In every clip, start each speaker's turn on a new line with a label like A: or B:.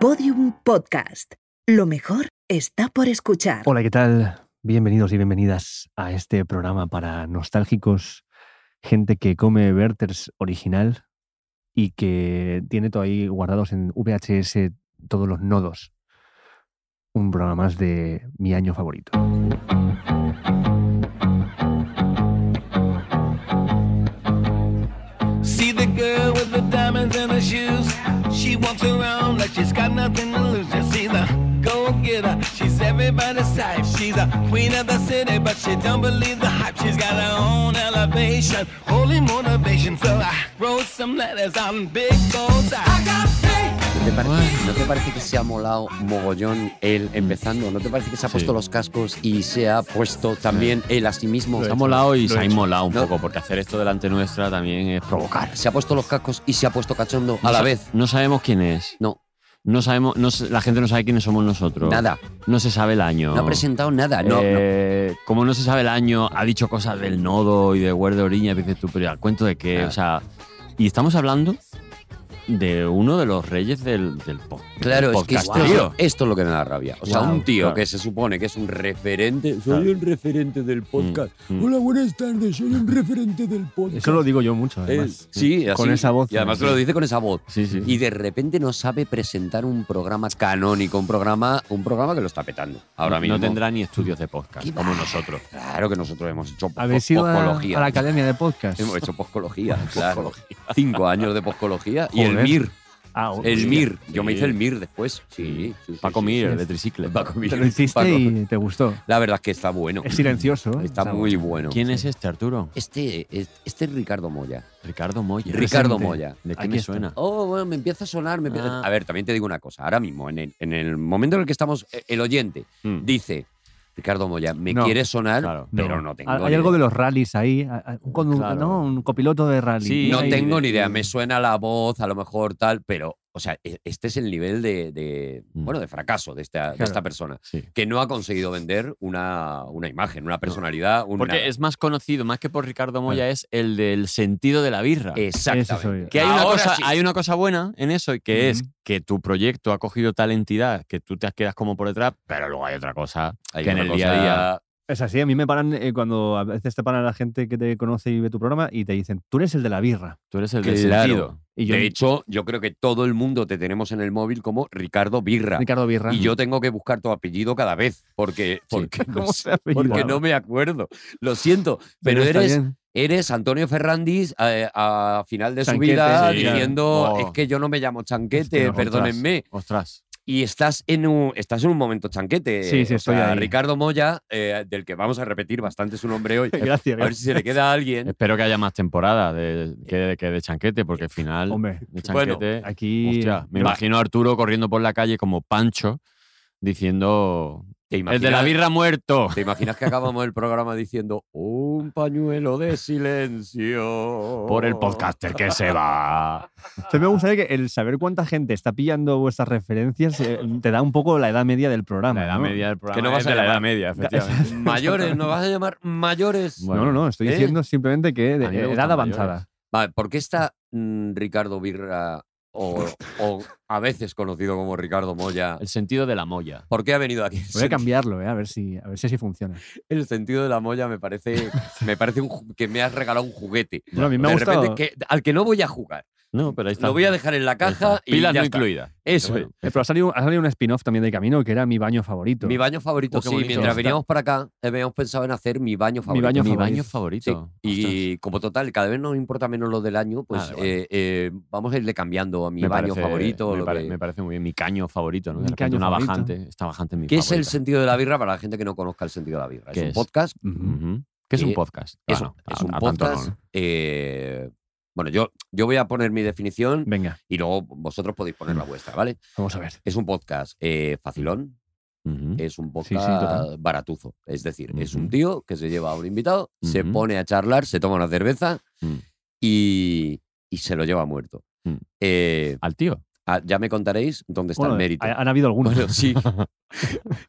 A: Podium Podcast. Lo mejor está por escuchar.
B: Hola, ¿qué tal? Bienvenidos y bienvenidas a este programa para nostálgicos, gente que come Werther's original y que tiene todavía guardados en VHS todos los nodos. Un programa más de mi año favorito.
C: See the girl with the diamonds in her shoes. She walks around like she's got nothing to lose. Just see the go get her. She's everybody's type. She's a queen of the city, but she don't believe the hype. She's got her own elevation, holy motivation. So I wrote some letters on big goals. I got faith.
D: ¿No te parece- ¿No te parece que se ha molado mogollón él empezando? ¿No te parece que se ha puesto los cascos y se ha puesto también él a sí mismo?
E: Se ha molado y
B: Lo
E: se
B: he
E: ha
B: hecho.
E: inmolado un
D: No.
E: poco, porque hacer esto delante nuestra también es provocar.
D: Se ha puesto los cascos y se ha puesto cachondo a la
E: No sa-
D: vez.
E: No sabemos quién es.
D: No,
E: No sabemos, no se- la gente no sabe quiénes somos nosotros.
D: nada.
E: No se sabe el año.
D: No ha presentado nada. No, no.
E: Eh, Como no se sabe el año, ha dicho cosas del nodo y de Huerta de Oriña, y dices tú, pero ¿al cuento de qué?
D: Claro.
E: O sea, y estamos hablando de uno de los reyes del, del, po- del
D: Claro, es que
E: podcast,
D: esto,
E: tío.
D: esto es lo que me da rabia. O sea,
E: Wow,
D: un tío
E: claro.
D: que se supone que es un referente. Soy
E: Claro.
D: un referente del podcast.
E: Mm, mm.
D: Hola, buenas tardes. Soy un referente del podcast.
B: Eso lo digo yo mucho, además.
D: Es- Eh, sí,
B: Con
D: así.
B: esa voz.
D: Y además lo dice con esa voz.
E: Sí, sí.
D: y de repente no sabe presentar un programa canónico, un programa, un programa que lo está petando. Ahora mismo.
E: No tendrá ni estudios de podcast,
D: ¿Qué
E: como
D: va?
E: nosotros.
D: Claro que nosotros hemos hecho po-
B: Habéis ido a,
D: poscología.
B: a la academia de podcast.
D: Hemos hecho poscología, claro. Cinco años de poscología y el
B: Joder.
D: MIR.
B: Ah,
D: El
B: hostia.
D: MIR. Yo me
E: Sí.
D: hice el MIR después. Sí, sí, sí,
E: Paco
D: sí,
E: Mir,
B: sí.
E: de tricicle.
D: sí. Paco Mir.
B: Te lo hiciste
D: Paco-
B: y te gustó.
D: La verdad es que está bueno.
B: Es silencioso. ¿eh?
D: Está muy bueno.
E: ¿Quién es este, Arturo?
D: Este, este es Ricardo Moya.
E: Ricardo Moya.
D: Ricardo
B: presente.
D: Moya.
E: ¿De qué
B: Aquí
E: me
B: está.
E: suena?
D: Oh, bueno, me empieza a sonar, me empieza-
E: Ah.
D: A ver, también te digo una cosa. Ahora mismo, en el, en el momento en el que estamos, eh, el oyente
E: Mm.
D: dice, Ricardo Moya, me
B: No,
D: quiere sonar,
E: claro.
D: pero no tengo
B: Hay
D: ni
B: algo de
D: idea.
B: los rallies ahí. a- a- Un, condu-
E: Claro.
B: ¿no? Un copiloto de rally.
E: Sí,
D: No
E: Ahí,
D: tengo
E: de-
D: ni idea, me suena la voz, a lo mejor tal, pero, o sea, e- este es el nivel de, de,
E: Mm.
D: bueno, de fracaso de esta, de
B: Claro.
D: esta persona,
E: Sí.
D: que no ha conseguido vender una, una imagen, una personalidad, una...
E: Porque es más conocido, más que por Ricardo Moya, es el del sentido de la birra.
B: Ese soy
D: Exactamente.
B: yo.
E: que hay una,
D: Eh, Ahora
E: cosa,
D: sí.
E: hay una cosa buena en eso, y que es
B: Ujú.
E: que tu proyecto ha cogido tal entidad que tú te quedas como por detrás, pero luego hay otra cosa
D: Hay
E: que en
D: otra
E: el
D: cosa-
E: día a día.
B: Es así, a mí me paran eh, cuando a veces te paran la gente que te conoce y ve tu programa y te dicen, tú eres el de la birra.
E: Tú eres el del
D: Claro.
E: sentido.
B: Y yo,
D: De hecho, yo creo que todo el mundo te tenemos en el móvil como Ricardo Birra.
B: Ricardo Birra.
D: Y yo tengo que buscar tu apellido cada vez, porque, porque, no,
B: ¿Cómo
D: sé,
B: se apellida?
D: porque no me acuerdo. Lo siento, pero
B: está
D: eres,
B: bien.
D: eres Antonio Ferrandis eh, a, final de su
B: Chanquete,
D: vida
E: sí,
D: diciendo,
E: oh.
D: es que yo no me llamo Chanquete,
B: Hostia, ostras.
D: perdónenme.
E: Ostras.
D: Y estás en un, estás en un momento Chanquete.
B: Sí, sí,
D: O
B: estoy
D: sea,
B: ahí.
D: Ricardo Moya, eh, del que vamos a repetir bastante su nombre hoy. a
B: Gracias.
D: ver si se le queda a alguien.
E: Espero que haya más temporada de, que, que de chanquete, porque al final
B: Hombre,
E: de chanquete.
B: aquí...
E: Eh, hostia, me
B: Va-
E: imagino a Arturo corriendo por la calle como Pancho diciendo.
D: ¿Te
E: El de la
D: imaginas-
E: birra muerto.
D: ¿Te imaginas que acabamos el programa diciendo un pañuelo de silencio?
E: Por el podcaster que se va.
B: Entonces me gustaría que el saber cuánta gente está pillando vuestras referencias eh, te da un poco la edad media del programa.
E: La edad
B: ¿no?
E: media del programa.
D: Que no vas
E: es
D: a
E: de la
D: llamar.
E: edad media, efectivamente.
D: Mayores, nos vas a llamar mayores.
E: Bueno.
B: no, no, no, estoy
D: ¿Eh?
B: diciendo simplemente que de
E: A mí me
B: edad
E: gustan
B: avanzada.
E: mayores.
D: Vale, ¿por qué está mm, Ricardo Birra o, o a veces conocido como Ricardo Moya?
E: El sentido de la molla.
D: ¿Por qué ha venido aquí?
B: Voy a cambiarlo, eh, a ver si a ver si así funciona.
D: El sentido de la Moya me parece, me parece un ju- que me has regalado un juguete.
B: Bueno, a mí me ha
D: de
B: gustado.
D: repente, que, al que no voy a jugar.
E: No, pero ahí está.
D: Lo voy a dejar en la caja y
E: Pilas
D: ya
E: no
D: está.
E: incluidas.
D: Eso
E: Bueno,
D: es.
B: Eh, Pero ha salido, ha salido un spin-off también de Camino que era mi baño favorito.
D: Mi baño favorito,
E: Oh, qué
D: sí.
E: bonito.
D: Mientras
B: Está-
D: veníamos para acá, eh, habíamos pensado en hacer mi baño
B: Mi
D: favorito.
B: baño
E: Mi
B: favorito.
E: baño
D: Sí,
E: favorito. Ostras.
D: Y como total, cada vez nos importa menos lo del año, pues
E: Ah, da igual.
D: eh, eh, vamos a irle cambiando a mi baño favorito.
E: Me,
D: lo
E: pare-
D: que-
E: me parece muy bien. Mi caño favorito, ¿no? De
B: Mi
E: repente
B: caño
E: una
B: favorito.
E: bajante. Esta bajante es mi
D: ¿Qué es el
E: favorita.
D: sentido de la birra para la gente que no conozca el sentido de la birra? Es
E: ¿Qué
D: un
E: es?
D: podcast.
B: Ujú.
E: Ujú. ¿Qué es
D: Eh,
E: un podcast?
D: Es,
E: Ah,
D: un-
E: no,
D: es
E: a-
D: un
E: a tanto no,
D: podcast.
E: ¿no?
D: eh, bueno, yo, yo voy a poner mi definición
B: Venga,
D: y luego vosotros podéis poner
E: Mm.
D: la vuestra, ¿vale?
B: vamos a ver.
D: Es un podcast eh, facilón,
E: Ujú.
D: es un
B: Sí, sí,
D: podcast
B: total.
D: baratuzo. Es decir, es un
E: Ujú.
D: tío que se lleva a un invitado, se
E: Ujú.
D: pone a charlar, se toma una cerveza
E: Mm.
D: y, y se lo lleva muerto.
E: Mm.
D: Eh,
E: Al tío.
D: ah, ya me contaréis dónde está
B: Bueno,
D: el mérito.
B: ha- han habido algunos.
D: Bueno, sí.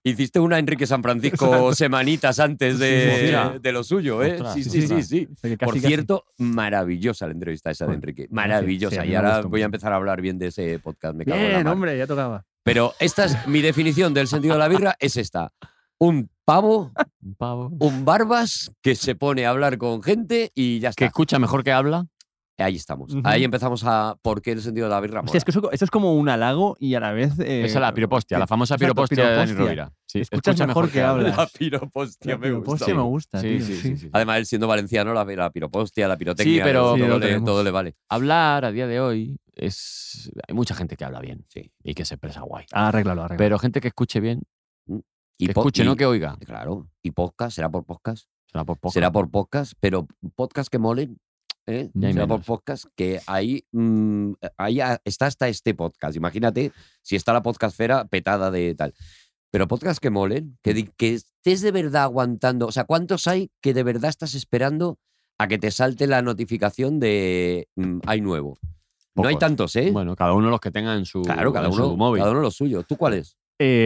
D: Hiciste una Enrique San Francisco semanitas antes
B: Sí, sí,
D: de,
E: sí.
D: de lo suyo, ¿eh?
E: Ostras,
D: sí, sí,
B: sí,
D: sí, sí.
B: sí. O sea, Este, que
D: Por
B: casi, casi-
D: cierto, maravillosa la entrevista esa de
B: Bueno,
D: Enrique.
B: sí, a mí
D: Maravillosa.
B: me
D: y ahora
B: gustó
D: voy
B: mucho.
D: a empezar a hablar bien de ese podcast. Me cago en la
B: Bien,
D: mar.
B: hombre, ya tocaba.
D: Pero esta es mi definición del sentido de la birra, es esta. Un pavo,
E: Un pavo.
D: un barbas que se pone a hablar con gente y ya está.
E: Que escucha mejor que habla.
D: Ahí estamos.
B: Ujú.
D: Ahí empezamos a por qué el sentido de la birra.
B: Hostia, es
D: mola.
B: que eso, eso es como un halago y a la vez. eh,
E: Esa es la piropostia, la famosa
B: exacto,
E: piropostia, de Dani
B: piropostia.
E: Rovira. Sí,
B: Escuchas mejor que hablas.
D: La piropostia
B: La
D: me gusta.
B: piropostia me gusta.
E: Sí,
B: tío,
E: sí, sí, sí.
D: Además, él siendo valenciano, la, la piropostia, la pirotecnia,
E: Sí, pero-
D: todo,
E: Sí,
B: lo
D: le,
B: tenemos.
D: todo le vale.
E: Hablar a día de hoy es. Hay mucha gente que habla bien
D: Sí.
E: y que se expresa guay.
B: Ah, Arréglalo, arréglalo.
E: Pero gente que escuche bien,
D: Y
E: que
D: po-
E: escuche,
D: y-
E: no que oiga.
D: Claro. Y podcast, será por podcast.
E: Será por poco.
D: Será por podcast, pero podcast que molen. ¿eh?
E: Ya hay
D: Será por
E: menos.
D: podcast que ahí, mm, ahí a- está hasta este podcast. Imagínate si está la podcastfera petada de tal. Pero podcast que molen, que, di- que estés de verdad aguantando. O sea, ¿cuántos hay que de verdad estás esperando a que te salte la notificación de mm, hay nuevo? No hay
E: Pocos.
D: tantos, ¿eh?
E: Bueno, cada uno los que tenga en su,
D: claro, cada
E: en su
D: uno,
E: móvil.
D: cada uno lo suyo. ¿Tú cuál es?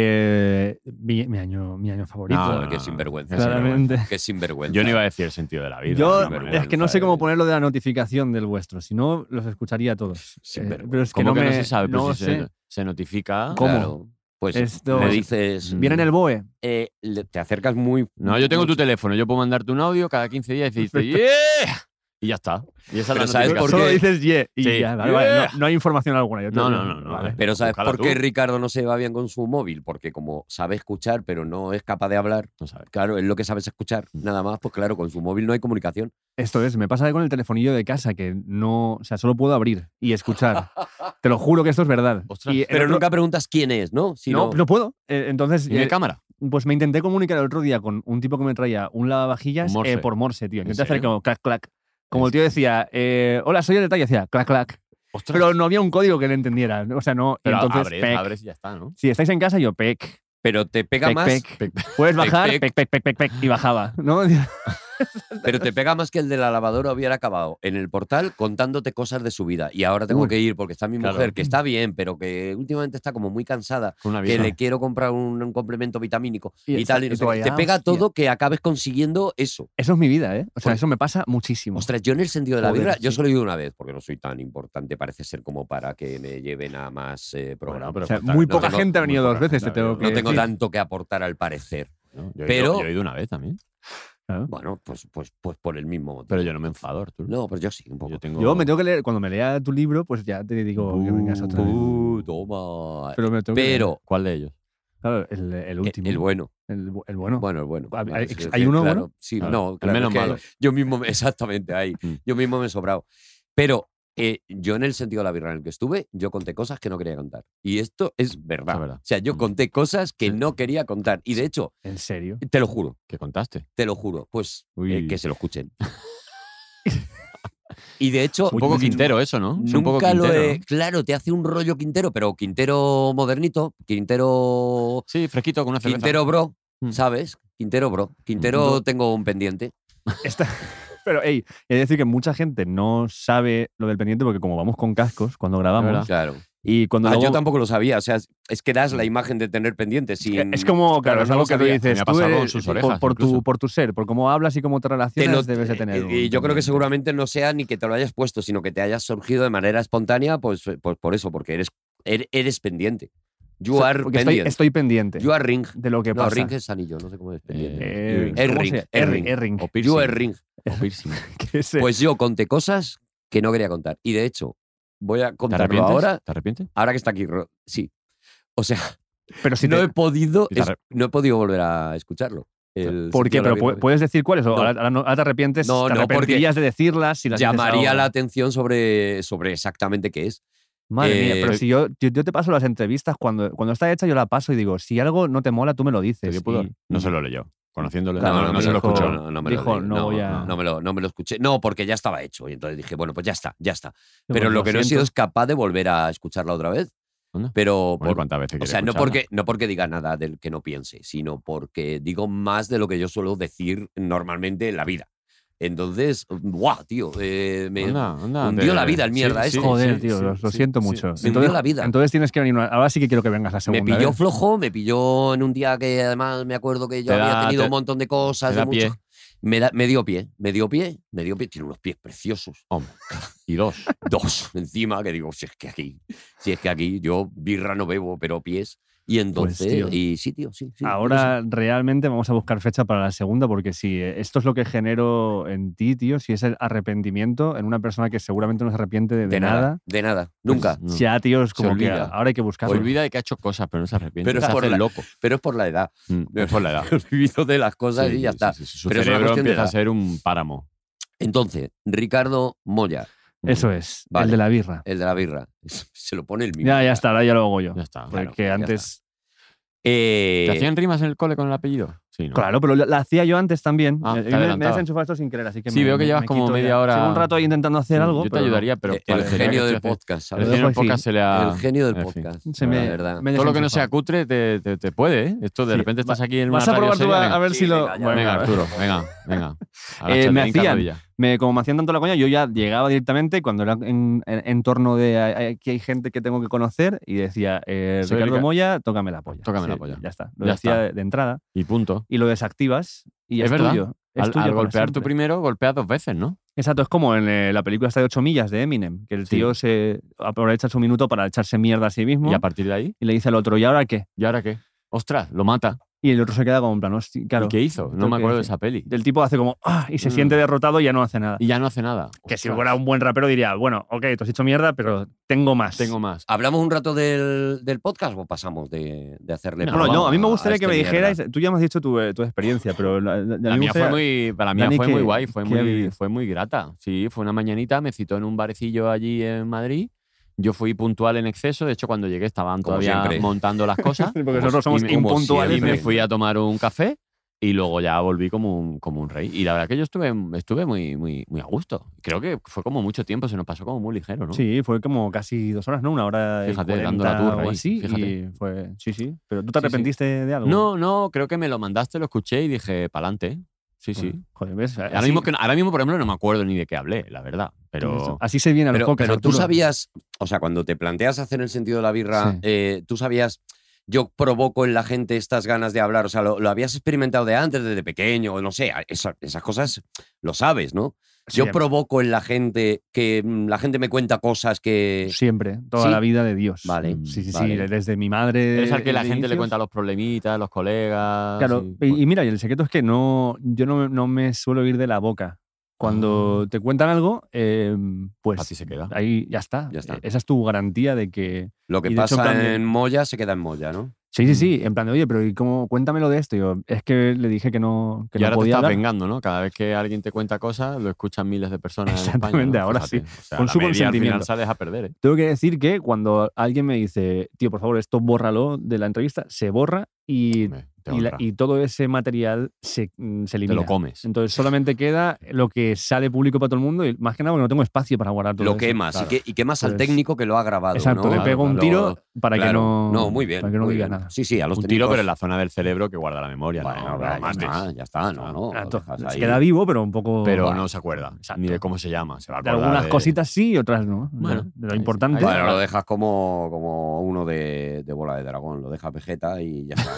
B: Eh, mi, mi año, mi año favorito.
E: No,
D: Joder, qué sinvergüenza.
E: qué sinvergüenza.
B: claramente.
D: Que sinvergüenza.
E: Yo no iba a decir el sentido de la vida.
B: Yo
E: sinvergüenza.
B: es que no sé cómo
D: eh.
B: ponerlo de la notificación del vuestro, si no los escucharía a todos.
D: Sin
B: Eh,
D: vergüenza.
B: pero es que
E: ¿Cómo
B: no,
E: que no
B: me-
E: se sabe? Pues
B: no
E: si
B: sé.
E: se, se notifica.
B: ¿Cómo?
D: Claro. Pues
B: Esto-
D: me dices,
B: Viene en el E. BOE.
D: eh, le- te acercas muy.
E: No, yo tengo
D: mucho
E: tu teléfono. Yo puedo mandarte un audio cada 15 días y dices,
B: Perfecto.
E: "Yeah". Y ya está. Y esa es
D: Pero
E: la
D: ¿sabes por
E: notificación.
B: Solo
D: qué?
B: dices ye y
E: Sí.
B: ya, vale, vale,
E: Yeah.
B: no, no hay información alguna. yo te lo
E: No, no,
B: digo,
E: no, eh. no.
B: vale.
D: Pero ¿sabes
E: Búscala
D: por qué
E: tú.
D: Ricardo no se va bien con su móvil? Porque como sabe escuchar, pero no es capaz de hablar,
E: No Mm. sabes.
D: claro, es lo que sabes escuchar, nada más, pues claro, con su móvil no hay comunicación.
B: Esto es, me pasa con el telefonillo de casa que no, o sea, solo puedo abrir y escuchar. te lo juro que esto es verdad.
E: Ostras,
B: Y el
D: Pero
B: otro-
D: nunca preguntas quién es, ¿no? Si
B: no,
D: no,
B: no puedo. Eh, entonces,
E: ¿Y de
B: eh,
E: cámara?
B: pues me intenté comunicar el otro día con un tipo que me traía un lavavajillas
E: Un morse.
B: eh, por morse, tío.
E: ¿En
B: Intenté hacer
E: serio?
B: como clac, clac. Como el tío
E: Es-
B: decía, eh, hola, soy el detalle, decía clac, clac.
E: Ostras.
B: Pero no había un código que le entendiera. O sea, no. y
E: Pero
B: entonces,
E: abres,
B: pec.
E: abres y ya está, ¿no?
B: Si estáis en casa, yo, pec,
D: pero te pega
B: pec,
D: más,
B: pec. Puedes
D: Pec,
B: bajar,
D: pec.
B: pec, pec, pec, pec, pec, y bajaba. ¿no?
D: pero te pega más que el de la lavadora hubiera acabado en el portal contándote cosas de su vida. Y ahora tengo
B: Uy,
D: que ir porque está mi
E: claro.
D: mujer, que está bien, pero que últimamente está como muy cansada,
E: Con una
D: que
E: visa.
D: le quiero comprar un, un complemento vitamínico
B: Y
D: y,
B: esa-
D: tal. y
B: y
D: no sé
B: tú
D: qué.
B: ahí,
D: te
B: ah,
D: pega
B: hostia.
D: todo que acabes consiguiendo eso.
B: Eso es mi vida, ¿eh? O sea,
D: Pues-
B: eso me pasa muchísimo.
D: Ostras, yo en el sentido de la
B: Mm. Joder,
D: birra, yo
B: sí.
D: solo he ido una vez, porque no soy tan importante, parece ser como para que me lleven a más eh, programas.
E: pero
B: O sea,
E: fatal.
B: muy
E: No
B: poca
D: tengo-
B: gente ha
E: muy
B: venido
E: poca
B: dos veces, te
E: gente ha
B: tengo que
E: venido.
D: no tengo
B: decir.
D: tanto que aportar al parecer.
E: No, yo he
D: Pero-
E: ido- yo he ido una vez también.
B: Claro.
D: Bueno, pues, pues, pues por el mismo motivo.
E: Pero yo no me enfado, Arturo.
D: no, pero yo sí, un poco.
E: Yo tengo.
B: Yo me tengo que leer, cuando me lea tu libro, pues ya te digo que vengas otra vez.
D: Uh, toma.
B: Pero, me lo tengo que leer.
D: Pero
E: ¿Cuál de ellos?
B: Claro, el, el
D: eh,
B: último.
D: el bueno,
B: El bu- el bueno.
D: bueno, el bueno.
B: Hay-
D: Vale, sí,
B: hay
D: es que,
B: uno
D: claro,
B: bueno.
D: Sí,
E: Claro,
D: no,
E: el
D: claro,
E: menos
D: es que
E: malo.
D: Yo mismo, me- exactamente, ahí.
E: Mm.
D: Yo mismo me he sobrado. Pero eh, yo en el sentido de la birra en el que estuve, yo conté cosas que no quería contar. Y esto es verdad.
E: Es verdad.
D: O sea, yo
E: Mm.
D: conté cosas que
E: Sí.
D: no quería contar. Y de hecho,
B: ¿En serio?
D: te lo juro,
E: ¿Qué contaste?
D: te lo juro. Pues eh,
E: Uy.
D: que se lo escuchen. y de hecho...
E: Un poco
D: n-
E: Quintero, eso, ¿no? Es
D: Nunca
E: un poco Quintero.
D: lo he...
E: ¿no?
D: Claro, te hace un rollo Quintero, pero Quintero modernito, Quintero...
E: Sí, fresquito con una cerveza.
D: Quintero bro,
E: Mm.
D: ¿sabes? Quintero bro. Quintero
E: No.
D: tengo un pendiente.
B: Esta- Pero, hey, es decir que mucha gente no sabe lo del pendiente porque como vamos con cascos cuando
E: verdad.
B: grabamos
D: Claro.
B: y cuando
D: Ah,
B: luego- Mm.
D: yo tampoco lo sabía. O sea, es- es que das la imagen de tener pendientes. Sin...
B: es como, claro,
E: Claro,
B: es
E: no
B: algo
E: lo
B: que tú
E: sabía.
B: dices
E: Me ha
B: tú
E: pasado
B: eres-
E: con sus
B: por-
E: orejas,
B: por, tu,
E: incluso.
B: por tu ser, por cómo hablas y cómo te
D: te lo- eh,
B: relacionas debes de tener.
D: y
B: un
D: yo creo que
B: pendiente.
D: seguramente no sea ni que te lo hayas puesto, sino que te hayas surgido de manera espontánea, pues, eh, pues por eso, porque eres, er- eres pendiente. You
B: O sea,
D: are
B: porque estoy,
D: pendiente.
B: estoy pendiente
D: You are ring.
B: de lo que
D: No,
B: pasa.
D: ring es anillo, no sé cómo es pendiente.
B: Eh,
E: Es
B: ¿cómo
D: ring,
B: se-
D: es
B: es
D: ring.
B: ring, es ring.
E: piercing.
D: you are ring.
E: O piercing.
B: Que se-
D: Pues yo conté cosas que no quería contar. Y de hecho, voy a
E: ¿Te
D: contarlo
E: arrepientes?
D: ahora,
E: ¿Te arrepientes?
D: ahora que está aquí. Ro- Sí. O sea,
B: pero si
D: no,
B: te-
D: he podido,
E: si te
D: es-
E: arre-
D: no he podido volver a escucharlo. El
B: ¿Por qué?
D: sentido de la
B: ¿Pero
D: vida.
B: pu- puedes decir cuáles? ¿O
D: No.
B: ahora, ahora no- ahora te arrepientes?
D: No,
B: ¿Te
D: no, porque
B: arrepentirías de decirlas? Si las dices "Oh,
D: llamaría
B: ahora?
D: la atención sobre, sobre exactamente qué es.
B: Madre mía,
D: eh,
B: pero si yo, yo, yo te paso las entrevistas, cuando, cuando está hecha yo la paso y digo, si algo no te mola, tú me lo
E: ¿Te
B: dices.
E: dio pudor?
B: Y-
E: No se lo leyó. Conociéndole.
B: Claro,
D: no, no,
B: no
D: me
B: se
D: lo
B: lo
D: escuché.
B: escuchó.
D: No, no me lo
B: Dijo,
D: leí,
B: no voy a-
D: no me lo- no me lo escuché. No, porque ya estaba hecho. Y entonces dije, bueno, pues ya está, ya está.
B: digo,
D: Pero lo que no he sido
B: pues siento.
D: es capaz de volver a escucharla otra vez.
E: Anda.
D: Pero
E: Bueno,
D: por-
E: ¿cuántas veces
D: o
E: quieres
D: sea, no
E: escucharla?
D: porque, no porque diga nada del que no piense, sino porque digo más de lo que yo suelo decir normalmente en la vida. Entonces, guau, tío, eh, me
E: Anda, anda,
D: hundió
E: de-
D: la vida el
E: sí,
D: mierda este.
B: Joder,
E: sí,
B: tío,
E: sí,
B: lo, lo
E: sí,
B: siento
E: sí.
B: mucho.
E: Sí.
D: hundió la vida.
B: Entonces tienes que venir. una- Ahora sí que quiero que vengas la
D: me
B: segunda.
D: pilló
B: ¿eh?
D: flojo, me pilló en un día que además me acuerdo que yo
E: Te da-
D: había tenido
E: te-
D: un montón de cosas.
E: te
D: de
E: da
D: mucho-
E: pie.
D: Me, da- me dio pie, me dio pie, me dio pie. Tiene unos pies preciosos.
E: Y dos.
D: Dos encima, que digo, si es que aquí, si es que aquí, yo birra no bebo, pero pies.
E: Pues,
D: Y entonces,
B: tío.
D: y sí, tío, sí. sí,
B: Ahora realmente vamos a buscar fecha para la segunda, porque si eh, esto es lo que genero en ti, tío, si es el arrepentimiento en una persona que seguramente no se arrepiente de,
D: no sé,
B: de nada,
D: De nada, nunca.
E: No.
B: ya, tío, es como que
D: olvida.
B: ahora hay que buscarlo.
E: Olvida de que ha hecho cosas, pero no se arrepiente.
D: Pero
E: se
D: es por
E: hace
D: la-
E: loco.
D: Pero es por la edad.
E: Mm, Es por la edad.
D: He vivido de las cosas
E: Sí,
D: y ya
E: sí,
D: está.
E: sí, sí, Su
D: Pero es una
E: cerebro
D: cuestión de
E: empieza a
D: edad.
E: ser un páramo.
D: Entonces, Ricardo Moya,
B: Eso es, el
D: Vale.
B: de la birra.
D: el de la birra, se lo pone el mismo.
B: Ya, ya está, ahora ya lo hago yo.
E: Eh, Ya está.
D: Claro,
B: porque
D: ya
B: antes.
D: Eh,
E: ¿Te hacían rimas en el cole con el apellido? Sí, ¿no?
B: Claro, pero lo- la hacía yo antes también.
E: Ah,
B: Eh,
E: te
B: me- me,
E: adelantabas.
B: has enchufado esto sin querer, así que
E: Sí,
B: me-
E: veo que
B: me-
E: llevas
B: me
E: como
B: quito
E: media
B: ya.
E: hora-
B: Llevo un rato ahí intentando hacer algo.
E: Yo te
B: pero no.
E: ayudaría, pero.
D: el
E: parecería
D: genio
E: que
D: del
E: estoy haciendo-
D: podcast,
E: El
D: ¿sabes?
E: genio del
B: Ojo, sí.
E: podcast se le ha.
D: El genio del
E: Eh, Ah, en fin.
D: podcast.
B: Se
D: la
B: me-
D: verdad.
B: me
E: Todo lo que no
B: desenchufa.
E: sea cutre te, te- te puede, ¿eh? Esto de
B: Sí,
E: repente estás aquí en una
B: Vas a
E: radio
B: probar tú
E: seria,
B: a,
E: venga.
B: a ver
D: Sí,
B: si lo.
D: venga, ya.
B: Bueno,
E: Venga,
B: a ver.
E: Arturo, venga, venga.
B: Eh, me
E: Agáchate en
B: hacían-
E: carrerilla.
B: me, como me hacían tanto la coña, yo ya llegaba directamente cuando era en, en- en torno de "Ah, ah, aquí hay gente que tengo que conocer y decía, eh,
E: Soy
B: Ricardo
E: Rica-
B: Moya, tócame la polla.
E: Tócame la polla.
B: Ya está. Lo
E: Ya
B: decía
E: está.
B: de- de entrada
E: Y punto.
B: y lo desactivas y
E: Es
B: es,
E: verdad.
B: tuyo. Es
E: Al,
B: tuyo
E: al
B: para
E: golpear tu
B: siempre.
E: primero, golpeas dos veces, ¿no?
B: Exacto, es como en eh, la película esta de 8 millas de Eminem, que el
E: Sí.
B: tío se aprovecha su minuto para echarse mierda a sí mismo
E: Y
B: y,
E: a partir de ahí,
B: le dice al otro, ¿y ahora qué?
E: ¿y ahora qué? Ostras, lo mata.
B: Y el otro se queda como en plan, "Hosti, claro.
E: ¿Y qué hizo? No
B: Creo
E: me
B: que
E: acuerdo de
B: sí.
E: esa peli.
B: El tipo hace como, "Ah", y se
E: Mm.
B: siente derrotado y ya no hace nada.
E: Y ya no hace nada.
B: que si
E: Ostras,
B: fuera un buen rapero diría, bueno, ok, te has hecho mierda, pero tengo más.
E: Tengo más.
D: ¿Hablamos un rato del, del podcast o pasamos de, de hacerle
E: No,
B: bueno,
D: promo
B: yo, a mí me
D: a
B: gustaría que
D: este
B: me
D: mierda?
B: dijerais, tú ya me has dicho tu, eh, tu experiencia, pero la, la- la-
E: La
B: me
E: mía fue
B: gustaría-
E: muy, para mí
B: Dani,
E: fue muy
B: ¿qué-
E: guay, fue
B: qué ha
E: muy,
B: vivido?
E: fue muy grata. Sí, fue una mañanita, me citó en un barecillo allí en Madrid. Yo fui puntual en exceso, de hecho cuando llegué estaban
D: Como
E: todavía
D: siempre.
E: montando las cosas.
B: Porque nosotros somos
E: y Pues me-
B: impuntuales.
E: Y me fui a tomar un café y luego ya volví como un, como un rey. Y la verdad que yo estuve, estuve muy, muy, muy a gusto. Creo que fue como mucho tiempo, se nos pasó como muy ligero, ¿no?
B: Sí, fue como casi dos horas, ¿no? Una hora y
E: Fíjate,
B: 40
E: dando la turra
B: o
E: ahí,
B: así.
E: fíjate.
B: y fue, sí, sí. Pero ¿tú te
E: Sí, sí.
B: arrepentiste de algo?
E: No, no, creo que me lo mandaste, lo escuché y dije, pa'lante. Sí,
B: Bueno,
E: sí.
B: Joder, ¿ves?
E: Ahora
B: Así-
E: mismo, que, ahora mismo, por ejemplo, no me acuerdo ni de qué hablé, la verdad. Pero
B: Así se viene a los
D: Pero,
B: pocas,
D: pero tú
B: Arturo.
D: sabías, o sea, cuando te planteas hacer el sentido de la birra,
B: Sí.
D: eh, tú sabías, yo provoco en la gente estas ganas de hablar, o sea, lo, lo habías experimentado de antes, desde pequeño, no sé, esa- esas cosas lo sabes, ¿no? Yo
B: Siempre,
D: provoco en la gente que mm, la gente me cuenta cosas que...
B: Siempre, toda
D: Sí.
B: la vida de Dios.
D: Vale,
B: Sí, sí,
D: vale.
B: sí. Desde mi madre.
E: es al que la
B: de
E: gente le
B: Eh, inicios.
E: cuenta los problemitas, los colegas.
B: Claro,
E: y-
B: y, y mira, y el secreto es que no, yo no, me- no me suelo ir de la boca. Cuando
E: Ah.
B: te cuentan algo, eh, pues
E: Así se queda.
B: ahí ya está.
D: Ya está.
B: Eh, Esa es tu garantía de que.
D: Lo que
B: Y de hecho, en
D: pasa
B: plan de-
D: en Moya se queda en Moya, ¿no?
B: Sí, sí,
D: Mm.
B: sí. En plan de, oye, pero ¿y cómo? Cuéntamelo de esto. Y Yo, es que le dije que no, que
E: y
B: no
E: ahora te
B: podía
E: estás
B: hablar.
E: vengando, ¿no? Cada vez que alguien te cuenta cosas, lo escuchan miles de personas. en España,
B: Exactamente,
E: ¿no?
B: ahora
E: Fíjate. O sea,
B: Con
E: la
B: su
E: media Al
B: consentimiento.
E: final sales a perder, ¿eh?
B: Tengo que decir que cuando alguien me dice, tío, por favor, esto bórralo de la entrevista, se borra y,
E: Hombre, te
B: y la-
E: honra.
B: y todo ese material se, mm, se
E: Te
B: elimina.
E: lo comes.
B: Entonces solamente queda lo que sale público para todo el mundo y más que nada porque no tengo espacio para guardar todo
D: Lo
B: eso.
D: quemas
B: Claro.
D: y, que, y quemas al
B: Pues-
D: técnico que lo ha grabado.
B: Exacto,
D: ¿no?
B: le pego un
D: Lo-
B: tiro para que
D: claro.
B: no.
D: muy bien.
B: Para que no
D: muy
B: diga
D: bien.
B: nada.
D: Sí, sí, a los
E: Un tiro,
D: técnicos-
E: pero en la zona del cerebro que guarda la memoria.
D: Bueno,
E: no,
D: ya,
E: no mates.
D: está, ya está, no, no.
B: Ah,
D: lo
B: to-
D: dejas
B: se
D: ahí.
B: queda vivo, pero un poco.
E: Pero
B: Buah.
E: no se acuerda
B: Exacto.
E: ni de cómo se llama. Se va a
B: De
E: acordar
B: algunas
E: de-
B: cositas sí y otras no.
E: Bueno,
B: de
E: ahí
B: lo
E: sí.
B: importante.
E: Ahí
D: Bueno, lo dejas como, como uno de, de bola de dragón, lo dejas vegeta y ya está,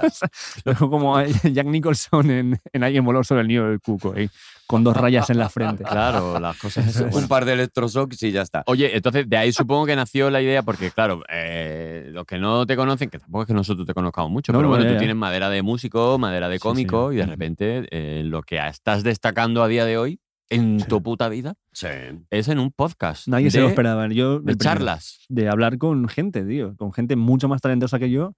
D: ¿no? O sea,
B: Luego como a Jack Nicholson en, en Alguien voló sobre el nido del cuco, ahí, con dos rayas en la frente.
E: Claro, las cosas.
B: Eso es.
E: Bueno,
D: un par de electroshocks y ya está.
E: Oye, entonces de ahí supongo que nació la idea, porque claro, eh, los que no te conocen, que tampoco es que nosotros te conozcamos mucho,
B: No, no,
E: pero bueno,
B: ya,
E: tú
B: ya.
E: tienes madera de músico, madera de
B: Sí,
E: cómico,
B: sí.
E: y de repente eh, lo que estás destacando a día de hoy en tu puta vida
D: Sí.
E: es en un podcast.
B: Nadie se
E: de-
B: lo esperaba. Yo, el
E: De
B: primero.
E: charlas.
B: de hablar con gente, tío, con gente mucho más talentosa que yo,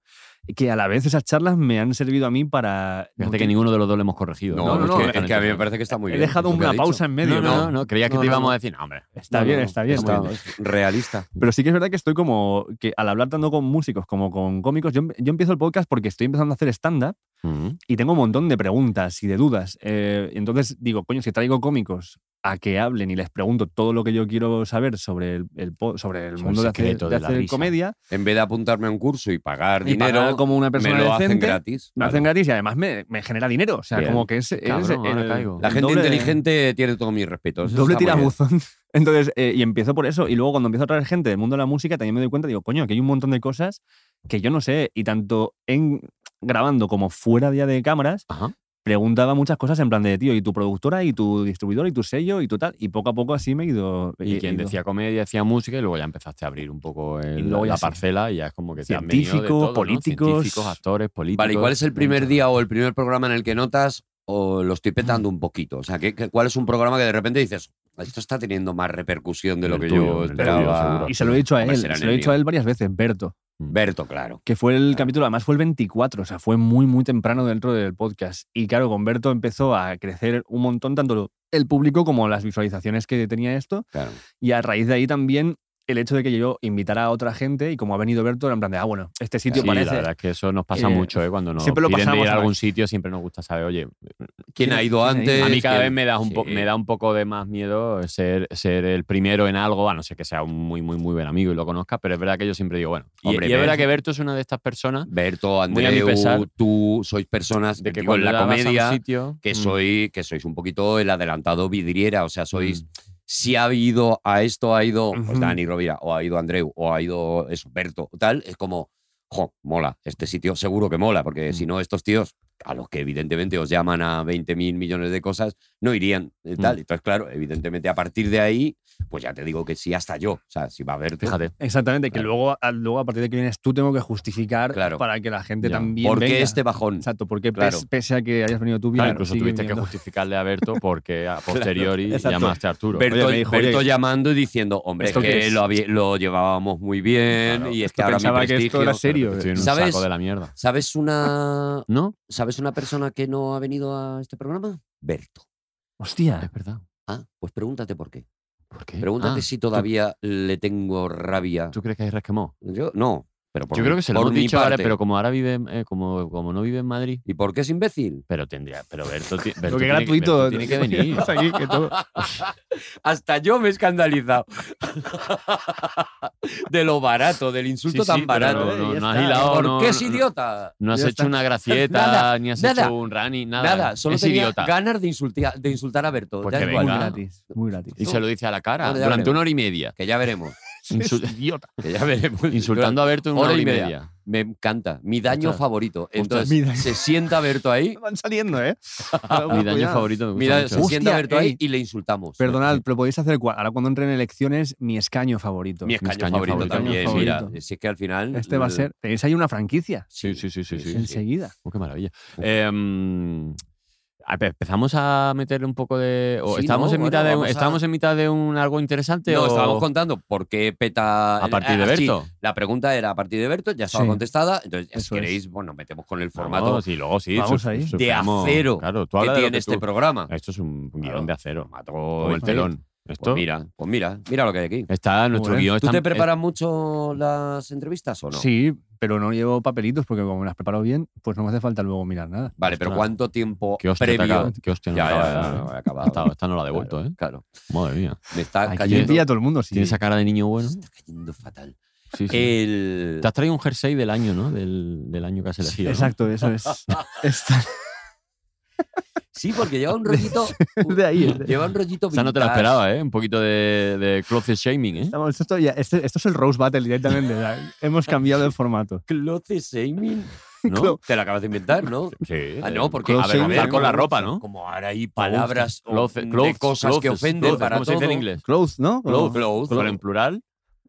B: que a la vez esas charlas me han servido a mí para...
E: Fíjate que ninguno de los dos lo hemos corregido.
D: No,
B: no,
D: es,
B: no,
D: que,
B: no,
D: es que a mí me parece que está muy
B: He
D: bien.
B: dejado
D: eso que ha
B: una
D: dicho.
B: pausa en
E: No,
B: medio.
E: no, no, no, creía que
D: No,
E: te
D: no,
E: íbamos
D: no.
E: a decir, no, hombre.
B: Está
E: No,
B: bien,
E: no,
B: está bien.
D: Está
B: muy bien.
D: realista.
B: Pero sí que es verdad que estoy como, que al hablar tanto con músicos como con cómicos, yo, yo empiezo el podcast porque estoy empezando a hacer stand-up
E: Ujú.
B: y tengo un montón de preguntas y de dudas. Eh, entonces digo, coño, si traigo cómicos a que hablen y les pregunto todo lo que yo quiero saber sobre el, el po- sobre el
E: Sobre el
B: mundo de hacer,
E: secreto
B: de
E: de la
B: hacer
E: risa.
B: comedia.
D: En vez de apuntarme a un curso y pagar
B: y
D: dinero,
B: pagar como una
D: me
B: persona
D: lo hacen
B: decente,
D: gratis.
B: Me hacen gratis y además me, me genera dinero. O sea,
D: Bien.
B: como que es, es
E: Cabrón, ahora caigo.
D: La gente
B: doble-
D: inteligente tiene todo mi respeto. eso
B: Doble
D: está muy bien.
B: tirabuzón. Entonces, eh, y empiezo por eso. Y luego cuando empiezo a traer gente del mundo de la música, también me doy cuenta, digo, coño, que hay un montón de cosas que yo no sé. Y tanto en grabando como fuera ya de cámaras,
E: Ajá.
B: preguntaba muchas cosas en plan de, tío, y tu productora, y tu distribuidor, y tu sello, y tu tal. Y poco a poco así me he ido...
E: Y
B: he
E: quien
B: ido.
E: decía comedia decía música y luego ya empezaste a abrir un poco el-
B: Y luego ya
E: la
B: sí.
E: parcela y ya es como que te han venido de
B: Científicos,
E: todo, ¿no?
B: políticos.
E: Científicos, actores, políticos.
D: Vale, ¿y cuál es el primer día o el primer programa en el que notas o lo estoy petando un poquito? O sea, ¿qué, qué- cuál es un programa que de repente dices, esto está teniendo más repercusión de lo
E: El
D: que
E: tuyo,
D: yo
E: el tuyo,
D: esperaba?
E: seguro.
B: Y se lo he dicho a
D: Hombre,
B: él,
D: será
B: se lo he dicho a
D: nervio.
B: él varias veces, Berto.
D: Berto, claro.
B: Que fue el
D: Claro.
B: capítulo, además fue el 24, o sea, fue muy, muy temprano dentro del podcast. Y claro, con Berto empezó a crecer un montón, tanto lo- el público como las visualizaciones que tenía esto.
D: claro.
B: Y a raíz de ahí también el hecho de que yo invitara a otra gente y como ha venido Berto, era en plan de, ah, bueno, este sitio
E: Sí, la
B: parece.
E: verdad es que eso nos pasa
B: Eh,
E: mucho, ¿eh? Cuando nos
B: siempre lo
E: piden de
B: pasamos,
E: ir a
B: ¿sabes?
E: algún sitio siempre nos gusta saber, oye,
D: ¿Quién ha ido
B: quién ha ido?
D: antes?
E: a mí cada
D: ¿Quién-
E: vez me da un, po-
D: Sí.
E: me da un poco de más miedo ser, ser el primero en algo, a no ser que sea un muy, muy, muy buen amigo y lo conozca, pero es verdad que yo siempre digo, bueno, y,
D: Hombre,
E: y es
D: Berto.
E: verdad que Berto es una de estas personas
D: Berto,
E: Muy a mi
D: Andreu,
E: pesar.
D: tú sois personas
E: de que
D: digo, en
E: cuando
D: la
E: la vas a un
D: comedia
E: sitio,
D: que
E: mm,
D: soy que sois un poquito el adelantado vidriera, o sea,
E: mm,
D: sois si ha ido a esto ha ido pues,
B: Ujú.
D: Dani Rovira o ha ido Andreu o ha ido eso, Berto, tal, es como jo, mola, este sitio seguro que mola, porque
B: Mm.
D: si no estos tíos a los que evidentemente os llaman a 20 mil millones de cosas, no irían eh, tal.
E: Mm.
D: Entonces, claro, evidentemente a partir de ahí, pues ya te digo que sí, hasta yo. O sea, si va a haber,
E: fíjate,
B: Exactamente, que
D: Claro.
B: luego a, luego a partir de que vienes tú tengo que justificar
D: Claro.
B: para que la gente
E: Ya.
B: también
D: ¿por qué
B: venga.
D: este bajón?
B: Exacto, porque pes-
D: Claro.
B: pese a que hayas venido tú bien,
E: claro, incluso
B: sigue
E: tuviste que
B: viniendo.
E: justificarle a Berto porque a posteriori
B: exacto.
E: llamaste a Arturo.
D: Berto,
B: Oye, me dijo,
D: Berto
B: oye,
D: llamando y diciendo, hombre, es
B: ¿esto qué
D: que
B: es?
D: lo, habí- lo llevábamos muy bien
E: Claro,
D: y es
B: Yo
D: que ahora mi
B: pensaba que esto era
D: prestigio-
B: serio.
E: Estoy en un
D: ¿Sabes?
E: saco de la mierda.
D: ¿Sabes una,
E: ¿No?
D: ¿Sabes una persona que no ha venido a este programa? Berto.
B: Hostia,
E: Es verdad.
D: Ah, pues pregúntate por qué.
E: ¿Por qué?
D: Pregúntate
E: Eh, Ah,
D: si todavía le tengo rabia.
E: ¿Tú crees que hay resquemó?
D: Yo no, pero por
E: Yo
D: mi-
E: creo que se lo
D: por
E: hemos
D: mi
E: dicho ahora,
D: parte.
E: pero como ahora vive, en- eh, como, como no vive en Madrid,
D: ¿Y por qué es imbécil?
E: pero tendría, pero Berto, ti- Berto
B: lo que
E: tiene
B: gratuito.
E: Berto tiene que venir.
B: Estás aquí, que todo-
D: Hasta yo me he escandalizado. de lo barato, del
E: Sí,
D: insulto
E: sí,
D: tan
E: pero
D: barato.
E: No, no,
B: Ya
E: no has
B: está.
E: hilado,
D: ¿Por
E: no-
D: qué es
E: no-
D: idiota?
E: No has
B: Ya
E: hecho
B: está.
E: una gracieta,
D: Nada,
E: ni has
D: nada.
E: hecho un runny, nada.
D: Nada, solo
E: es
D: tenía
E: idiota.
D: ganas de, insultia- de insultar a Berto.
E: Pues
D: da
E: que
D: igual.
B: Muy
E: venga.
B: gratis, muy gratis.
E: Y se lo dice a la cara
D: Vale, ya
E: durante
D: veremos.
E: una hora y media.
D: Que ya veremos.
E: Insul- idiota.
D: Que ya veremos.
E: Insultando a Berto en una
D: Hora
E: hora
D: y
E: y
D: media.
E: media.
D: Me encanta. Mi daño
E: Ostras.
D: favorito. Entonces,
B: mi daño.
D: se sienta Berto ahí.
B: Van saliendo, ¿eh?
E: Mi daño favorito me gusta
D: Mira,
E: mucho.
D: se sienta
B: Hostia,
D: Berto ahí
B: ey.
D: y le insultamos.
B: Perdonad, pero podéis hacer cua- ahora cuando entren elecciones mi escaño favorito.
D: Mi escaño, favorito,
E: favorito,
D: también.
B: escaño
D: mira,
B: favorito.
D: si es que al final.
B: Este va a ser. Tenéis ahí una franquicia
E: Sí, sí, sí, sí. sí.
D: Sí, sí.
B: enseguida.
E: Oh, qué maravilla. Em, a ver, empezamos a meterle un poco de. O
D: Sí,
E: estamos
D: ¿no?
E: en mitad
D: Bueno,
E: de. un-
D: vamos a-
E: Estamos en mitad de un algo interesante.
D: No,
E: o...
D: estábamos contando por qué peta.
E: A partir de
D: Ah, sí,
E: Berto.
D: la pregunta era a partir de Berto, ya estaba
B: Sí.
D: contestada. Entonces, si
B: Eso es.
D: queréis, bueno, metemos con el formato
E: Vamos, y luego sí.
B: Vamos
E: sus-
B: ahí.
E: sus-
D: de
E: vamos-
D: acero
E: Claro, tú
D: que
E: hablas de lo
D: tiene
E: que
D: este
E: tú-
D: programa.
E: Esto es un
D: Claro.
E: guión de acero.
D: Formato,
E: Como el
D: pues,
E: telón. Esto.
D: mira, pues mira, mira lo que hay aquí.
E: Está nuestro
B: Joder.
E: guión.
D: ¿Tú
E: está-
D: te
E: es-
D: preparas mucho las entrevistas o no?
B: Sí, pero no llevo papelitos porque como me las preparo bien, pues no me hace falta luego mirar nada.
D: Vale, pero
E: Ostras.
D: ¿cuánto tiempo
E: Qué hostia, te acaba-
D: previo?
E: qué hostia
D: Ya,
E: nos
D: ya,
E: acaba de
D: ya,
E: dar,
D: no,
E: ¿eh?
D: he
E: Esta,
D: acabado.
E: esta no la ha devuelto,
D: Claro,
E: ¿eh?
D: Claro,
E: Madre mía.
D: me está
B: Aquí
D: cayendo,
B: pilla a todo el mundo, sí.
E: Tiene esa cara de niño bueno.
D: está cayendo fatal.
E: Sí, sí.
D: Eh, El...
E: Te has traído un jersey del año, ¿no? Del, del año que has elegido. ¿no?
B: Exacto, eso es. Está-
D: Sí, porque lleva un rollito.
B: de ahí. es de-
D: lleva un rollito
E: O sea, no te la
D: vintage.
E: esperaba, ¿eh? Un poquito de, de closet shaming, ¿eh?
B: Estamos, esto, ya- este- esto es el Rose Battle directamente. ya. Hemos cambiado el formato.
D: Closet shaming.
E: ¿No?
D: Te la acabas de inventar, ¿no?
E: Sí.
D: Ah, no, porque
E: a
D: a ver, a ver,
E: con la
D: como-
E: ropa, ¿no?
D: Como ahora hay palabras o
E: Cloth-
D: de
E: clothes,
D: cosas que
E: clothes,
D: ofenden
E: clothes,
D: para
E: ¿Cómo se dice en
D: todo. Ah.
E: inglés?
B: Clothes, ¿no?
D: Clothes.
E: Pero en plural,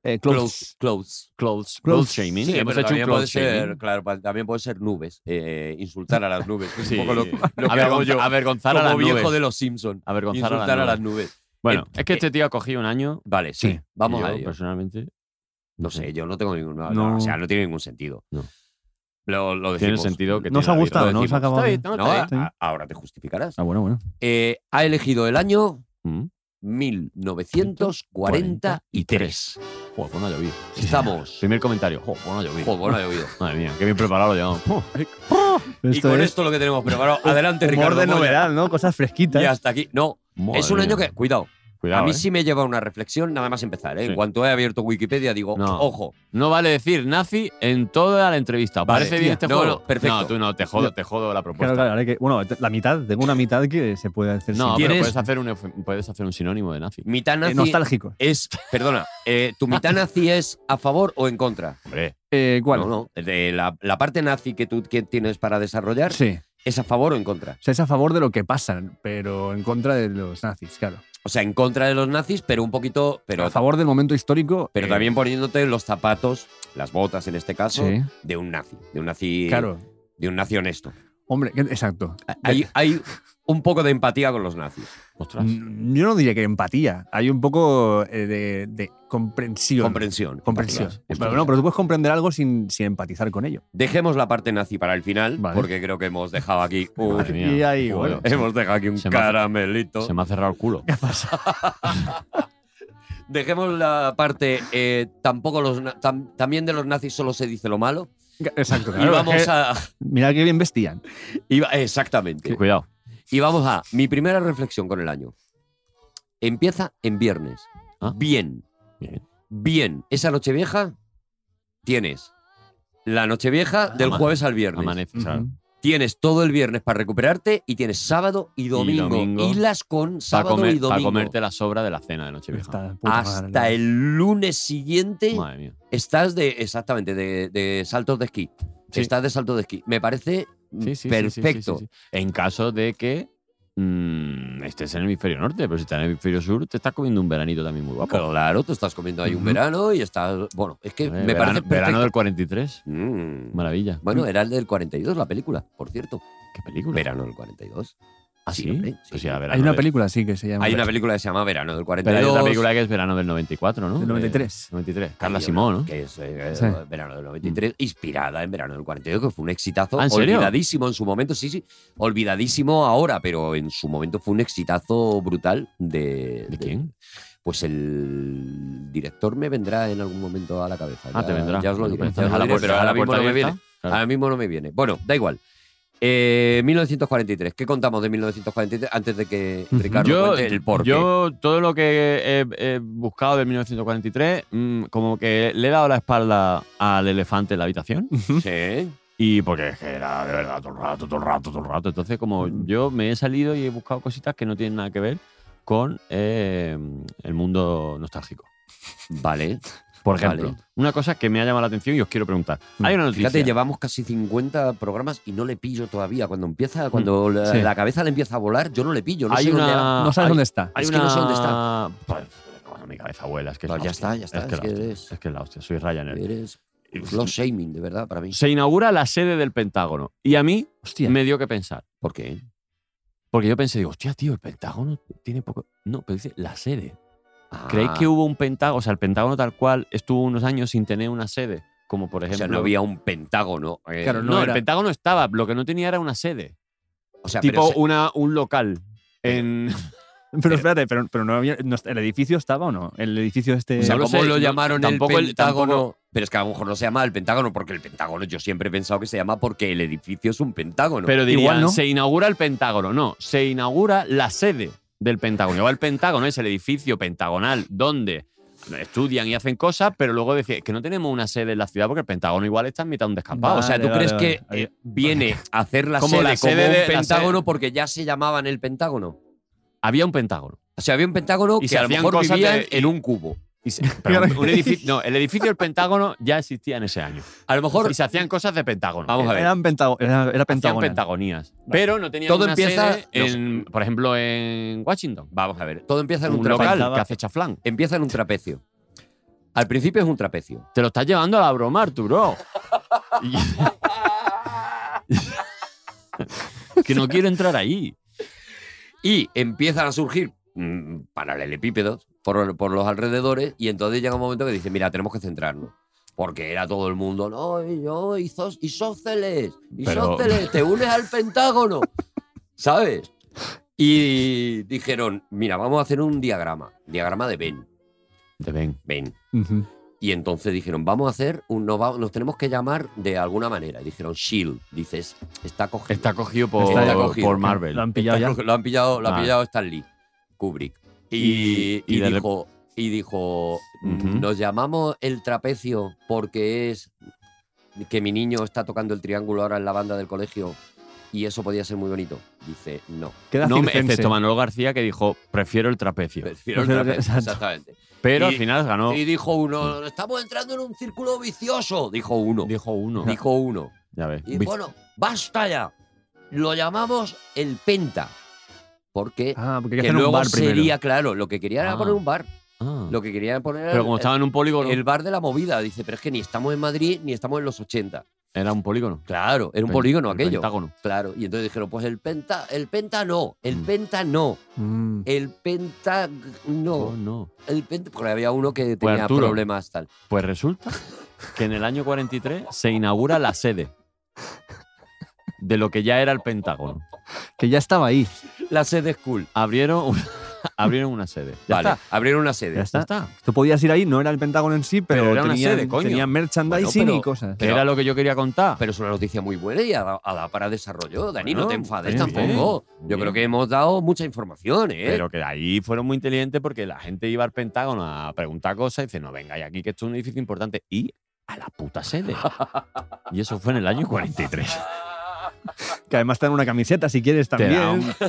B: Eh, clothes.
D: Clothes. Clothes.
B: Clothes.
E: clothes, clothes shaming.
D: Sí,
E: Hemos
D: pero
E: hecho un
D: también puede
E: clothes
D: ser,
E: shaming.
D: claro, pa- también puede ser nubes, eh, insultar a las nubes, que es
E: Sí.
D: un poco lo, lo que hago
E: Avergonza-
D: yo
E: Avergonzar a
D: como
E: las
D: viejo
E: nubes.
D: de los Simpsons,
E: Avergonzar
D: insultar a las
E: nubes.
D: nubes.
E: Bueno,
D: Eh,
E: es que este tío ha cogido un año.
D: Vale, sí,
B: Sí.
D: vamos
E: yo, pues,
D: a ello.
E: Personalmente,
D: No sé, yo no tengo ninguna.
B: No.
D: no, o sea, no tiene ningún sentido.
E: No.
D: Lo, lo
E: tiene
D: decimos.
E: sentido que
B: Nos
E: tiene
B: ha
E: la vida.
B: gustado,
E: Lo
B: nos ha
E: decimos.
B: acabado
E: Está
B: bien.
E: bien, no,
D: No, eh,
E: está
D: a-
E: bien.
D: a- ahora te justificarás.
B: Ah, bueno, bueno.
D: Eh, ha elegido el año
E: Mm.
D: 1943.
E: Joder, pues no ha llovido.
D: Estamos.
E: Primer comentario. Joder, pues no ha llovido.
D: Joder, bueno, ha llovido.
E: Madre mía, qué bien preparado lo llevamos. Puh.
D: Y
B: Esto
D: con
B: es
D: esto lo que tenemos preparado. Adelante,
B: humor
D: Ricardo.
B: de ¿eh?
D: Moya.
B: novedad, ¿no? Cosas fresquitas.
D: Y hasta aquí. No, es un
E: Madre
D: año
E: mía.
D: que, cuidado,
E: Cuidado,
D: a mí
E: ¿eh?
D: sí me lleva una reflexión nada más empezar. ¿eh?
E: Sí.
D: En cuanto he abierto Wikipedia digo,
E: No.
D: ojo,
E: No vale decir nazi en toda la entrevista.
D: Vale,
E: Parece bien
D: tía,
E: este
D: no,
E: juego.
D: perfecto.
E: No, tú no, te jodo, te jodo la
B: Claro,
E: propuesta.
B: claro, ahora que- bueno, la mitad, tengo una mitad que se puede hacer sin-
E: No, pero
D: tienes-
E: puedes hacer, un, eufem- puedes hacer un sinónimo de nazi.
D: mitad
B: Eh,
D: nazi
B: nostálgico.
D: es, perdona, eh, ¿tu mitad nazi es a favor o en contra?
E: Hombre,
B: Eh, ¿Cuál?
D: No, no, de la, la parte nazi que tú que tienes para desarrollar
B: Sí. O
D: es a favor o en contra.
B: sea, es a favor de lo que pasan, pero en contra de los nazis, claro.
D: O sea, en contra de los nazis, pero un poquito, pero,
B: a favor del momento histórico.
D: pero
B: eh,
D: también poniéndote los zapatos, las botas en este caso,
B: Sí,
D: de un nazi, de un nazi,
B: claro.
D: de un nazi honesto.
B: Hombre, que- exacto.
D: Hay, hay un poco de empatía con los nazis.
E: ostras.
B: Mm, Yo no diría que empatía. Hay un poco eh, de, de comprensión.
D: Comprensión.
B: Comprensión.
D: Empatía,
B: Pero,
D: empatía.
B: no, pero tú puedes comprender algo sin, sin empatizar con ello.
D: Dejemos la parte nazi para el final,
B: Vale.
D: porque creo que hemos dejado aquí un,
E: Madre mía.
B: y ahí, bueno.
E: Joder,
D: hemos dejado aquí un
E: Se me hace-
D: caramelito.
E: Se me ha cerrado el culo.
D: Dejemos la parte eh, tampoco los na- tam- también de los nazis solo se dice lo malo
B: Exacto.
D: y vamos a
B: Mira qué bien vestían.
D: y va- exactamente.
E: Cuidado.
D: Y vamos a mi primera reflexión con el año. Empieza en viernes.
E: Ah.
D: Bien.
E: Bien.
D: Bien. Esa noche vieja tienes la noche vieja del
E: Ama-
D: jueves al viernes.
E: Amanece. claro.
B: Ujú.
D: Tienes todo el viernes para recuperarte y tienes sábado y domingo.
E: domingo.
D: Hilas con
E: Para,
D: sábado
E: comer-
D: y
E: para
D: domingo.
E: comerte la sobra de la cena de Nochevieja.
B: Esta puta
D: Hasta
B: madre.
D: el lunes siguiente
E: Madre mía.
D: estás de exactamente de, de saltos de esquí.
E: Sí.
D: Estás de saltos de esquí. Me parece
E: Sí, sí, sí, sí, sí,
D: perfecto.
E: sí, sí. En caso de que mm, estés en el hemisferio norte, pero si estás en el hemisferio sur, te estás comiendo un veranito también muy guapo.
D: Claro, tú estás comiendo ahí un
B: Ujú.
D: verano y estás. Bueno, es que
E: Eh,
D: me
E: verano,
D: parece perfecto.
E: verano del 43.
D: Mm.
E: Maravilla.
D: Bueno, era el del 42 la película, por cierto.
E: ¿Qué película?
D: Verano del 42.
E: ¿Ah,
D: sí,
E: sí?
D: hombre, sí.
E: Pues sí, era verano
B: Hay una
E: del-
B: película, sí, que se llama.
D: Hay una película que se llama Verano del
E: Pero hay
D: 42.
E: otra película que es verano del 94, ¿no?
B: Del 93.
E: Eh, 93.
D: Hay
E: Carla
D: una
E: Simón, ¿no? Mm.
D: Que es eh,
B: Sí.
D: Verano del 93, inspirada en Verano del 42, que fue un exitazo.
E: ¿Ah, en serio?
D: Olvidadísimo en su momento, sí, sí. Olvidadísimo ahora, pero en su momento fue un exitazo brutal de.
E: ¿De quién?
D: Pues el director me vendrá en algún momento a la cabeza.
E: Ah,
D: Ya-
E: te vendrá.
D: Ya os lo
E: Bueno,
D: diré.
E: pues
D: ya os
E: deja
D: lo
E: la
D: diré,
E: puerta-
D: pero
E: deja
D: ahora
E: la
D: mismo
E: puerta
D: no me
E: abierta.
D: viene.
E: Claro.
D: Ahora mismo no me viene. Bueno, da igual. Eh, 1943. ¿Qué contamos de 1943 antes de que
B: Ujú.
D: Ricardo
E: yo,
D: cuente el porqué?
E: yo todo lo que he, he buscado de 1943, mm, como que le he dado la espalda al elefante en la habitación.
D: Sí.
E: Y porque es que era de verdad todo el rato, todo el rato, todo el rato. Entonces, como
B: Mm.
E: yo me he salido y he buscado cositas que no tienen nada que ver con eh, el mundo nostálgico.
D: Vale.
E: Por
D: Vale. Mm.
E: ejemplo, una cosa que me ha llamado la atención y os quiero preguntar. Hay una noticia.
D: Fíjate, llevamos casi 50 programas y no le pillo todavía. Cuando empieza, cuando la,
B: sí.
D: la cabeza le empieza a volar, yo no le pillo. No
E: hay
D: sé dónde va.
E: una.
B: No sabes
E: hay-
B: dónde está.
E: Hay
D: Es que
E: una...
D: no sé dónde
E: Pues, bueno, mi cabeza abuela, es que es
D: Pues
E: la
D: ya
E: hostia.
D: está, ya está,
E: Es que,
D: es
E: la
D: que Eh,
E: hostia,
D: eres-
E: es que la hostia, soy Ryanair.
D: Eres slow shaming, de verdad, para mí.
E: Se inaugura la sede del Pentágono y a mí
B: Hostia.
E: me dio que pensar.
D: ¿Por qué?
E: Porque yo pensé, digo, hostia, tío, el Pentágono tiene poco. No, pero dice la sede.
D: Ah,
E: ¿Creéis que hubo un Pentágono? O sea, el Pentágono tal cual estuvo unos años sin tener una sede. Como por
D: O
E: ejemplo.
D: sea, no había un pentágono. eh,
B: Claro,
E: No,
B: No
E: el
B: era.
E: Pentágono estaba. Lo que no tenía era una sede.
D: o sea, pero
E: tipo
D: se-
E: una, un local. En,
B: Pero espérate, pero, pero no había, no- ¿el edificio estaba o no? El edificio este.
D: O sea,
E: No lo
D: ¿cómo
E: sé,
D: lo
E: no-
D: llamaron
E: tampoco
D: el
E: el-
D: Pentágono?
E: tampoco-
D: Pero es que a lo mejor no se llama el Pentágono porque el Pentágono yo siempre he pensado que se llama porque el edificio es un Pentágono.
E: pero dirían,
B: igual no.
E: se inaugura el Pentágono. No, se inaugura la sede del Pentágono. Igual el Pentágono es el edificio pentagonal donde estudian y hacen cosas, pero luego decía que no tenemos una sede en la ciudad porque el Pentágono igual está en mitad de un descampado.
D: o sea, ¿tú
B: Vale,
D: crees
B: vale,
D: que
B: vale.
D: eh, viene a hacer la
E: Como
D: sede
E: la
D: como
E: sede de-
D: un
E: la
D: Pentágono
E: sede.
D: porque ya se llamaban el Pentágono?
E: Había un Pentágono.
D: O sea, había un Pentágono
E: Y
D: que
E: se
D: a lo
E: hacían
D: mejor
E: cosas
D: vivían
E: de-
D: en un cubo.
E: Y se- pero un- un edificio, no, el edificio del Pentágono ya existía en ese año.
D: A lo mejor
E: Y se hacían cosas de Pentágono.
D: Vamos a ver.
B: Eran pentago- era, era
E: Hacían
B: pentagonal.
E: pentagonías. Pero no tenían
D: Todo
E: una
D: empieza-
E: sede en, por ejemplo, en Washington.
D: Vamos a ver, todo empieza en un,
E: Un
D: trapecio.
E: local
B: Faltaba-
E: que hace chaflán.
D: Empieza en un trapecio. Al principio es un trapecio.
E: Te lo estás llevando a la broma, Arturo. Y- que no quiero entrar ahí.
D: Y empiezan a surgir mm, paralelepípedos por, por los alrededores y entonces llega un momento que dice, mira, tenemos que centrarnos. Porque era todo el mundo, no, y yo, Isos- isósceles,
E: Pero-
D: isósceles, te unes al Pentágono, ¿sabes? Y dijeron, mira, vamos a hacer un diagrama, diagrama de Ben,
E: Te ven.
D: Ben.
B: Ujú.
D: Y entonces dijeron, vamos a hacer un. Nos, va- nos tenemos que llamar de alguna manera. Y dijeron, Shield. Dices, está cogido.
E: Está cogido por,
D: Está cogido.
E: por Marvel.
B: Lo han pillado
D: Está
B: ya.
D: cogido. Lo han pillado, lo ha
E: Vale.
D: pillado Stan Lee. Kubrick.
E: Y-
D: Y,
E: y
D: y
E: de rep-
D: dijo, y dijo "Mm,
E: Ujú.
D: nos llamamos el trapecio porque es que mi niño está tocando el triángulo ahora en la banda del colegio y eso podía ser muy bonito. Dice, no.
B: Queda
E: No, me-
B: circense.
E: excepto Manolo García que dijo, prefiero el trapecio.
D: Prefiero el
B: Prefiero-
D: trapecio,
B: exacto.
D: exactamente.
E: Pero
D: Y-
E: al final ganó.
D: Y dijo uno, estamos entrando en un círculo vicioso, dijo uno.
E: Dijo uno.
D: Dijo uno.
E: ya ves.
D: Y bueno, basta ya. Lo llamamos el Penta. Porque
B: Ah, porque hay que
D: que
B: hacer un
D: luego
B: bar
D: sería,
B: primero.
D: claro, lo que querían
E: Ah.
D: era poner un bar.
E: Ah.
D: Lo que querían poner era
E: Pero como
D: el-
E: estaba en un polígono,
D: el bar de la movida. Dice, pero es que ni estamos en Madrid ni estamos en los 80.
E: era un polígono.
D: Claro, era un
E: Pen-
D: polígono
E: el
D: aquello.
E: Pentágono.
D: Claro. Y entonces dijeron, pues el Penta, el Penta no, el
E: Mm.
D: Penta no,
B: Mm.
D: el Penta
E: Oh,
D: no,
E: no.
D: el Penta. Porque había uno que
E: Pues
D: tenía
E: Arturo.
D: problemas tal.
E: Pues resulta que en el año 43 se inaugura la sede de lo que ya era el Pentágono.
B: Que ya estaba ahí.
D: La sede es cool.
E: Abrieron una, abrieron una sede. Ya
D: vale,
E: está.
D: abrieron una sede.
B: Ya
E: Ya
B: está.
E: está.
B: Tú podías ir ahí, no era el Pentágono en sí, pero,
E: Pero era una
B: tenían,
E: sede, coño.
B: tenían merchandising
D: Bueno, pero-
B: y cosas.
E: Que
D: Pero-
E: era lo que yo quería contar.
D: Pero es una noticia muy buena y ha dado, ha dado para desarrollo. Dani,
E: Bueno,
D: no te enfades
E: bien,
D: tampoco.
E: bien,
D: Yo
E: bien.
D: creo que hemos dado mucha información, ¿eh?
E: Pero que ahí fueron muy inteligentes porque la gente iba al Pentágono a preguntar cosas y dice, no, venga, y aquí que esto es un edificio importante. Y a la puta sede. Y eso fue en el año 43.
B: Que además te dan una camiseta si quieres también.
E: Te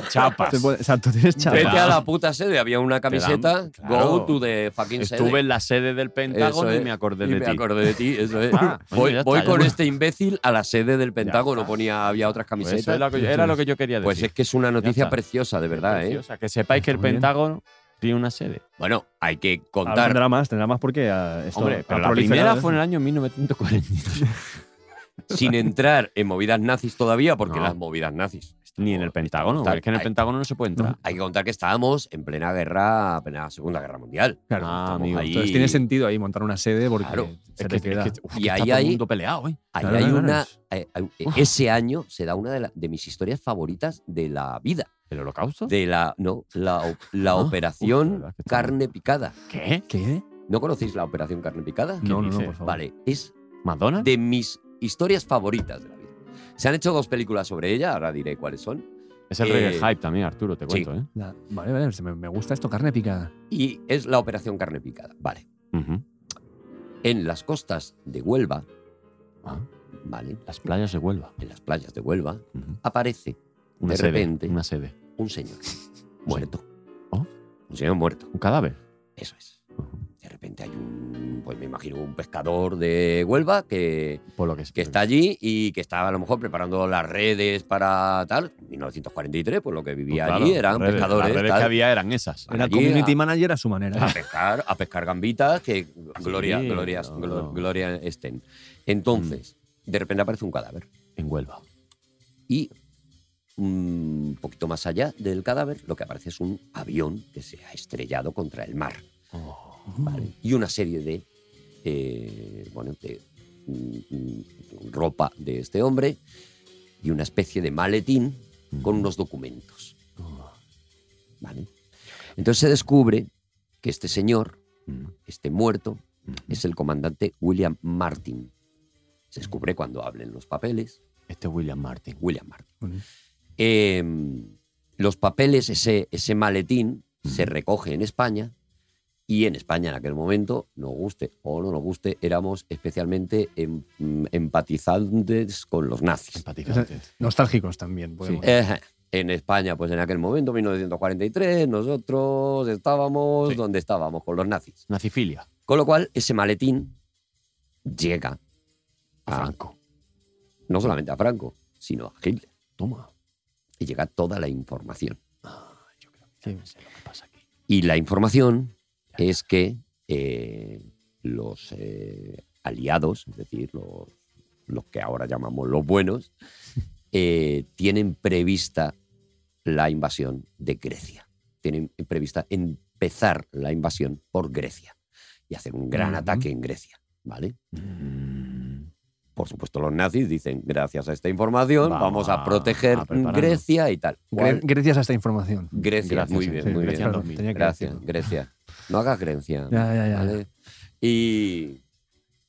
E: dan chapas.
B: Te puede- exacto, tienes
D: Vete
B: chapas.
E: Chaval.
D: a la puta sede. Había una camiseta.
E: claro.
D: Go to the fucking sede.
E: Estuve en la sede del Pentágono
D: Eso
E: y
D: es.
E: me acordé
D: Y
E: de
D: me
E: ti. Pues
D: acordé de ti, eso es.
E: Ah, coño,
D: voy
E: ya está,
D: voy
E: ya
D: con
E: está.
D: este imbécil a la sede del Pentágono.
E: está.
D: Ponía, había otras
E: Pues
D: camisetas.
E: eso era, lo que, era lo que yo quería decir.
D: Pues es que es una noticia
E: está.
D: preciosa, de verdad, ¿eh?
E: Preciosa, Que sepáis que el
B: Muy bien.
E: Pentágono tiene una sede.
D: Bueno, hay que
B: Ah,
D: contar.
B: Tendrá más, tendrá más porque ah, esto
E: Hombre, pero
B: ha
E: la
B: proliferado,
E: primera
B: ¿eh?
E: fue en el año 1942.
D: sin entrar en movidas nazis todavía, porque
E: No.
D: las movidas nazis.
E: Ni en el Pentágono.
D: Está-
E: porque es que en el
D: hay-
E: Pentágono no se puede entrar.
D: Hay que contar que estábamos en plena guerra, plena Segunda Guerra Mundial.
B: Claro,
E: Ah,
B: estamos
E: amigo.
B: ahí.
D: Ahí-
B: Entonces tiene sentido ahí montar una sede porque
D: Claro,
B: se
E: Es
B: te
E: que-
B: queda.
E: es que- uf,
D: Y
E: que está
D: ahí
E: todo el
D: hay-
E: mundo peleado, ¿eh?
D: Ahí
B: Claro,
D: hay
B: claro,
D: una.
B: es-
D: eh, hay- eh, Ese año se da una de, la- de mis historias favoritas de la vida.
E: ¿El holocausto?
D: De la. No, la, o- la
E: Ah, uf, la
D: operación
E: verdad es que está-
D: carne picada.
E: ¿Qué?
B: ¿Qué?
D: ¿No conocéis la operación carne picada?
B: No, no, no,
E: dices?
B: por favor.
D: Vale, es
E: ¿Madonna?
D: de mis historias favoritas de la vida. Se han hecho dos películas sobre ella, ahora diré cuáles son.
E: Es el
D: eh,
E: reggae hype también, Arturo, te
D: sí.
E: cuento, ¿eh?
B: La- vale, vale, se me, me gusta esto, carne picada.
D: Y es la operación carne picada. Vale.
E: ¿eh? Ujú.
D: En las costas de Huelva,
E: Ah,
D: ¿vale?
E: las playas de Huelva.
D: En las playas de Huelva,
E: Ujú.
D: aparece
E: Una
D: De
E: sede,
D: repente.
E: Una sede.
D: un señor muerto.
E: Oh.
D: Un señor muerto.
E: Un cadáver.
D: Eso es.
E: Ujú.
D: De repente hay un, pues me imagino, un pescador de Huelva que,
E: Por lo que,
D: que está allí y que estaba a lo mejor preparando las redes para tal. 1943, pues lo que
E: Pues
D: vivía
E: claro,
D: allí eran
E: redes,
D: pescadores.
E: Las redes
D: tal,
E: que había eran esas.
D: Vale.
B: Era
D: Allí
B: community
D: a-
B: manager a su manera. ¿eh?
D: A pescar, a pescar gambitas, que gloria,
E: Sí,
D: gloria,
E: no, Mm.
D: glo-
E: no.
D: gloria estén. Entonces, de repente aparece un cadáver.
E: En Huelva.
D: Y mm, un poquito más allá del cadáver, lo que aparece es un avión que se ha estrellado contra el mar. ¿vale? Y una serie de, eh, bueno, de mm, mm, ropa de este hombre y una especie de maletín con unos documentos. ¿vale? Entonces se descubre que este señor,
E: Mm.
D: este muerto, es el comandante William Martin. Se descubre cuando hablen los papeles,
E: Este William Martin.
D: William Martin.
B: Ujú.
D: Eh, los papeles, ese, ese maletín, se recoge en España. Y en España, en aquel momento, nos guste o no nos guste, éramos especialmente em- mm, empatizantes con los nazis.
E: Empatizante.
B: Nostálgicos también, podemos.
D: Eh, en España, pues en aquel momento, 1943, nosotros estábamos
E: Sí.
D: donde estábamos con los nazis.
E: Nazifilia.
D: Con lo cual, ese maletín llega
E: A
D: Ah.
E: Franco.
D: no solamente a Franco, sino a Hitler.
E: Toma.
D: Y llega toda la información.
E: Yo creo que ya me sé lo que pasa aquí.
D: Y la información es que eh, los eh, aliados, es decir, los, los que ahora llamamos los buenos, eh, tienen prevista la invasión de Grecia. Tienen prevista empezar la invasión por Grecia y hacer un gran
B: Ujú.
D: ataque en Grecia, ¿vale?
E: Mm.
D: Por supuesto, los nazis dicen, gracias a esta información,
E: Vamos
D: vamos
E: a-
D: a
E: a
D: proteger
E: prepararnos".
D: Grecia y tal.
B: Gre- Gracias a esta información.
D: Grecia,
E: Gracias,
D: muy
E: sí,
D: bien,
E: sí,
D: muy
E: Grecia
D: bien.
E: no.
B: perdón, tenía que
D: Gracias,
B: decirlo.
D: Grecia. No hagas Grecia.
B: Ya, ya, ya.
D: ¿vale? Y,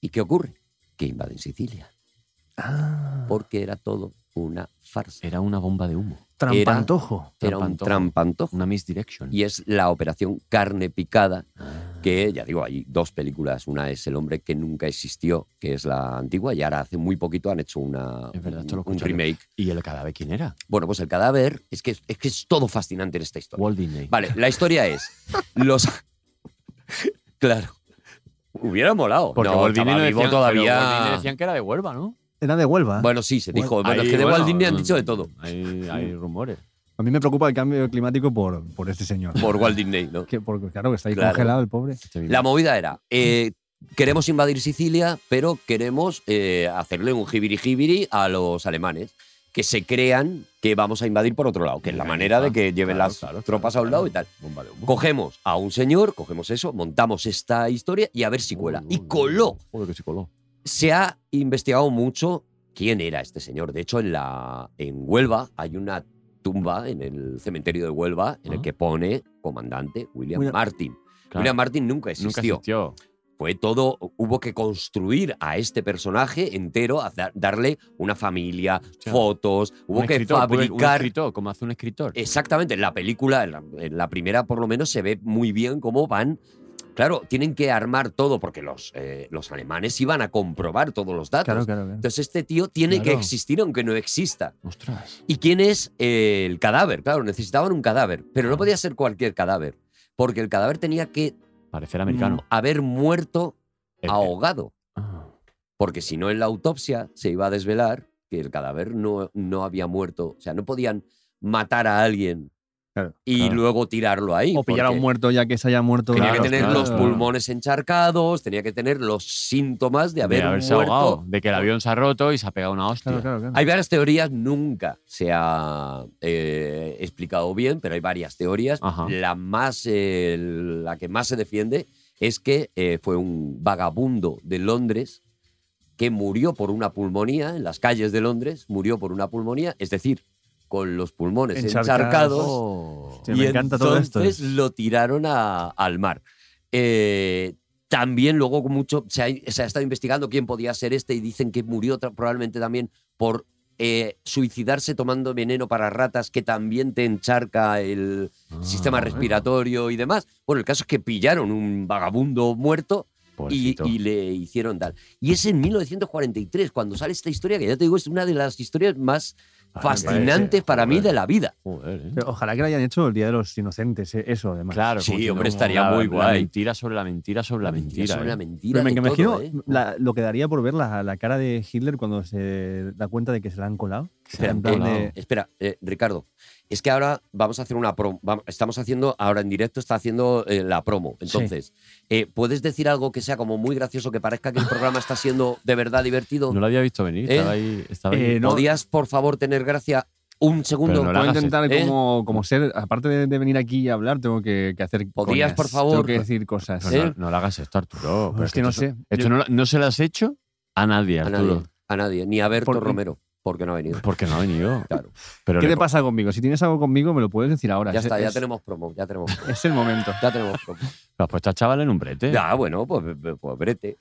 D: ¿Y qué ocurre? Que invaden Sicilia,
B: Ah,
D: porque era todo una farsa.
E: Era una bomba de humo.
B: Trampantojo.
D: era un
E: Trampantojo. Mm.
D: trampantojo.
E: Una misdirection.
D: Y es la operación carne picada, que ya digo, hay dos películas. Una es El hombre que nunca existió, que es la antigua, y ahora hace muy poquito han hecho una,
E: Es verdad, esto lo
D: un, un
E: escuché.
D: remake.
E: ¿Y el cadáver quién era?
D: Bueno, pues el cadáver es que es, que es todo fascinante en esta historia.
E: Walt Disney.
D: Vale, la historia es. Los. claro. Hubiera molado.
E: Porque
D: no,
E: Walt Disney
D: estaba
E: no
D: vivo
E: decían,
D: todavía.
E: pero Walt Disney decían que era de Huelva, ¿no?
B: Era de Huelva.
D: Bueno, sí, se dijo. Bueno,
E: Ahí,
D: Pues es que de
E: bueno,
D: Walt Disney han dicho de todo.
E: Hay, hay rumores.
B: A mí me preocupa el cambio climático por, por este señor.
D: Por Walt Disney, ¿no?
B: Que- porque, claro, que está ahí
D: Claro.
B: congelado el pobre.
D: La movida era. eh, queremos invadir Sicilia, pero queremos eh, hacerle un jibiri jibiri a los alemanes. Que se crean que vamos a invadir por otro lado, que es la manera de que lleven
E: Claro,
D: las
E: claro,
D: tropas
E: claro,
D: a un lado y tal.
E: claro. Bomba de humo.
D: Cogemos a un señor, cogemos eso, montamos esta historia y a ver si cuela.
E: Uy,
D: Y
E: uy,
D: coló.
E: uy, Joder, que sí coló.
D: se ha investigado mucho quién era este señor. De hecho, en, la, en Huelva hay una tumba en el cementerio de Huelva en el
E: Ah.
D: que pone comandante William
B: Mira.
D: Martin.
E: Claro,
D: William Martin nunca
E: nunca
D: existió.
E: existió.
D: Fue todo, hubo que construir a este personaje entero, a dar- darle una familia,
E: Hostia.
D: fotos, hubo
E: Un
D: que
E: escritor, pues, un- Un
D: fabricar Eh,
E: escritor, como hace un escritor.
D: Exactamente, en la película, en la, en la primera por lo menos, se ve muy bien cómo van. Claro, tienen que armar todo porque los, eh, los alemanes iban a comprobar todos los datos.
B: Claro, claro, claro.
D: Entonces este tío tiene
B: Claro.
D: que existir aunque no exista.
E: Ostras.
D: ¿Y quién es eh, el cadáver? Claro, necesitaban un cadáver, pero no podía ser cualquier cadáver, porque el cadáver tenía que
E: Parecer americano.
D: mm, haber muerto
E: Eh, eh,
D: ahogado,
E: ah.
D: porque si no en la autopsia se iba a desvelar que el cadáver no, no había muerto, o sea, no podían matar a alguien
B: Claro,
D: y
E: claro.
D: luego tirarlo ahí.
B: O pillar a
D: porque-
B: un muerto ya que se haya muerto.
D: Tenía
E: Claro,
D: que tener
E: claro,
D: los
E: claro.
D: pulmones encharcados, tenía que tener los síntomas de haber
E: de haberse
D: muerto.
E: ahogado, de que el avión se ha roto y se ha pegado una hostia.
B: Claro, claro, claro.
D: Hay varias teorías, nunca se ha eh, explicado bien, pero hay varias teorías.
E: Ajá.
D: La, más, eh, la que más se defiende es que eh, fue un vagabundo de Londres que murió por una pulmonía en las calles de Londres, murió por una pulmonía, es decir, con los pulmones
B: Encharcados.
D: encharcados
E: Oh.
B: Hostia, me encanta todo esto.
D: entonces lo tiraron a- al mar. Eh, también luego con mucho se ha, se ha estado investigando quién podía ser este y dicen que murió tra- probablemente también por eh, suicidarse tomando veneno para ratas que también te encharca el
E: Ah,
D: sistema respiratorio y demás. Bueno, el caso es que pillaron un vagabundo muerto y,
E: pobrecito.
D: y le hicieron tal. Y es en 1943 cuando sale esta historia que ya te digo es una de las historias más
E: Ah,
D: fascinantes
E: parece,
D: para mí
E: joder.
D: de la vida.
E: Joder, ¿eh?
B: Pero ojalá que lo hayan hecho el Día de los Inocentes, eh, eso además.
E: Claro,
D: Sí,
E: como diciendo,
D: hombre,
E: como
D: estaría
E: la-
D: muy
E: La
D: guay.
E: mentira sobre la mentira sobre la, mentira.
D: sobre
E: ¿eh?
D: la
B: Pero
D: mentira.
B: me,
D: de
B: me
D: todo,
B: imagino
D: ¿eh?
B: la- lo que daría por ver la, la cara de Hitler cuando se da cuenta de que se la han colado.
E: Se la han
B: En plan
E: colado.
B: de-
D: Espera, eh, Ricardo, es que ahora vamos a hacer una promo. Estamos haciendo, ahora en directo está haciendo eh, la promo. Entonces, eh, ¿puedes decir algo que sea como muy gracioso, que parezca que el programa está siendo de verdad divertido?
E: No lo había visto venir,
D: ¿Eh?
E: estaba ahí. Estaba ahí.
B: Eh, no.
D: ¿Podías, por favor, tener gracia un segundo?
E: Pero no la
B: Puedo
E: hagas,
B: intentar
D: ¿eh?
B: como, como ser, aparte de, de venir aquí y hablar, tengo que, que hacer
D: Podrías,
B: coñas.
D: por favor.
B: Tengo que decir cosas.
E: Pero
D: ¿eh?
E: no, no lo hagas esto, Arturo. pero
B: es que no
E: esto-
B: sé.
E: Esto
B: Yo-
E: no, lo- no se lo has hecho a nadie,
D: a
E: Arturo.
D: nadie, a nadie, ni a Berto
B: Por-
D: Romero, porque no ha venido.
E: Porque no ha venido.
D: Claro.
E: Pero
B: ¿Qué
E: le-
B: te pasa conmigo? Si tienes algo conmigo, me lo puedes decir ahora.
D: Ya
B: Es-
D: está, ya
B: es-
D: tenemos promo, ya tenemos promo.
B: Es el momento.
D: Ya tenemos promo.
E: Lo has puesto al chaval en un brete.
D: Ya, bueno, pues, pues, pues brete.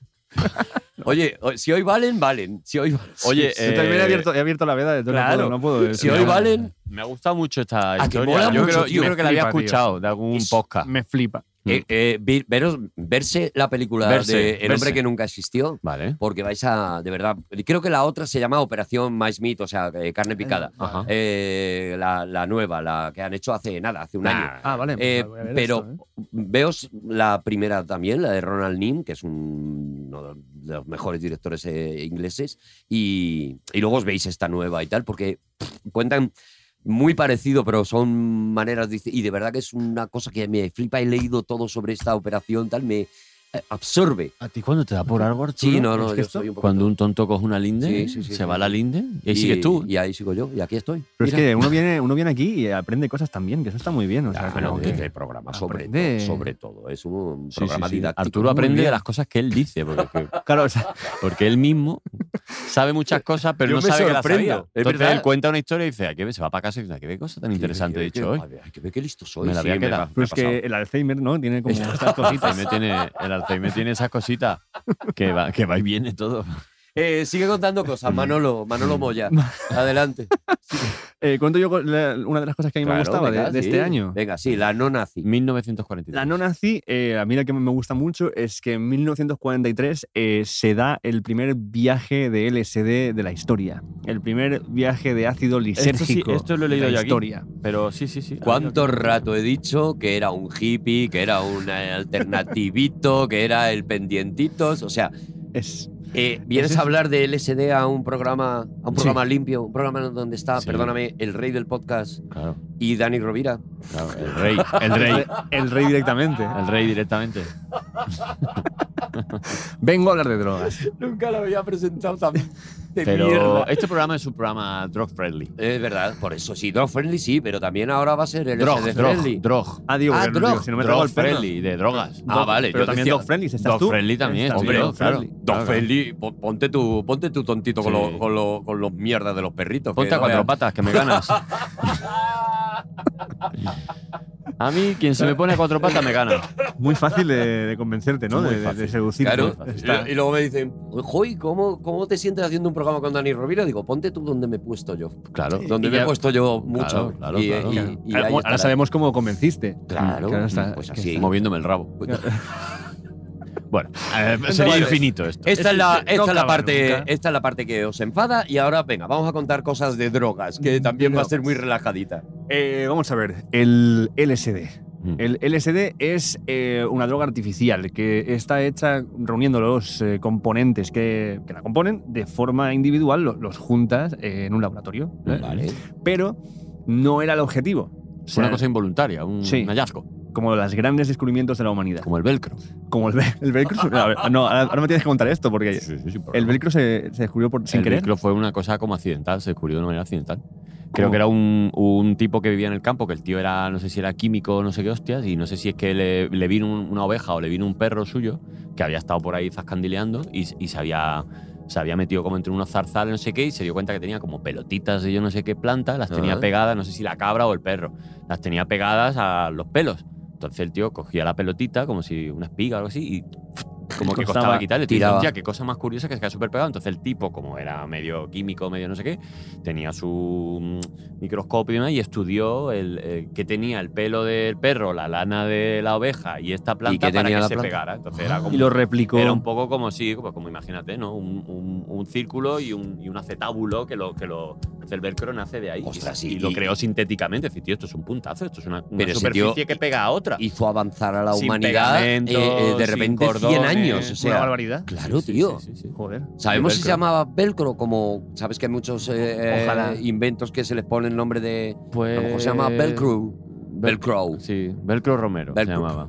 D: Oye, o- si hoy valen, valen. Si hoy,
E: Oye,
D: si-
B: Yo
E: eh,
B: también he abierto, he abierto la veda de todo.
D: claro.
B: No puedo, no puedo
D: si hoy valen,
E: Me ha gustado mucho esta
D: ¿A Ah, que
E: historia.
D: mola
E: yo,
D: mucho,
E: creo, yo
D: tío?
E: creo que la había
B: Flipa, tío.
E: escuchado de algún
D: Es-
E: podcast.
B: Me flipa.
D: Eh, eh, vi- veros- verse la película
E: Mm. Verse,
D: de El
E: verse.
D: hombre que nunca existió,
E: Vale.
D: porque vais a, de verdad, creo que la otra se llama Operación Mice Meat, o sea, eh, carne picada.
E: Ajá.
D: Eh, la, la nueva, la que han hecho hace nada, hace un año.
B: Ah, vale.
D: Eh,
E: Pues
B: voy a ver
D: pero
B: esto, ¿eh?
D: veos la primera también, la de Ronald Nim, que es un- uno de los mejores directores eh, ingleses, y, y luego os veis esta nueva y tal, porque pff, cuentan muy parecido, pero son maneras disti- y de verdad que es una cosa que me flipa. He leído todo sobre esta operación, tal, me eh, absorbe.
E: ¿A ti cuándo te da por algo, Arturo?
D: Sí, no, no,
E: Es que
D: yo
E: esto-
D: soy un poquito-
E: Cuando un tonto coge una linde,
D: Sí, sí, sí,
E: se
D: sí,
E: va a la
D: sí.
E: linde y ahí sigues tú. ¿eh?
D: Y ahí sigo yo, y aquí estoy.
B: Pero es
D: Mira.
B: que uno viene, uno viene aquí y aprende cosas también, que eso está muy bien. O sea,
D: Ah,
B: como
D: no,
B: que-
D: que este programa sobre,
B: aprende.
D: todo, sobre todo. Es un
E: Sí, sí,
D: programa
E: sí.
D: didáctico.
E: Arturo
B: muy
E: aprende de
B: bien.
E: las cosas que él dice, porque, que-
B: Claro, o sea,
E: porque él mismo sabe muchas cosas, pero
D: Yo
E: no
D: me
E: sabe que las
D: sorprendo,
E: sabía.
D: es
E: Entonces
D: verdad.
E: él cuenta una historia y dice, ¿a qué ve? se va para casa y dice, "¿A ¿qué ve cosa tan interesante he
D: que-
E: dicho hoy?
D: a ver, Hay que ver qué listo soy.
E: Me la
D: sí,
E: había quedado.
D: pa- me
B: pero
D: ha
B: es que
D: pasado.
B: el Alzheimer, ¿no? Tiene como estas
E: El
B: cositas.
E: Alzheimer tiene, el Alzheimer tiene esas cositas que va, que va y viene todo.
D: Eh, sigue contando cosas, Manolo, Manolo Moya. Adelante.
B: Eh, cuento yo con la- una de las cosas que a mí me
D: Claro,
B: gustaba de-
D: venga,
B: de,
D: sí.
B: este
E: Eh,
B: año.
D: Venga, sí, la no
E: Mm.
D: nazi.
E: 1943.
B: La no nazi, eh, a mí la que me gusta mucho es que en 1943 eh, se da el primer viaje de LSD de la historia. El primer viaje de ácido
E: sí,
B: lisérgico
E: esto lo he leído
B: de
E: yo
B: la
E: aquí.
B: historia.
E: Pero sí, sí, sí.
D: ¿Cuánto rato he dicho que era un hippie, que era un eh, alternativito, que era el pendientitos? O sea,
B: Es,
D: eh, vienes
B: Ese es-
D: a hablar de LSD a un programa, a un
B: Sí.
D: programa limpio, un programa donde está,
E: Sí.
D: perdóname, el rey del podcast
E: Claro,
D: y Dani Rovira.
E: claro. eh. El rey, el rey,
B: el rey directamente.
E: el rey directamente.
B: Vengo a hablar de drogas.
D: Nunca lo había presentado tan de
E: Pero este programa es un programa drug friendly.
D: Es verdad, por eso sí, drug friendly sí, pero también ahora va a ser el
E: Drog,
D: SD
E: drog,
D: friendly.
E: drog.
B: Ah, digo,
D: Ah,
B: que no,
D: drog,
B: digo, si no me trago
E: Drog
B: el perro.
E: friendly, de drogas.
D: Ah,
B: Dog-
D: vale,
B: Pero
D: yo
B: también
D: decía-
B: dog friendly, estás
E: Dog
B: tú.
E: friendly también,
B: Estás
E: hombre,
B: tú,
E: dog
B: claro.
E: friendly.
D: Drug
E: Claro.
D: friendly, pon- ponte tu, ponte tu tontito con,
E: Sí.
D: los, con, los, con los mierdas de los perritos. que
E: Ponte a
D: no
E: cuatro
D: veas.
E: patas, que me ganas. A mí, quien se me pone a cuatro patas, me gana.
B: Muy fácil de, de convencerte, ¿no? De,
E: Muy
B: de- de
E: fácil.
B: seducirte.
D: Claro,
B: Está-
D: y luego me dicen, Joy, ¿cómo, ¿cómo te sientes haciendo un programa con Dani Rovira? Digo, ponte tú donde me he puesto yo.
E: Claro.
D: Donde
E: Y
D: me he
E: ya-
D: puesto yo mucho.
E: Claro, claro,
D: y,
E: claro.
D: y-
B: Claro.
D: y
B: ahora,
D: ahí
B: ahora
D: estará.
B: sabemos cómo convenciste.
D: Claro,
B: Que ahora está-
D: pues
B: que
D: así.
B: está-
E: Moviéndome el rabo. Bueno, eh, sería
D: Entonces,
E: infinito esto.
D: Esta es, la,
B: No
D: esta, es la
B: acaba
D: parte,
E: ¿eh?
B: nunca.
D: esta es la parte que os enfada y ahora venga, vamos a contar cosas de drogas, que
E: Mm,
D: también va a ser muy relajadita.
B: Eh, vamos a ver, el LSD.
E: Mm.
B: El LSD es eh, una droga artificial que está hecha reuniendo los eh, componentes que, que la componen de forma individual, lo- los juntas eh, en un laboratorio. ¿eh?
D: Vale.
B: Pero no era el objetivo. O
E: Es
B: sea,
E: una cosa involuntaria, un,
B: Sí.
E: un hallazgo,
B: como los grandes descubrimientos de la humanidad.
E: como el velcro.
B: Como el, ve- el velcro. A ver, no, ahora ahora me tienes que contar esto porque el velcro se, se descubrió por, sin
E: el
B: querer.
E: velcro fue una cosa como accidental, se descubrió de una manera accidental. Creo
B: ¿Cómo?
E: que era un, un tipo que vivía en el campo, que el tío era, no sé si era químico o no sé qué hostias, y no sé si es que le, le vino un- una oveja o le vino un perro suyo que había estado por ahí zascandileando y, y se, había, se había metido como entre unos zarzales, no sé qué, y se dio cuenta que tenía como pelotitas de yo no sé qué planta, las tenía
D: Ajá.
E: pegadas, no sé si la cabra o el perro, las tenía pegadas a los pelos. Entonces el tío cogía la pelotita como si una espiga o algo así y como que costaba
B: Costaba,
E: quitarle. Tú dices,
D: tiraba.
E: "Hostia, qué cosa más curiosa que se queda súper pegado. Entonces el tipo, como era medio químico, medio no sé qué, tenía su mm, microscopio y demás y estudió el, eh, que tenía el pelo del perro, la lana de la oveja y esta planta
D: qué
E: para
D: tenía
E: que
D: la
E: se
D: planta?
E: pegara. Entonces era como...
B: Y lo replicó.
E: Era un poco como si, pues como imagínate, ¿no? Un, un- un círculo y un, y un acetábulo que lo, que lo. El velcro nace de ahí.
D: Ostras,
E: y,
D: y-
E: y lo creó sintéticamente. Decir, tío, esto es un puntazo, esto es una, una
D: Pero ese
E: superficie
D: tío-
E: que pega a otra.
D: Hizo avanzar a la
E: Sin
D: humanidad eh, eh,
E: pegamentos,
D: de
E: sin
D: repente 100
E: cordones,
D: años. O
E: una
B: Una
D: sea,
B: barbaridad.
D: claro,
E: Sí, sí,
D: tío.
E: sí, sí, sí.
B: Joder.
D: Sabemos si se
E: Velcro.
D: llamaba velcro, como sabes que hay muchos eh,
B: Ojalá.
D: inventos que se les pone el nombre de. A
E: Pues.
D: lo mejor se llama velcro. Velcro.
E: Sí, Velcro Romero
D: Velcro.
E: se llamaba.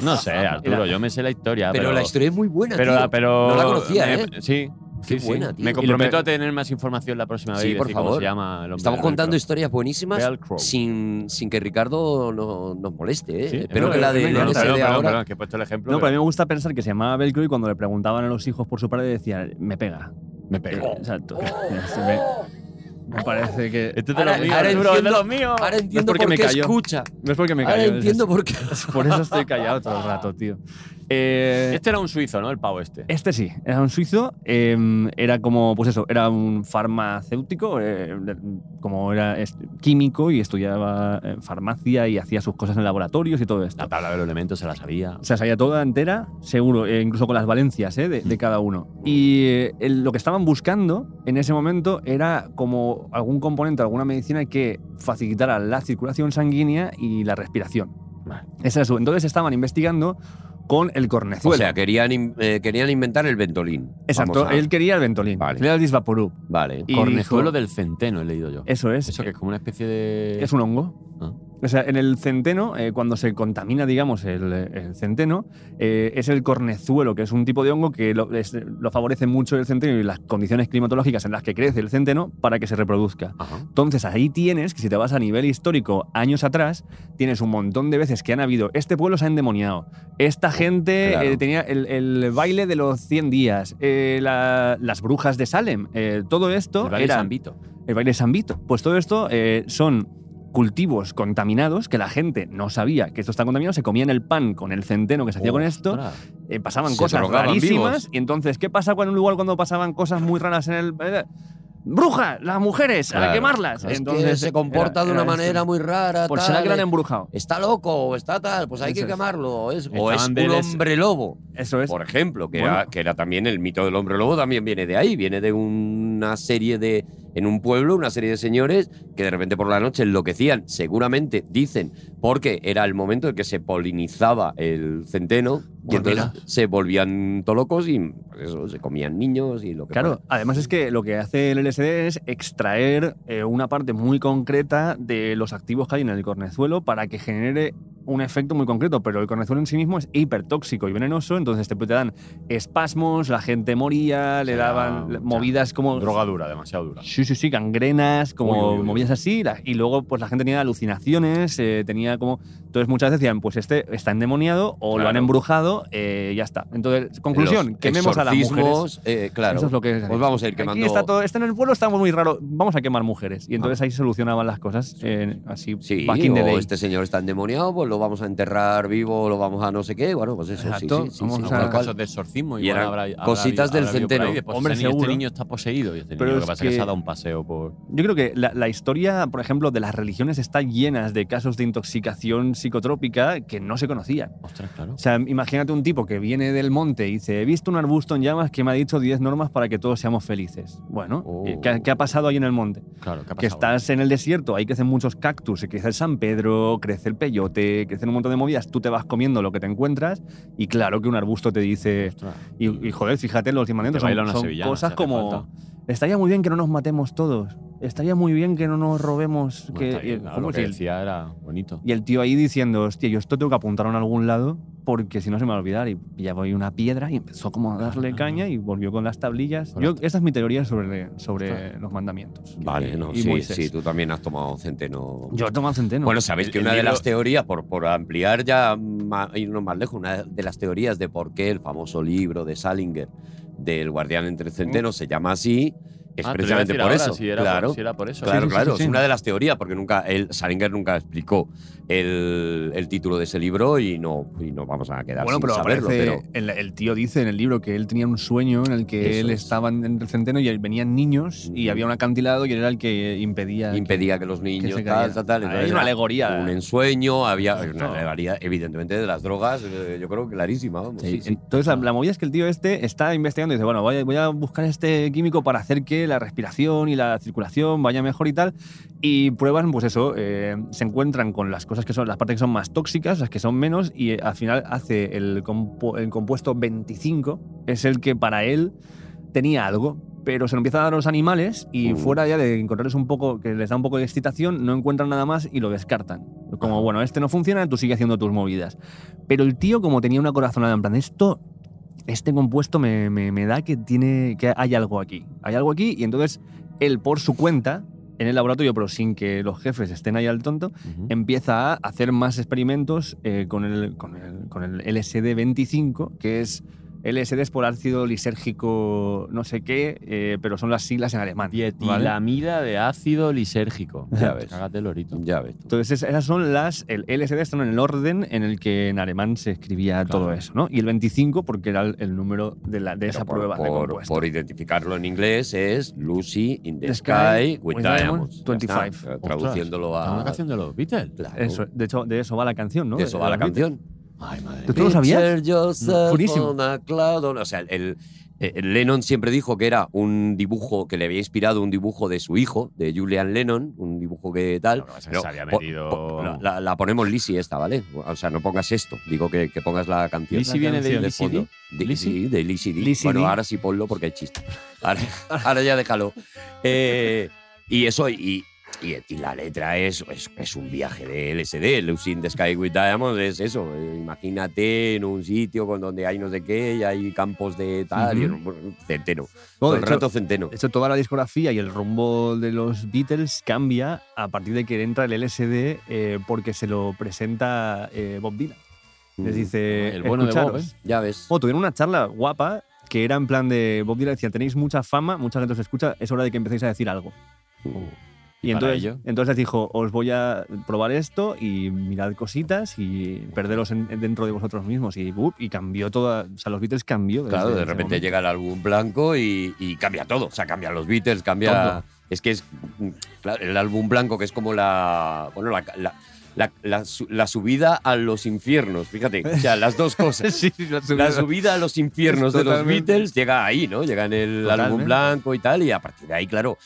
E: No sé, Arturo, yo me sé la historia.
D: Pero,
E: Pero,
D: la historia es muy buena.
E: pero,
D: tío.
E: la- pero-
D: No la conocía,
E: me-
D: ¿eh?
E: Sí.
D: Qué
E: sí, sí.
D: buena, tío.
E: Me comprometo a tener más información la próxima vez.
D: Sí,
E: y
D: por
E: decir
D: favor.
E: Cómo se llama el hombre
D: Estamos
E: del
D: contando
E: velcro.
D: historias buenísimas
E: Velcro.
D: sin, sin que Ricardo no- nos moleste. ¿eh?
E: Sí,
D: Espero
E: es
D: que la
E: verdad,
D: de
E: es verdad.
D: LSD
E: Perdón, perdón,
D: ahora.
E: perdón, que he puesto el ejemplo.
B: No, pero a mí
E: pero-
B: me gusta pensar que se llamaba Velcro y cuando le preguntaban a los hijos por su padre decían, me pega.
E: me
B: Eh,
E: pego.
B: Exacto. Se me, me parece que.
E: Este es de
D: Ahora-
E: los míos,
D: ahora
E: Arturo, es de
D: entiendo-
E: los míos.
D: Ahora
B: No es
D: entiendo
B: porque
D: por
B: me
D: qué
B: cayó.
D: escucha.
B: No es porque me
D: Ahora
B: callo. es-
D: entiendo por qué.
B: Por eso estoy callado todo el rato, tío. Eh,
E: Este era un suizo, ¿no? El pavo este.
B: Este sí, era un suizo, eh, era como, pues eso, era un farmacéutico, eh, como era est- químico y estudiaba eh, farmacia y hacía sus cosas en laboratorios y todo esto.
E: La tabla de los elementos se la sabía.
B: O sea, salía toda entera, seguro, eh, incluso con las valencias eh, de, de cada uno. Y eh, el- lo que estaban buscando en ese momento era como algún componente, alguna medicina que facilitara la circulación sanguínea y la respiración.
E: Vale.
B: Ese era su- Entonces estaban investigando con el
D: O
B: cornezuelo.
D: sea, querían, in- eh, querían inventar el Ventolin.
B: Exacto,
D: Vamos a-
B: él quería el Ventolin,
D: Vale.
B: quería el Disvaporub.
D: Vale.
B: Y
E: Cornezuelo
B: dijo-
E: del centeno, he leído yo.
B: Eso es.
E: Eso que es como una especie de.
B: Es un hongo.
E: Ah.
B: O sea, en el centeno, eh, cuando se contamina, digamos, el, el centeno, eh, es el cornezuelo, que es un tipo de hongo que lo, es- lo favorece mucho el centeno y las condiciones climatológicas en las que crece el centeno para que se reproduzca.
E: Ajá.
B: Entonces, ahí tienes, que si te vas a nivel histórico años atrás, tienes un montón de veces que han habido, este pueblo se ha endemoniado, esta
E: Oh,
B: gente
D: Claro.
B: eh, tenía el, el baile de los 100 días, eh, la- las brujas de Salem, eh, todo esto
E: El baile
B: era
E: San Vito.
B: el baile de San Vito. Pues todo esto eh, son cultivos contaminados que la gente no sabía que esto está contaminado, se comían el pan con el centeno que se hacía con esto,
E: Ostras.
B: eh, pasaban
E: Se
B: cosas
E: drogaban
B: rarísimas.
E: vivos.
B: Y entonces, ¿qué pasa cuando en un lugar cuando pasaban cosas muy raras en el. eh, ¡Brujas! ¡Las mujeres! ¡A
E: Claro.
B: quemarlas!
D: Es
B: entonces,
D: que se comporta
B: era-
D: de una
B: era
D: manera
B: esto.
D: muy rara.
B: Pues
D: tal,
B: será que lo han
D: eh,
B: embrujado.
D: Está loco o está tal, pues hay
B: Eso
D: que
B: es.
D: quemarlo. es- o es
E: Estaban
D: un
E: de les-
D: hombre lobo.
B: Eso es.
D: por ejemplo, que,
B: Bueno.
D: era, que era también el mito del hombre lobo, también viene de ahí, viene de una serie de, en un pueblo, una serie de señores que de repente por la noche enloquecían, seguramente, dicen, porque era el momento en que se polinizaba el centeno y
B: Pues
D: entonces
B: mira.
D: se volvían tolocos y pues eso, se comían niños y lo que
B: Claro,
D: fuera.
B: además es que lo que hace el LSD es extraer eh, una parte muy concreta de los activos que hay en el cornezuelo para que genere un efecto muy concreto, pero el cornezuelo en sí mismo es hipertóxico y venenoso, entonces te, te dan espasmos, la gente moría, le
E: O sea,
B: daban
E: mucha
B: movidas como...
E: Droga dura, demasiado dura.
B: Sí, sí, sí, gangrenas, como
E: Uy, uy, uy.
B: movidas así, la- y luego pues la gente tenía alucinaciones, eh, tenía como... Entonces muchas veces decían, pues este está endemoniado o lo han
E: Claro.
B: embrujado, eh, ya está. Entonces, conclusión,
D: Los
B: quememos a las mujeres.
D: exorcismos, eh, claro.
B: Eso es lo que es.
D: Pues vamos a ir
B: Aquí
D: quemando.
B: está todo. Está en el pueblo, estamos muy raro. Vamos a quemar mujeres. Y entonces ahí solucionaban las cosas eh, así.
D: Sí,
B: back in the
D: o
B: day.
D: este señor está endemoniado, pues lo vamos a enterrar vivo, lo vamos a no sé qué, bueno, pues eso, sí,
B: Exacto,
D: sí, sí,
B: vamos
D: sí,
B: a-
D: tal
E: Algunos
D: cual.
E: casos de exorcismo
D: Y
E: igual
D: eran
E: habrá- habrá
D: cositas
E: habido-
D: del
E: habrá habido por
D: centeno.
E: ahí de, pues,
B: Hombre,
E: este niño-
B: seguro.
E: Este niño está poseído. Y este
B: Pero
E: niño, lo
B: es
E: que pasa es que
B: que-
E: se ha dado un paseo por.
B: Yo creo que la, la historia, por ejemplo, de las religiones está llenas de casos de intoxicación psicotrópica que no se conocían.
E: Ostras, claro.
B: O sea, imagínate un tipo que viene del monte y dice: He visto un arbusto en llamas que me ha dicho 10 normas para que todos seamos felices. Bueno, eh,
D: Oh.
B: ¿qué, ha- qué ha pasado ahí en el monte?
E: Claro, ¿qué ha
B: Que
E: pasado?
B: estás en el desierto, ahí crecen muchos cactus, crece el San Pedro, crece el peyote, crecen un montón de movidas, tú te vas comiendo lo que te encuentras y claro que un arbusto te dice,
E: Ostras. este
B: y, y, joder, fíjate, los diamantes
E: Te baila
B: son,
E: una
B: son
E: sevillana,
B: cosas
E: si hace
B: como.
E: falta.
B: Estaría muy bien que no nos matemos todos. Estaría muy bien que no nos robemos.
E: Bueno,
B: que-
E: está bien,
B: y-
E: claro,
B: ¿cómo
E: lo que
B: si el-
E: decía era bonito. Ah,
B: y el tío ahí diciendo, hostia, yo esto tengo que apuntarlo en algún lado porque si no se me va a olvidar. Y ya voy una piedra y empezó como a darle
E: Ajá.
B: caña y volvió con las tablillas. Yo,
E: Correcto.
B: esa es mi teoría sobre, sobre
E: Ostras.
B: los mandamientos.
D: Vale, no,
B: Y
D: sí,
B: Moisés.
D: sí, tú también has tomado centeno.
B: Yo tomo centeno.
D: Bueno, sabéis
E: El-
D: que
E: el
D: una de
E: libro-
D: las teorías, por, por ampliar ya, ma- irnos más lejos, una de las teorías de por qué el famoso libro de Salinger del Guardián entre el Centeno se llama así, es
E: Mm. Ah, te lo iba a
D: precisamente
E: decir
D: por
E: ahora,
D: eso.
E: Si era
D: claro,
E: por, si era por eso.
D: claro,
B: Sí, sí,
D: claro,
B: sí, sí,
D: es
B: sí.
D: una de las teorías, porque nunca, él, Salinger nunca explicó el, el título de ese libro y no, y no vamos a quedar
B: Bueno,
D: sin
B: pero
D: saberlo.
B: aparece-
D: pero-
B: el, el tío dice en el libro que él tenía un sueño en el que
D: Eso
B: él
D: es.
B: estaba en el centeno y venían niños y
D: Ujú.
B: había un acantilado y él era el que impedía.
D: impedía que los niños
B: se
D: tal,
B: cayeran.
D: tal, tal.
B: Ahí hay
D: Entonces
B: una
D: era
B: alegoría. ¿eh?
D: Un ensueño, había
B: Exacto.
D: una alegoría, evidentemente, de las drogas, eh, yo creo que clarísima, vamos.
B: Sí, Entonces la, la movida es que el tío este está investigando y dice, bueno, voy a, voy a buscar este químico para hacer que la respiración y la circulación vaya mejor y tal. Y prueban, pues eso, eh, se encuentran con las cosas que son, las partes que son más tóxicas, las que son menos, y eh, al final hace el, compu- el compuesto 25, es el que para él tenía algo. Pero se lo empieza a dar a los animales y
D: Mm.
B: fuera ya de encontrarles un poco, que les da un poco de excitación, no encuentran nada más y lo descartan. Como, bueno, este no funciona, tú sigue haciendo tus movidas. Pero el tío, como tenía una corazonada, en plan, esto, este compuesto me, me- me da que, tiene, que hay algo aquí. Hay algo aquí, y entonces él, por su cuenta, en el laboratorio, pero sin que los jefes estén ahí al tonto,
E: Ujú.
B: empieza a hacer más experimentos eh, con, el, con, el, con el LSD-25, que es. LSD es por ácido lisérgico no sé qué, eh, pero son las siglas en alemán. ¿vale?
E: Dietilamida de ácido lisérgico.
D: Ya ves.
E: Cágate el orito.
D: Ya ves tú.
B: Entonces, es- esas son las. El LSD están en el orden en el que en alemán se escribía
E: Claro.
B: todo eso, ¿no? Y el 25, porque era el, el número de, la, de esa
D: Pero por-
B: prueba de
D: por,
B: compuesto.
D: por identificarlo en inglés es Lucy in the,
B: The
D: Sky,
B: Sky
D: with
B: with Diamonds,
D: Diamonds. Ya está, eh,
B: 25.
D: Traduciéndolo
E: Ostras, Una
D: a.
E: canción de los Beatles.
D: Claro,
B: Eso, de hecho, de eso va la canción, ¿no?
D: de eso va la
B: los Beatles.
D: canción.
E: Ay, madre
B: ¿Tú
E: mía.
B: lo sabías?
D: Picture yourself
B: Buenísimo.
D: on a cloud. O sea, el, el Lennon siempre dijo que era un dibujo que le había inspirado un dibujo de su hijo, de Julian Lennon, un dibujo que tal.
E: Lo que pasa es que
D: Pero
E: se había
D: po-
E: metido-
D: po- la, la- la ponemos Lisi esta, ¿vale? O sea, no pongas esto, digo que, que pongas la canción.
E: Lizzy viene de
D: Canción
E: Lizzy
D: fondo. De,
E: Lizzy?
D: sí, de Lizzy D.
B: Lizzy
D: bueno,
B: D.
D: ahora sí ponlo porque hay chiste. Ahora, ahora ya déjalo. Eh, y eso, y, y, y la letra es, es, es un viaje de LSD. Lucy in the Sky with Diamonds es eso. eh, Imagínate en un sitio con donde hay no sé qué y hay campos de tal. y
B: Ujú.
D: un- un centeno.
B: No,
D: Todo
B: de
D: el
B: hecho-
D: rato centeno.
B: De hecho, toda la discografía y el rumbo de los Beatles cambia a partir de que entra el LSD eh, porque se lo presenta eh, Bob Dylan. Les dice,
E: Mm. El bueno de Bob,
B: "Escucharos".
E: ¿eh?
D: Ya ves.
B: O tuvieron una charla guapa que era en plan de Bob Dylan decía, tenéis mucha fama, mucha gente os escucha, es hora de que empecéis a decir algo. Y
E: Para
B: entonces,
E: ello.
B: entonces les dijo, os voy a probar esto y mirad cositas y perderos en- dentro de vosotros mismos. Y, ¡bup! y cambió toda, o sea, los Beatles cambió.
D: Claro,
B: desde
D: de
B: ese
D: repente
B: momento.
D: llega el álbum blanco y, y cambia todo. O sea, cambian los Beatles, cambia.
B: Todo.
D: Es que es. mm, claro, el álbum blanco que es como la. Bueno, la. la- la- la su- la subida a los infiernos, fíjate, o sea, las dos cosas.
B: Sí, sí, la subida.
D: La subida a los infiernos
B: Es
D: de los
B: totalmente-
D: Beatles llega ahí, ¿no? Llega en el álbum
B: Totalmente.
D: blanco y tal, y a partir de ahí, claro,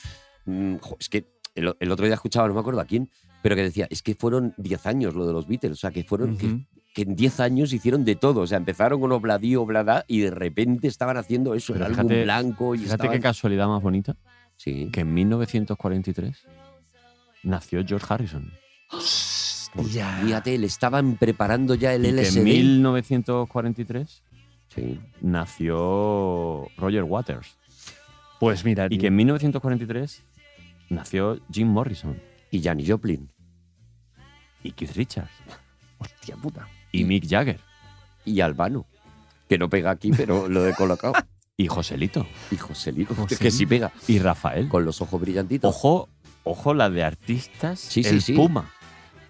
D: mm, jo, es que el, el otro día escuchaba, no me acuerdo a quién, pero que decía, es que fueron 10 años lo de los Beatles, o sea, que fueron, que
B: Ujú.
D: que en 10 años hicieron de todo. O sea, empezaron con Obladí, Oblada y de repente estaban haciendo eso,
E: Pero
D: el álbum
E: fíjate-
D: blanco y
E: Fíjate qué
D: estaban-
E: casualidad más bonita,
D: Sí.
E: que en 1943 nació George Harrison.
B: Ya.
D: Fíjate, le estaban preparando ya el
E: Y que
D: LSD.
E: en 1943
D: Sí.
E: nació Roger Waters.
B: Pues mira,
E: Y que en 1943 nació Jim Morrison.
D: Y Janis Joplin.
E: Y Keith Richards.
B: Hostia puta.
E: Y Mick Jagger.
D: Y Albano. Que no pega aquí, pero lo he colocado.
E: Y Joselito.
D: Y Joselito.
B: Joselito.
D: Que sí pega.
E: Y Rafael.
D: Con los ojos brillantitos.
E: Ojo, ojo la de artistas.
D: Sí, sí,
E: el
D: sí.
E: Puma.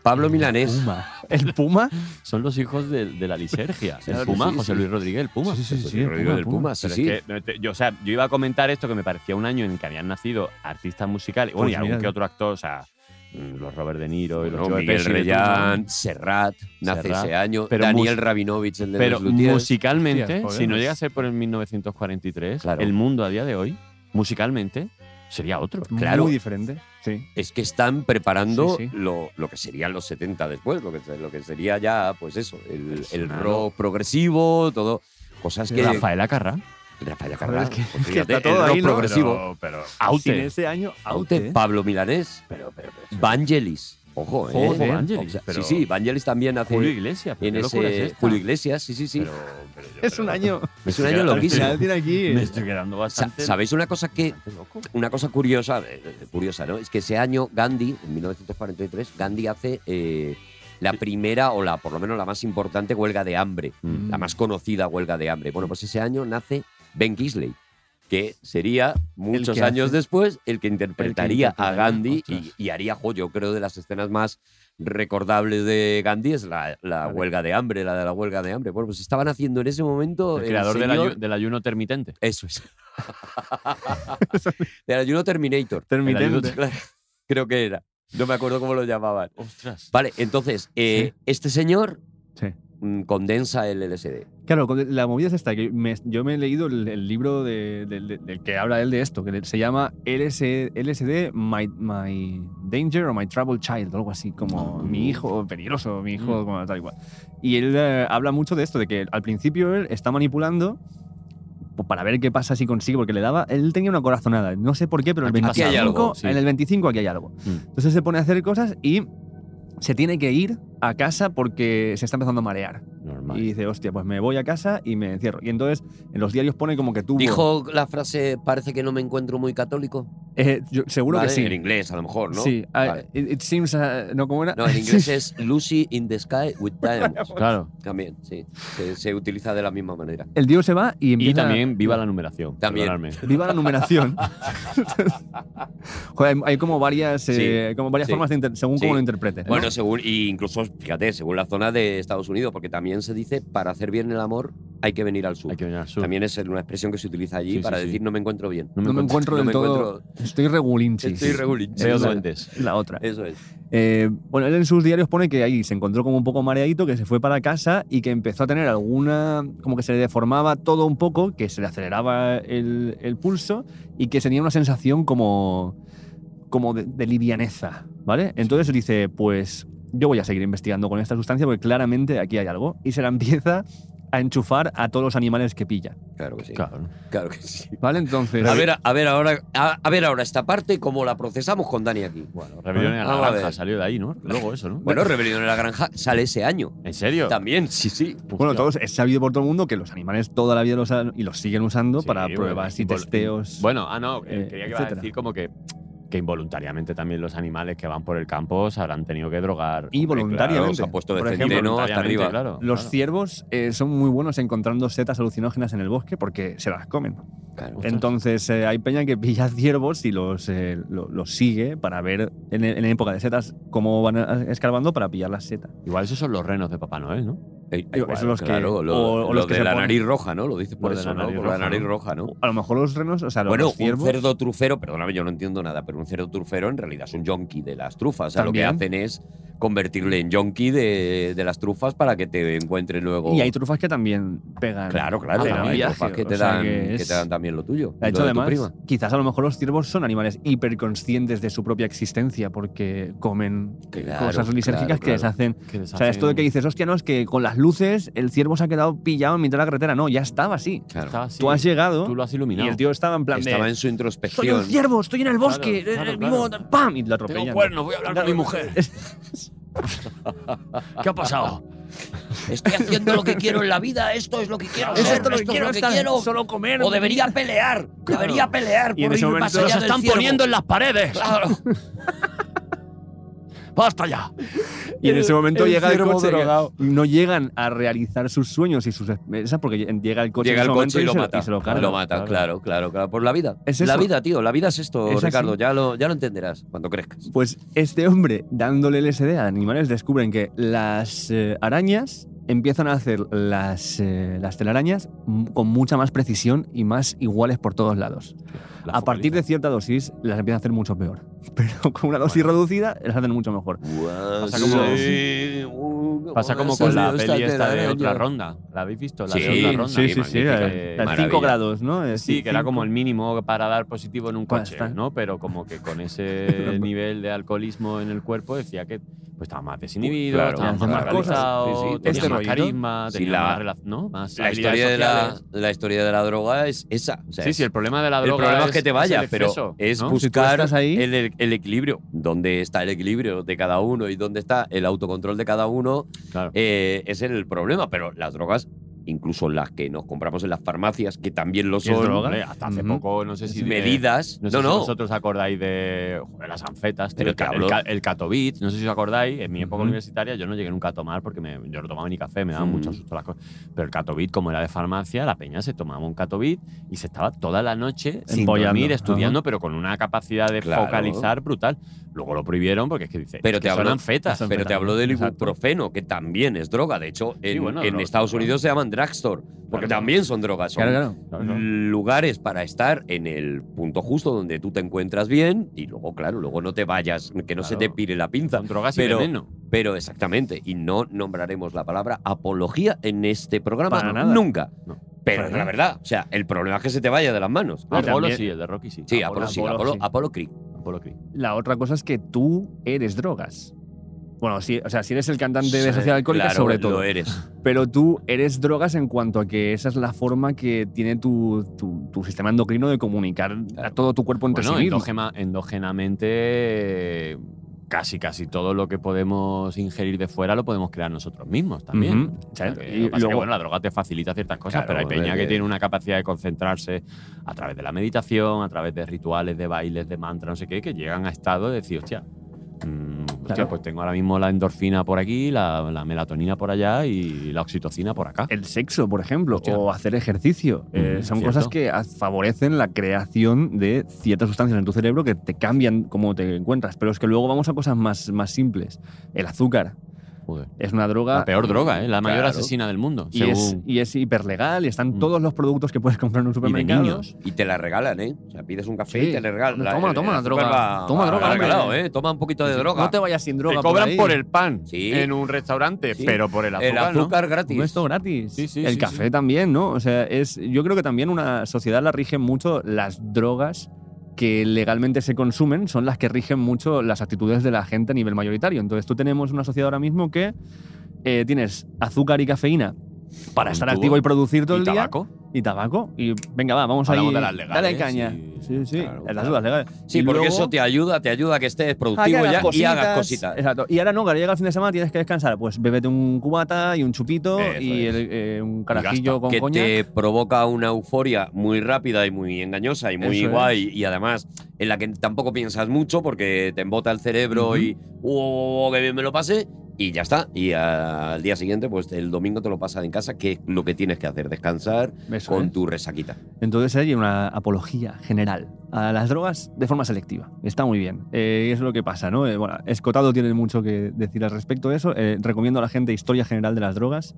D: Pablo Milanés.
B: Puma. ¿El Puma?
E: Son los hijos de, de la lisergia.
B: Claro
E: El
B: que
E: Puma,
B: sí,
E: José
B: sí.
E: Luis Rodríguez, el Puma.
B: Sí, sí, sí,
D: José
B: sí, el
D: Rodríguez
B: Puma,
D: del
B: Puma.
D: Puma, sí,
E: Pero
D: sí.
E: es que, no, te- yo, o sea, yo iba a comentar esto que me parecía un año en el que habían nacido artistas musicales, bueno,
B: Pues
E: y algún
B: mira.
E: que otro actor, o sea, mm, los Robert De Niro y los
D: Bueno,
E: Joe
D: pues Miguel
E: Pesci y de
D: Reyán,
E: todo.
D: Serrat, nace
E: Serrat.
D: ese año.
E: Pero
D: Daniel
E: mus-
D: Rabinovich, el de
E: Pero
D: los Luthiers.
E: musicalmente,
B: Hostia, joder,
E: si no
B: pues-
E: llega a ser por el 1943,
D: Claro.
E: el mundo a día de hoy, musicalmente, sería otro.
D: Claro.
B: Muy diferente. Sí.
D: es que están preparando
B: Sí, sí.
D: Lo, lo que serían los 70 después, lo que, lo que sería ya, pues eso, el,
E: Es
D: el
E: una
D: rock progresivo, todo. Cosas que.
E: Rafael Acarra,
D: Rafael
B: Joder,
D: Acarrá,
B: es que-
D: pues
B: que
D: fíjate,
B: está todo
D: el rock
B: ahí, ¿no?
D: progresivo.
E: pero
B: Sin
E: Aute,
B: ese año,
D: Aute,
B: Aute.
D: Pablo Milanés,
E: pero, pero, pero-
D: Vangelis. Ojo, ¿eh?
E: Ojo, Vangelis,
D: O sea,
E: pero-
D: sí, sí, Vangelis también hace.
E: Julio Iglesias, pero
D: en
E: qué locura es
D: ese,
E: esta.
D: Julio Iglesias, sí, sí, sí.
E: Pero- pero yo-
B: Es un
E: pero-
B: año.
D: es un año
E: Al
B: Al
D: loquísimo.
B: final tiene aquí.
E: Me estoy quedando
D: Sa-
E: bastante.
D: ¿Sabéis una cosa que
E: bastante loco.
D: una cosa curiosa, eh, eh, curiosa, ¿no? Es que ese año Gandhi, en 1943, Gandhi hace eh, la primera o la, por lo menos la más importante huelga de hambre,
E: Mm.
D: la más conocida huelga de hambre. Bueno, pues ese año nace Ben Kingsley, que sería muchos
B: que
D: años
B: hace-
D: después el que interpretaría a
B: interpretaría,
D: Gandhi y,
B: ostras.
D: y haría, jo, yo creo, de las escenas más recordables de Gandhi es la, la
B: Vale.
D: huelga de hambre, la de la huelga de hambre. Bueno, pues estaban haciendo en ese momento
E: El creador del,
D: señor-
E: ayu- del ayuno termitente.
D: eso es. Del ayuno Terminator.
B: Termitente.
D: Claro, Creo que era. No me acuerdo cómo lo llamaban.
E: Ostras.
D: Vale, entonces, eh, este señor
B: Sí.
D: mm, condensa el LSD.
B: Claro, con- la movida es esta, que me- yo me he leído el, el libro de- del- del- del que habla él de esto, que le- se llama LS LSD, my, My Danger o My Trouble Child, o algo así, como
E: Oh.
B: mi hijo peligroso, mi
E: Mm.
B: hijo como tal y cual. Y él eh, habla mucho de esto, de que al principio él está manipulando pues, para ver qué pasa si consigue, porque le daba, él tenía una corazonada, no sé por qué, pero el
E: Aquí pasa
B: 25,
D: algo,
E: sí.
B: en el 25 aquí hay algo.
E: Mm.
B: Entonces se pone a hacer cosas y se tiene que ir a casa porque se está empezando a marear.
E: Normal.
B: Y dice, hostia, pues me voy a casa y me encierro. Y entonces en los diarios pone como que tuvo.
D: Dijo la frase, parece que no me encuentro muy católico.
B: Eh, yo- seguro
D: Vale,
B: que sí.
D: En inglés, a lo mejor, ¿no?
B: Sí, ah,
D: Vale.
B: it, it seems. ah, ¿No cómo era?
D: No, en inglés es Lucy in the Sky with Diamonds.
E: Claro.
D: También, sí. Se, se utiliza de la misma manera.
B: El tío se va y empieza.
E: Y también viva la numeración.
D: También.
E: perdonadme.
B: Viva la numeración. Joder, hay- hay como varias, eh, como varias
D: sí,
B: formas de inter- según cómo
D: sí.
B: lo interpretes. ¿no?
D: Bueno, según, y incluso, fíjate, según la zona de Estados Unidos, porque también se dice, para hacer bien el amor hay que venir al sur.
E: Hay que venir al sur.
D: También es una expresión que se utiliza allí
E: Sí, sí,
D: para
E: sí.
D: decir no me encuentro bien.
B: no me encuentro
D: no
B: del
D: me
B: todo. Estoy regulinchi.
D: Estoy regulín.
E: Veo
B: Eso es.
E: duendes.
B: La otra.
D: Eso es.
B: Eh, bueno, él en sus diarios pone que ahí se encontró como un poco mareadito, que se fue para casa y que empezó a tener alguna. como que se le deformaba todo un poco, que se le aceleraba el, el pulso y que tenía una sensación como. como de, de livianeza, ¿vale? Entonces dice, pues yo voy a seguir investigando con esta sustancia porque claramente aquí hay algo. Y se la empieza a enchufar a todos los animales que pilla,
D: Claro que sí. Claro,
E: Claro.
D: que sí.
B: ¿vale? Entonces.
D: A ver, a ver ahora, a, a ver ahora esta parte cómo la procesamos con Dani aquí. Bueno,
E: Rebelión en la
D: Vamos a
E: granja
D: ver.
E: salió de ahí, ¿no? Luego eso, ¿no?
D: Rebelión en la Granja sale ese año.
E: ¿En serio?
D: También, sí, sí.
B: Bueno, todos, es sabido por todo el mundo que los animales toda la vida los han- y los siguen usando
E: Sí,
B: para
E: bueno,
B: pruebas y
E: vol-
B: testeos.
E: Bueno, ah, no. eh,
B: Eh,
E: Quería que ibas a
B: etcétera.
E: decir como que, que que involuntariamente también los animales que van por el campo se habrán tenido que drogar.
B: Y
E: Hombre,
B: voluntariamente.
D: se han puesto de
B: Por ejemplo,
D: centeno hasta
E: voluntariamente,
D: arriba.
E: claro,
B: Los
E: claro.
B: ciervos eh, son muy buenos encontrando setas alucinógenas en el bosque porque se las comen.
D: Claro.
E: Ostras.
B: Entonces eh, hay peña que pilla ciervos y los, eh, lo- los sigue para ver en, en época de setas cómo van a- escarbando para pillar las setas.
E: Igual esos son los renos de Papá Noel, ¿no?
D: Eh,
B: Digo, esos los que-
D: claro, lo-
B: o- o
D: lo
B: los que
D: de
B: se
D: la
B: ponen-
D: nariz roja, ¿no? Lo dices por
E: Lo de
D: eso,
E: la
D: ¿no?
E: nariz
D: Por la
E: roja,
D: nariz
E: ¿no?
D: roja, ¿no?
B: A lo mejor los renos, o sea, los-
D: Bueno,
B: los
D: un
B: ciervos.
D: cerdo trufero, perdóname, yo no entiendo nada, pero un cerdo trufero en realidad es un yonki de las trufas. O sea, lo que
B: También.
D: hacen es convertirle en yonki de, de las trufas para que te encuentres luego.
B: Y hay trufas que también pegan.
D: claro, claro,
E: Ah,
D: claro, hay
E: viaje,
D: trufas que
B: o
D: te,
B: sea
D: dan,
B: que
D: que
B: es-
D: te dan también lo tuyo.
B: De hecho,
D: lo de tu
B: además,
D: prima.
B: quizás a lo mejor los ciervos son animales hiperconscientes de su propia existencia porque comen eh,
D: Claro,
B: cosas lisérgicas
D: claro,
B: que les
D: claro.
B: hacen.
E: Que
B: O sea, esto de que dices, hostia, no, es que con las luces el ciervo se ha quedado pillado en mitad de la carretera. No, ya estaba así.
D: Claro.
B: Tú has llegado
E: Tú lo has
B: y
E: iluminado.
B: el tío estaba en plan de,
D: Estaba en su
B: soy un
D: introspección.
B: ciervo, estoy en el bosque,
E: Claro,
B: eh,
E: claro,
B: vivo,
E: claro.
B: pam, y lo atropellan.
E: Tengo cuernos, voy a hablar con mi mujer. ¿Qué ha pasado?
F: Estoy haciendo lo que quiero en la vida, esto es lo que quiero.
E: Claro.
F: ser,
E: Es esto lo que
F: es lo que quiero.
B: solo comer.
F: O debería pelear, debería pelear
B: Y en
F: por
B: ese
F: ir
B: momento
F: más
B: se
F: allá
E: ¡Se
F: del
E: están
F: ciervo.
E: poniendo en las paredes!
F: Claro.
E: ¡Basta ya!
B: Y en ese momento
D: el
B: llega el
D: ciervo
B: coche.
D: drogado.
B: No llegan a realizar sus sueños y sus esas porque llega el coche,
D: Llega
B: en
D: el
B: ese momento
D: coche y lo
B: se-
D: mata.
B: Y se lo carga.
D: mata, claro, claro, claro. Por la vida.
B: Es
D: la
B: eso.
D: vida, tío. La vida es esto,
B: Es así.
D: Ricardo. Ya lo, ya lo entenderás cuando crezcas.
B: Pues este hombre, dándole LSD a animales, descubren que las eh, arañas empiezan a hacer las, eh, las telarañas m- con mucha más precisión y más iguales por todos lados. a partir de cierta dosis las empiezan a hacer mucho peor. Pero con una dosis reducida las hacen mucho mejor.
E: Pasa como-
D: Sí, uh,
E: Pasa
D: ¿cómo
E: como
D: me ha
E: con la
D: salido
E: peli esta de
D: telaraña?
E: otra ronda. ¿La habéis visto? La
D: Sí,
E: segunda ronda.
D: sí, sí, sí,
E: magnífica.
D: eh,
E: Eh,
B: Las 5
D: maravilla.
B: grados, ¿no? Eh,
E: Sí, que era como el mínimo para dar positivo en un
B: Pues
E: coche,
B: está.
E: ¿no? Pero como que con ese nivel de alcoholismo en el cuerpo decía que pues estaba más desinhibido,
D: Claro,
E: estaba más,
B: hacía más cosas.
E: organizado,
D: Sí, sí,
E: tenía
B: este
E: más
B: rollito.
E: carisma,
D: Sí,
E: tenía
D: la-
E: más rela- ¿no? Más
D: la
E: habilidades
D: historia, de la,
E: sociales.
D: la historia de la droga es esa. O sea,
E: Sí, sí, el problema de la
D: el
E: droga
D: problema es que te vayas,
E: el
D: pero
E: exceso,
D: es
E: ¿no?
B: tú
D: buscar
B: estás ahí-
D: el, el- el equilibrio. ¿Dónde está el equilibrio de cada uno y dónde está el autocontrol de cada uno?
E: Claro.
D: eh, es el problema, pero las drogas, incluso las que nos compramos en las farmacias, que también lo
B: ¿Qué es
D: son,
B: droga?
E: Hombre, hasta hace
B: Ujú.
E: poco, no sé si… eh, de-
D: medidas.
E: No sé
D: no,
E: si
D: no.
E: vosotros acordáis de joder, las anfetas, tío,
D: Pero
E: el,
D: te
E: ca- el
D: hablo-
E: ca- el catovit, no sé si os acordáis, en mi época
B: Ujú.
E: universitaria yo no llegué nunca a tomar porque me- yo no tomaba ni café, me daban
D: Mm.
E: mucho susto las cosas. Pero el catovit, como era de farmacia, la peña se tomaba un catovit y se estaba toda la noche sin
B: Empollando.
E: dormir, estudiando, pero con una capacidad de
D: Claro.
E: focalizar brutal. Luego lo prohibieron porque es que dice,
D: Pero
E: es
D: te
E: que son
D: hablo-
E: anfetas.
D: Pero te hablo del
E: Exacto.
D: ibuprofeno, que también es droga. De hecho, en,
E: bueno,
D: en
E: no,
D: Estados
E: claro.
D: Unidos se llaman drugstore, porque
E: Claro.
D: también son drogas. Son
B: Claro, claro.
E: Claro, ¿no?
D: Mm, lugares para estar en el punto justo donde tú te encuentras bien y luego, claro, luego no te vayas, que no se
E: Claro.
D: te pire la pinza.
E: Son drogas
D: pero-
E: y veneno.
D: Pero exactamente, y no nombraremos la palabra apología en este programa
B: Para nada.
D: nunca.
E: No.
D: Pero
B: Para
D: es
B: nada.
D: la verdad, o sea, el problema es que se te vaya de las manos.
E: Apolo
B: también-
E: sí, el de Rocky sí.
D: Ah, Sí, Apolo, sí,
B: Apolo
D: Apolo,
B: sí.
D: Apolo Creed.
E: Apolo Creed.
B: La otra cosa es que tú eres drogas. Bueno, sí, o sea, si eres el cantante de Sociedad Alcohólica,
D: Claro,
B: sobre
D: lo
B: todo.
D: eres.
B: Pero tú eres drogas en cuanto a que esa es la forma que tiene tu, tu- tu sistema endocrino de comunicar a todo tu cuerpo entre
E: Bueno,
B: Pues sí mismo.
E: endógema- endógenamente eh, casi casi todo lo que podemos ingerir de fuera lo podemos crear nosotros mismos también.
B: Ujú,
E: O sea,
B: exacto.
E: que
B: Y
E: lo que pasa es que,
B: luego-
E: bueno, la droga te facilita ciertas cosas,
D: Claro,
E: pero hay peña
D: eh,
E: que
D: eh.
E: tiene una capacidad de concentrarse a través de la meditación, a través de rituales, de bailes, de mantra, no sé qué, que llegan a estado de decir, hostia, mm, hostia,
B: Claro.
E: pues tengo ahora mismo la endorfina por aquí, la, la melatonina por allá y la oxitocina por acá.
B: El sexo, por ejemplo,
E: Hostia.
B: o hacer ejercicio. Eh,
E: Mm,
B: son
E: cierto.
B: cosas que haz- favorecen la creación de ciertas sustancias en tu cerebro que te cambian cómo te encuentras. Pero es que luego vamos a cosas más, más simples. El azúcar
E: Joder.
B: es una droga.
E: La peor droga, ¿eh? la mayor
D: Claro.
E: asesina del mundo.
B: Ah, Y es,
E: según-
B: y es hiperlegal y están
E: Mm.
B: todos los productos que puedes comprar en un
E: y de
B: supermercado.
E: niños.
D: Y te la regalan, ¿eh? O sea, pides un café
B: Sí.
D: y te la regalan. La-
B: Toma,
D: el-
B: toma
D: el azúcar
B: droga.
D: va-
B: Toma
D: va
B: droga, hombre.
D: regalado, ¿eh? Toma un poquito de droga.
B: No te vayas sin droga.
E: Te cobran
B: ahí.
E: por, el pan
D: Sí.
E: en un restaurante,
D: Sí.
E: pero por el azúcar.
D: el
E: ¿no?
D: azúcar
B: Todo
D: gratis.
B: esto gratis.
E: Sí, sí,
B: el
E: sí,
B: café
E: sí.
B: también, ¿no? O sea, es, yo creo que también una sociedad la rigen mucho las drogas que legalmente se consumen, son las que rigen mucho las actitudes de la gente a nivel mayoritario. Entonces tú tenemos una sociedad ahora mismo que eh, tienes azúcar y cafeína para
E: Un
B: estar
E: tubo.
B: activo y producir todo
E: ¿Y
B: el día.
E: tabaco?
B: Y tabaco. Y venga, va, vamos
E: Hablamos
B: ahí.
E: de las legales
B: Dale caña.
E: y-
B: Sí, sí,
D: claro,
B: las
D: claro.
B: dudas legales.
D: Sí,
B: Y
D: porque
B: luego-
D: eso te ayuda, te ayuda a que estés
B: Ah, que
D: productivo
B: hagas
D: ya y
B: cositas.
D: hagas cositas.
B: Exacto. Y ahora no, que ahora llega el fin de semana tienes que descansar. Pues bébete un cubata y un chupito
E: Eso
B: y
E: es.
B: el, eh, un carajillo
E: gasta,
B: con
D: que
B: coña.
D: te provoca una euforia muy rápida y muy engañosa y muy
B: Eso es.
D: guay y además en la que tampoco piensas mucho porque te embota el cerebro
B: Ujú.
D: y ¡oh, qué bien me lo pasé! Y ya está. Y a- al día siguiente, pues el domingo te lo pasas en casa, que es lo que tienes que hacer, descansar
B: Eso
D: con
B: es.
D: tu resaquita.
B: Entonces hay una apología general a las drogas de forma selectiva. Está muy bien. Eh, es lo que pasa, ¿no? Eh, bueno, Escotado tiene mucho que decir al respecto de eso. Eh, recomiendo a la gente Historia General de las Drogas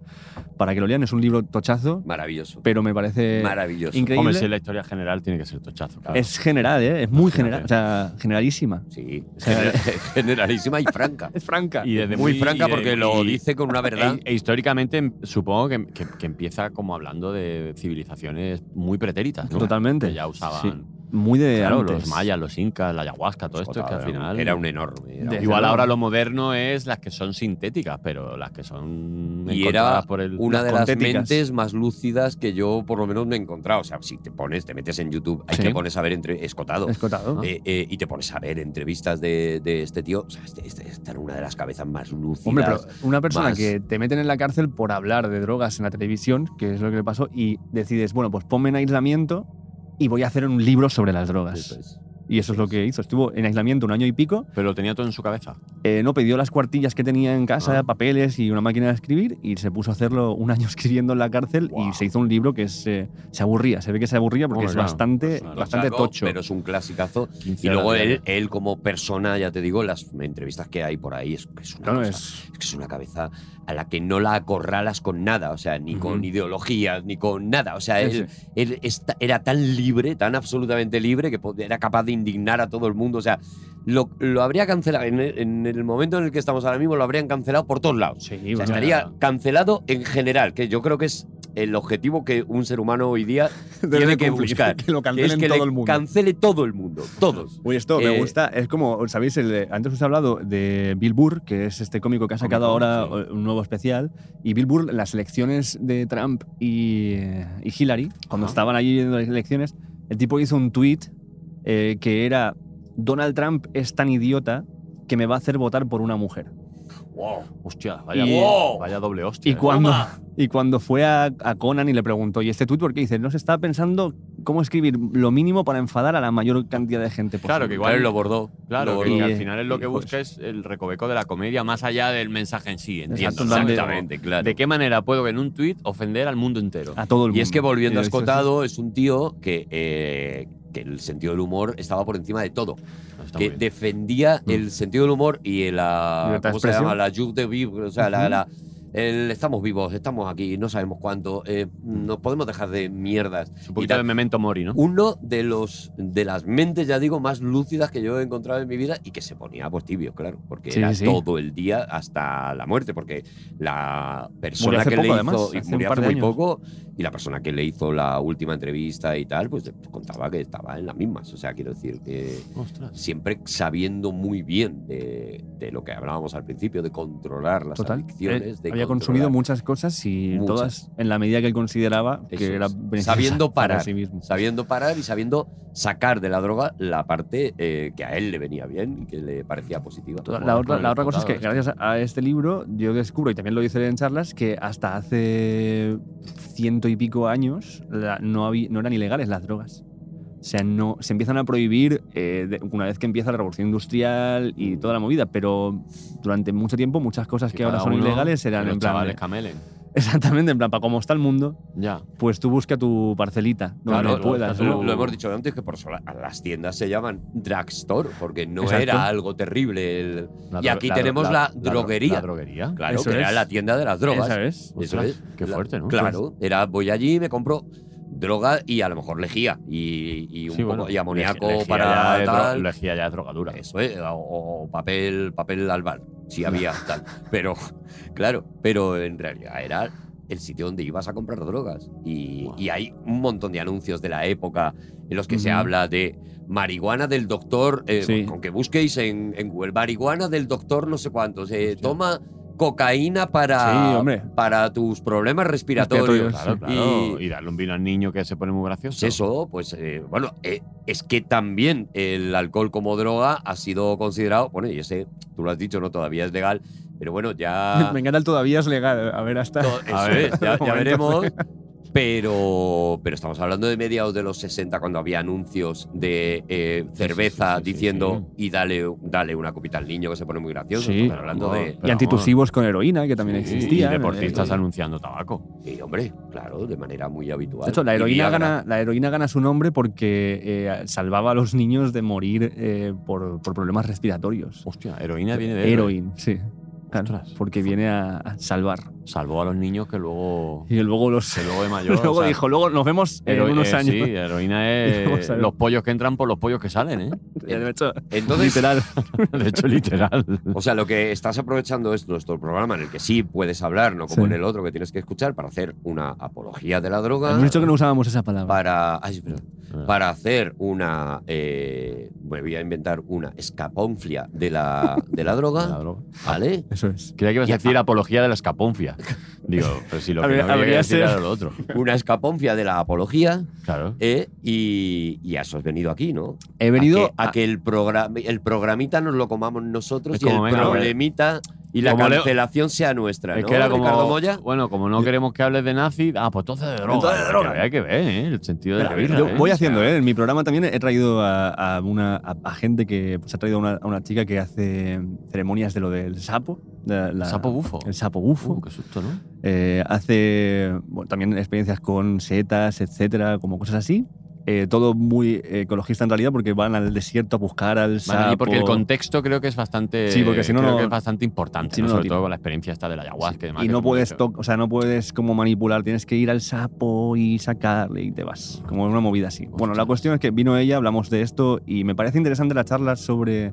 B: para que lo lean. Es un libro tochazo,
D: Maravilloso.
B: pero me parece
D: Maravilloso.
B: increíble.
E: Hombre, si es la historia general, tiene que ser tochazo. claro.
B: Es general, ¿eh? Es muy general,
E: Imagínate.
B: o sea, generalísima.
D: Sí, generalísima y franca.
B: Es franca.
E: Y desde
D: Muy
E: muy-
D: franca
E: y de-
D: porque lo
E: y-
D: dice con una verdad.
E: E, e históricamente em- supongo que, que- que empieza como hablando de civilizaciones muy pretéritas, ¿no?
B: Totalmente.
E: Que ya usaban
B: Sí. Muy de
E: claro,
B: antes.
E: los mayas, los incas, la ayahuasca, todo esto que al final
D: pues, Era un enorme. era
B: Desde
E: Igual
B: luego.
E: ahora lo moderno es las que son sintéticas, pero las que son
D: Y
E: encontradas
D: era
E: por el
D: una de
B: con
D: las
B: téticas.
D: mentes más lúcidas que yo por lo menos me he encontrado. O sea, si te pones, te metes en YouTube, ahí
E: Sí.
D: te pones a ver entre escotado.
B: Escotado.
D: eh, eh, y te pones a ver entrevistas de, de este tío. O sea, este, este- esta era una de las cabezas más lúcidas.
B: Hombre, pero una persona
D: más.
B: que te meten en la cárcel por hablar de drogas en la televisión, que es lo que le pasó, y decides, bueno, pues ponme en aislamiento y voy a hacer un libro sobre las drogas.
D: Eso es.
B: y eso es lo que hizo. Estuvo en aislamiento un año y pico,
E: Pero lo tenía todo en su cabeza.
B: eh, no pidió las cuartillas que tenía en casa,
E: Ah.
B: papeles y una máquina de escribir, y se puso a hacerlo un año escribiendo en la cárcel
E: Guau.
B: y se hizo un libro que se, se aburría. Se ve que se aburría porque
E: Hombre,
B: es
E: claro.
B: bastante,
E: Pues claro,
B: bastante
D: Claro,
B: tocho.
D: Pero es un clasicazo. Y luego él, él como persona, ya te digo, las entrevistas que hay por ahí es, es una
B: Claro,
D: cosa-
B: es-
D: es que es una cabeza a la que no la acorralas con nada, o sea, ni con
B: Ujú.
D: ideologías, ni con nada. O sea,
B: Sí,
D: él, él esta- era tan libre, tan absolutamente libre, que pod- era capaz de indignar a todo el mundo. O sea, lo, lo habría cancelado, en el, en el momento en el que estamos ahora mismo, lo habrían cancelado por todos lados.
B: Sí,
D: O sea,
B: bueno,
D: estaría cancelado en general, que yo creo que es el objetivo que un ser humano hoy día
B: debe
D: tiene que
B: cumplir,
D: buscar.
B: Que lo
D: que es
B: cancelen
D: que
B: todo
D: le
B: el mundo.
D: cancele todo el mundo, todos.
B: Uy, esto me
D: Eh,
B: gusta. Es como, ¿sabéis? El, antes os he hablado de Bill Burr, que es este cómico que ha sacado
E: Cómico,
B: ahora eh, un nuevo especial. Y Bill Burr, las elecciones de Trump y, eh, y Hillary, cuando
E: Ajá.
B: estaban allí en las elecciones, el tipo hizo un tweet que era: Donald Trump es tan idiota que me va a hacer votar por una mujer.
E: Hostia, vaya,
B: Y-
E: ¡Wow! vaya doble hostia.
B: Y
E: ¿eh?
B: cuando, y cuando fue a, a Conan y le preguntó, ¿y este tuit por qué? Dice, no se está pensando cómo escribir lo mínimo para enfadar a la mayor cantidad de gente posible.
E: Claro, que igual
D: Claro,
E: lo
D: bordó.
E: Claro,
D: Lo
E: que,
B: y-
E: al final es lo que
B: y-
E: busca es el recoveco de la comedia, más allá del mensaje en sí, entiendo.
B: Exacto, donde-
D: Exactamente, claro.
E: ¿De qué manera puedo en un tuit ofender al mundo entero?
B: A todo el mundo.
D: Y es que volviendo a
B: Eh, eso-
D: Escotado, es un tío que, eh, que el sentido del humor estaba por encima de todo.
E: Está
D: que
E: muy bien.
D: defendía
B: Mm.
D: el sentido del humor y la.
B: Libertad de
D: ¿Cómo se llama?
B: expresión.
D: La Juve de Vivre. O sea, la.
B: Ujú.
D: la- el estamos vivos, estamos aquí, no sabemos cuánto, eh, nos podemos dejar de mierdas.
E: Es un
D: y
E: poquito
D: tal.
E: de memento mori, ¿no?
D: Uno de los de las mentes, ya digo, más lúcidas que yo he encontrado en mi vida y que se ponía pues tibio, claro, porque
B: Sí,
D: era
B: sí.
D: todo el día hasta la muerte, porque la
B: Murió
D: persona
B: hace
D: que le
B: poco,
D: hizo
B: además,
D: y
B: hace un
D: murió
B: par
D: hace
B: de
D: muy
B: años.
D: poco y la persona que le hizo la última entrevista y tal, pues contaba que estaba en las mismas, o sea, quiero decir que
E: Ostras.
D: siempre sabiendo muy bien de, de lo que hablábamos al principio, de controlar las
B: Total. Eh,
D: adicciones, de
B: había
D: controlar-
B: consumido muchas cosas y
D: Muchas.
B: todas en la medida que él consideraba que
D: Eso
B: era
D: es.
B: beneficiosa
D: Sabiendo
B: para
D: parar.
B: sí mismo.
D: sabiendo parar y sabiendo sacar de la droga la parte eh, que a él le venía bien y que le parecía positiva.
B: Toda- La
E: Joder,
B: otra, la
E: no lo he
B: otra cosa es que
E: contado
B: gracias a este libro yo descubro, y también lo hice en charlas, que hasta hace ciento y pico años la- no, habí- no eran ilegales las drogas. O sea, no, se empiezan a prohibir eh, de- una vez que empieza la revolución industrial y toda la movida, pero durante mucho tiempo muchas cosas que ahora
E: cada
B: son
E: uno
B: ilegales eran
E: de los
B: en plan...
E: chavales camelen.
B: Exactamente, en plan, para cómo está el mundo,
E: Ya.
B: pues tú busca tu parcelita donde
E: Claro,
B: puedas.
E: está
B: ¿no?
E: tu-
D: Lo, lo hemos dicho antes que por eso la- las tiendas se llaman drugstore porque no
B: Exacto.
D: era algo terrible. el-
E: La
D: Y
E: dro-
D: aquí tenemos la droguería.
E: La droguería.
D: claro,
B: Eso
D: que era
B: es.
D: la tienda de las drogas.
B: Esa es.
D: Eso
E: Ostras,
D: es.
E: Qué
D: La-
E: fuerte, ¿no? Pues
D: Claro, era voy allí, me compro droga y a lo mejor lejía y, y un
E: Sí,
D: poco-
E: bueno.
D: y amoníaco
E: Legi- lejía ya
D: para
E: es dro-
D: tal.
E: Lejía ya es drogadura.
D: Eso es, o, o papel, papel albal, si había tal. Pero, claro, pero en realidad era el sitio donde ibas a comprar drogas. Y,
E: Guau.
D: y hay un montón de anuncios de la época en los que se
B: Ujú.
D: habla de marihuana del doctor, eh,
B: Sí.
D: con que busquéis en, en Google, marihuana del doctor no sé cuántos, eh,
E: Hostia.
D: toma cocaína para,
B: Sí, hombre.
D: para tus problemas respiratorios.
B: Respiratorios.
E: Claro,
B: Sí.
E: claro.
D: Y-
E: Y, darle un vino al niño que se pone muy gracioso.
D: Pues eso, pues eh, bueno, eh, es que también el alcohol como droga ha sido considerado, bueno, y ese, tú lo has dicho, no todavía es legal, pero bueno, ya,
B: Me encanta el todavía es legal. A ver, hasta.
D: to- eso es, ya, ya veremos Pero, pero estamos hablando de mediados de los 60 cuando había anuncios de eh, cerveza
E: sí, sí, sí,
D: diciendo y dale, dale una copita al niño que se pone muy gracioso.
B: Sí.
D: Estamos hablando de...
E: Pero
B: y antitusivos con heroína, que también
E: Sí,
B: existía.
E: Y deportistas
B: Eh,
E: anunciando tabaco.
D: y, hombre, claro, de manera muy habitual.
B: De hecho, la
D: Y
B: heroína,
D: Viagra.
B: gana, la heroína gana su nombre porque eh, salvaba a los niños de morir eh, por, por problemas respiratorios.
E: Hostia, heroína viene de heroína.
B: Heroin, sí. Claro,
E: Ostras.
B: Porque viene a, a salvar.
E: Salvó a los niños que luego,
B: Y luego los.
E: que luego de mayor.
B: luego
E: o sea,
B: dijo, luego nos vemos en
E: hero-
B: unos
E: eh,
B: años.
E: Sí, heroína
B: Luego
E: es
B: sale.
E: los pollos que entran por los pollos que salen, ¿eh?
B: De hecho,
D: Entonces,
B: literal.
E: De hecho, literal.
D: O sea, lo que estás aprovechando es nuestro programa en el que sí puedes hablar, no como
B: Sí.
D: en el otro que tienes que escuchar, para hacer una apología de la droga.
B: Hemos dicho que no usábamos esa palabra.
D: Para, ay, es verdad. para hacer una. eh, me voy a inventar una escaponflia de la, de la droga.
E: Claro.
D: ¿Vale?
B: Eso es.
E: Creía que ibas
D: Y-
E: a decir apología de la escaponfia. Digo, pero si lo que
B: Habría-
E: no habría que
B: habría
E: decir
B: ser-
E: era lo otro.
D: Una escaponfia de la apología.
E: Claro.
D: eh, y, y a eso has venido aquí, ¿no?
B: He venido
D: a que, a que el, programa, el programita nos lo comamos nosotros
E: Es
D: y el
E: como, venga,
D: problemita
E: Y
D: y
E: la
D: la
E: como Leo-
D: cancelación sea nuestra.
E: Es
D: ¿no,
E: que era como.
D: Ricardo Moya?
E: Bueno, como no queremos que hables de nazi. Ah, pues entonces de droga.
B: Entonces de
E: Hay que
B: droga.
E: ver, Hay que ver, ¿eh? El sentido de la
B: Mira,
E: vida.
B: yo voy haciendo, ¿eh? En mi programa también he traído a, a una, a, a gente que se ha traído a una, a una chica que hace ceremonias de lo del sapo. de la-
E: Sapo bufo.
B: El sapo
E: Uh,
B: bufo.
E: qué susto, ¿no?
B: Eh, hace bueno, también experiencias con setas, etcétera, como cosas así. Eh, todo muy ecologista en realidad porque van al desierto a buscar al
E: Van allí
B: sapo.
E: porque el contexto creo que es bastante.
B: Sí, porque si no,
E: creo
B: no-
E: que es bastante importante,
B: si no,
E: ¿no?
B: no
E: sobre
B: tiene.
E: todo con la experiencia esta de la ayahuasca y demás.
B: y
E: que
B: no
E: es
B: puedes,
E: mucho.
B: toc- o sea, no puedes como manipular, tienes que ir al sapo y sacarle y te vas, como una movida así. Bueno, la
E: Hostia.
B: cuestión es que vino ella, hablamos de esto y me parece interesante la charla sobre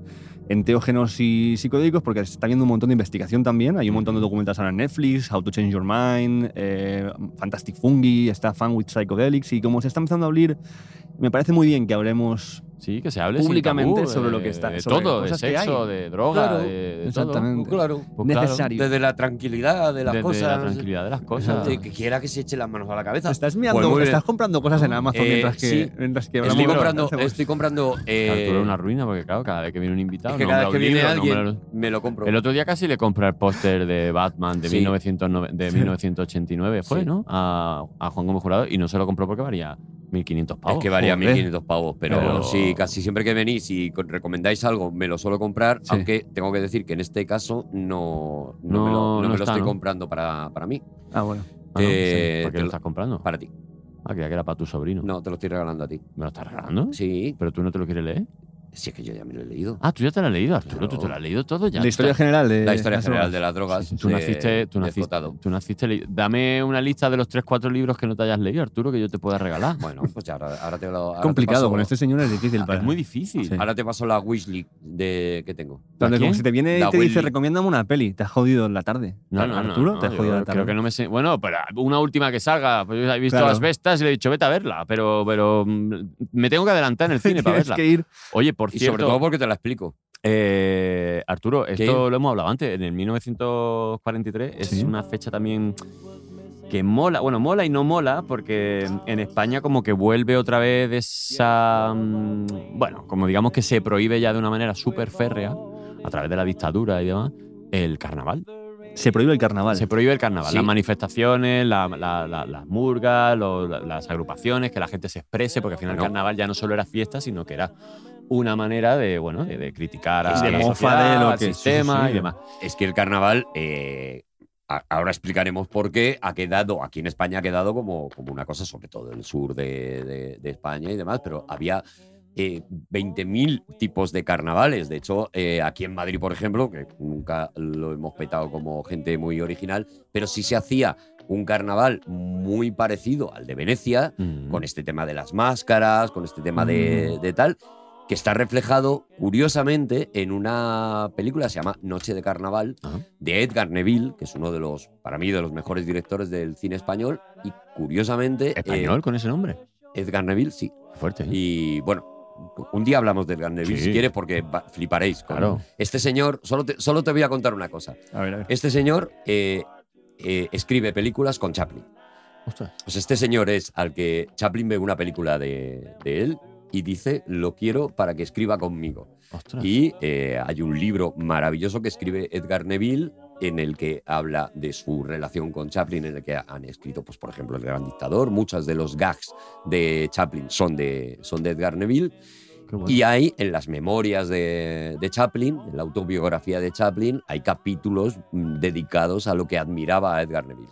B: enteógenos y psicodélicos porque se está viendo un montón de investigación también, hay un montón de documentales ahora en Netflix, How to Change Your Mind, eh, Fantastic Fungi, está Fun with Psychedelics y como se está empezando a abrir, me parece muy bien que hablemos
E: Sí, que se hable sin
B: públicamente
E: tabú,
B: sobre
E: de-
B: lo que está-
E: De
B: sobre
E: todo, de
B: cosas que
E: sexo,
B: hay.
E: de droga,
D: Claro,
E: de, de todo.
B: exactamente.
D: Claro.
E: Pues claro,
B: Necesario.
D: Desde la tranquilidad de las
E: desde
D: cosas.
E: la tranquilidad de las cosas.
D: De que quiera que se eche las manos a la cabeza.
B: Estás
D: Pues
B: mirando,
D: muy bien.
B: estás comprando cosas en Amazon
D: Eh,
B: mientras que,
D: sí.
B: mientras que
D: Estoy
B: hablamos.
D: comprando, estoy comprando. eh,
E: Arturo es una ruina porque, claro, cada vez que viene un invitado.
D: es que cada vez que
E: nombra un
D: viene
E: libro, nombra-
D: alguien me lo compro.
E: El otro día casi le compré el póster de Batman de,
D: Sí.
E: 1909 de 1989, fue,
D: Sí.
E: ¿no? A, a Juan Gómez Jurado y no se lo compró porque valía 1.500 pavos.
D: es que varía
E: oh, Joder.
D: 1500 pavos, pero,
E: Pero-
D: sí, casi siempre que venís y con- recomendáis algo me lo suelo comprar,
B: Sí.
D: aunque tengo que decir que en este caso no, no, me lo,
E: No,
D: no me
E: no
D: lo
E: está,
D: estoy
E: ¿no?
B: Ah,
E: Ah, Ah, Ah,
D: pues
B: este
E: Ah, pues, mm, Eh, mm,
D: eh, eh, Mm. este eh, este eh, Pues este eh, en el que habla de su relación con Chaplin, en el que
E: ¿eh? Ah.
D: han escrito, pues, por ejemplo, El Gran Dictador. Muchos de los gags de Chaplin son de, son de Edgar Neville.
B: Qué bueno.
D: Y hay en las memorias de, de Chaplin, en la autobiografía de Chaplin, hay capítulos mm, dedicados a lo que admiraba a Edgar Neville.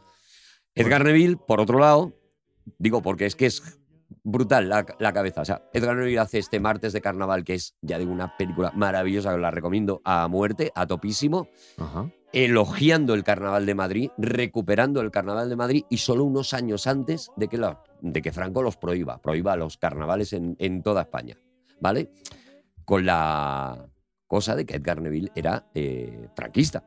D: Edgar Neville, por otro lado, digo porque es que es brutal la, la cabeza. O sea, Edgar Neville hace este martes de carnaval, que es, ya digo, una película maravillosa, la recomiendo a muerte, a topísimo
E: Ajá.
D: elogiando el Carnaval de Madrid, recuperando el Carnaval de Madrid y solo unos años antes de que, la- de que Franco los prohíba, prohíba los carnavales en, en toda España, ¿vale? Con la cosa de que Edgar Neville era eh, franquista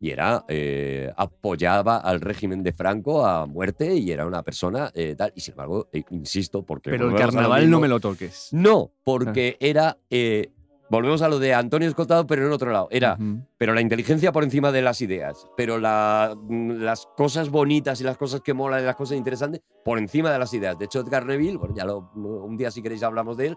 D: y era, eh, apoyaba al régimen de Franco a muerte y era una persona eh, tal, y sin embargo, eh, insisto, porque...
B: Pero el
D: volvemos a lo
B: carnaval no
D: mismo,
B: me lo Ah. toques.
D: No, porque era... eh, volvemos a lo de Antonio Escotado, pero en otro lado, era
B: Ujú.
D: pero la inteligencia por encima de las ideas, pero la- mm, las cosas bonitas y las cosas que molan y las cosas interesantes por encima de las ideas. De hecho, Edgar Neville, bueno, ya lo- un día si queréis hablamos de él,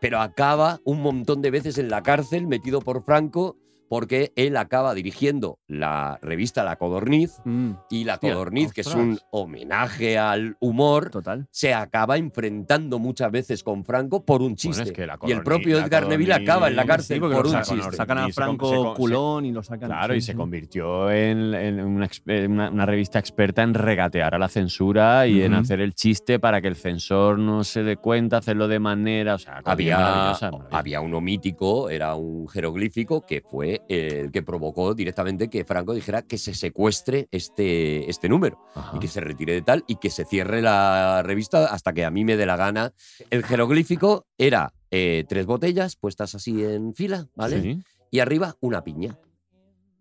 D: pero acaba un montón de veces en la cárcel metido por Franco porque él acaba dirigiendo la revista La Codorniz
B: Mm,
D: y La
E: Hostia,
D: Codorniz, que es
E: ostras.
D: un homenaje al humor,
B: Total.
D: se acaba enfrentando muchas veces con Franco por un chiste.
E: es que la
D: y el
E: Codorniz-
D: propio
E: la
D: Edgar Neville
E: Codorniz-
D: acaba en la
E: Sí,
D: cárcel
E: porque
D: por
E: lo
D: un
E: sacan-
D: chiste.
B: Sacan
E: Y
B: a
E: se con- se
B: Franco
E: con- se-
B: culón y lo sacan.
E: Claro,
B: sí,
E: y se
B: sí.
E: convirtió en, en una, ex- en una- una revista experta en regatear a la censura y en
B: Ujú.
E: hacer el chiste para que el censor no se dé cuenta, hacerlo de manera. O sea, cosa
D: había,
E: maravillosa, maravillosa.
D: había uno mítico, era un jeroglífico, que fue eh, el que provocó directamente que Franco dijera que se secuestre este, este número
E: Ajá.
D: y que se retire de tal y que se cierre la revista hasta que a mí me dé la gana. El jeroglífico era eh, tres botellas puestas así en fila, ¿vale?
E: Sí.
D: Y arriba una piña.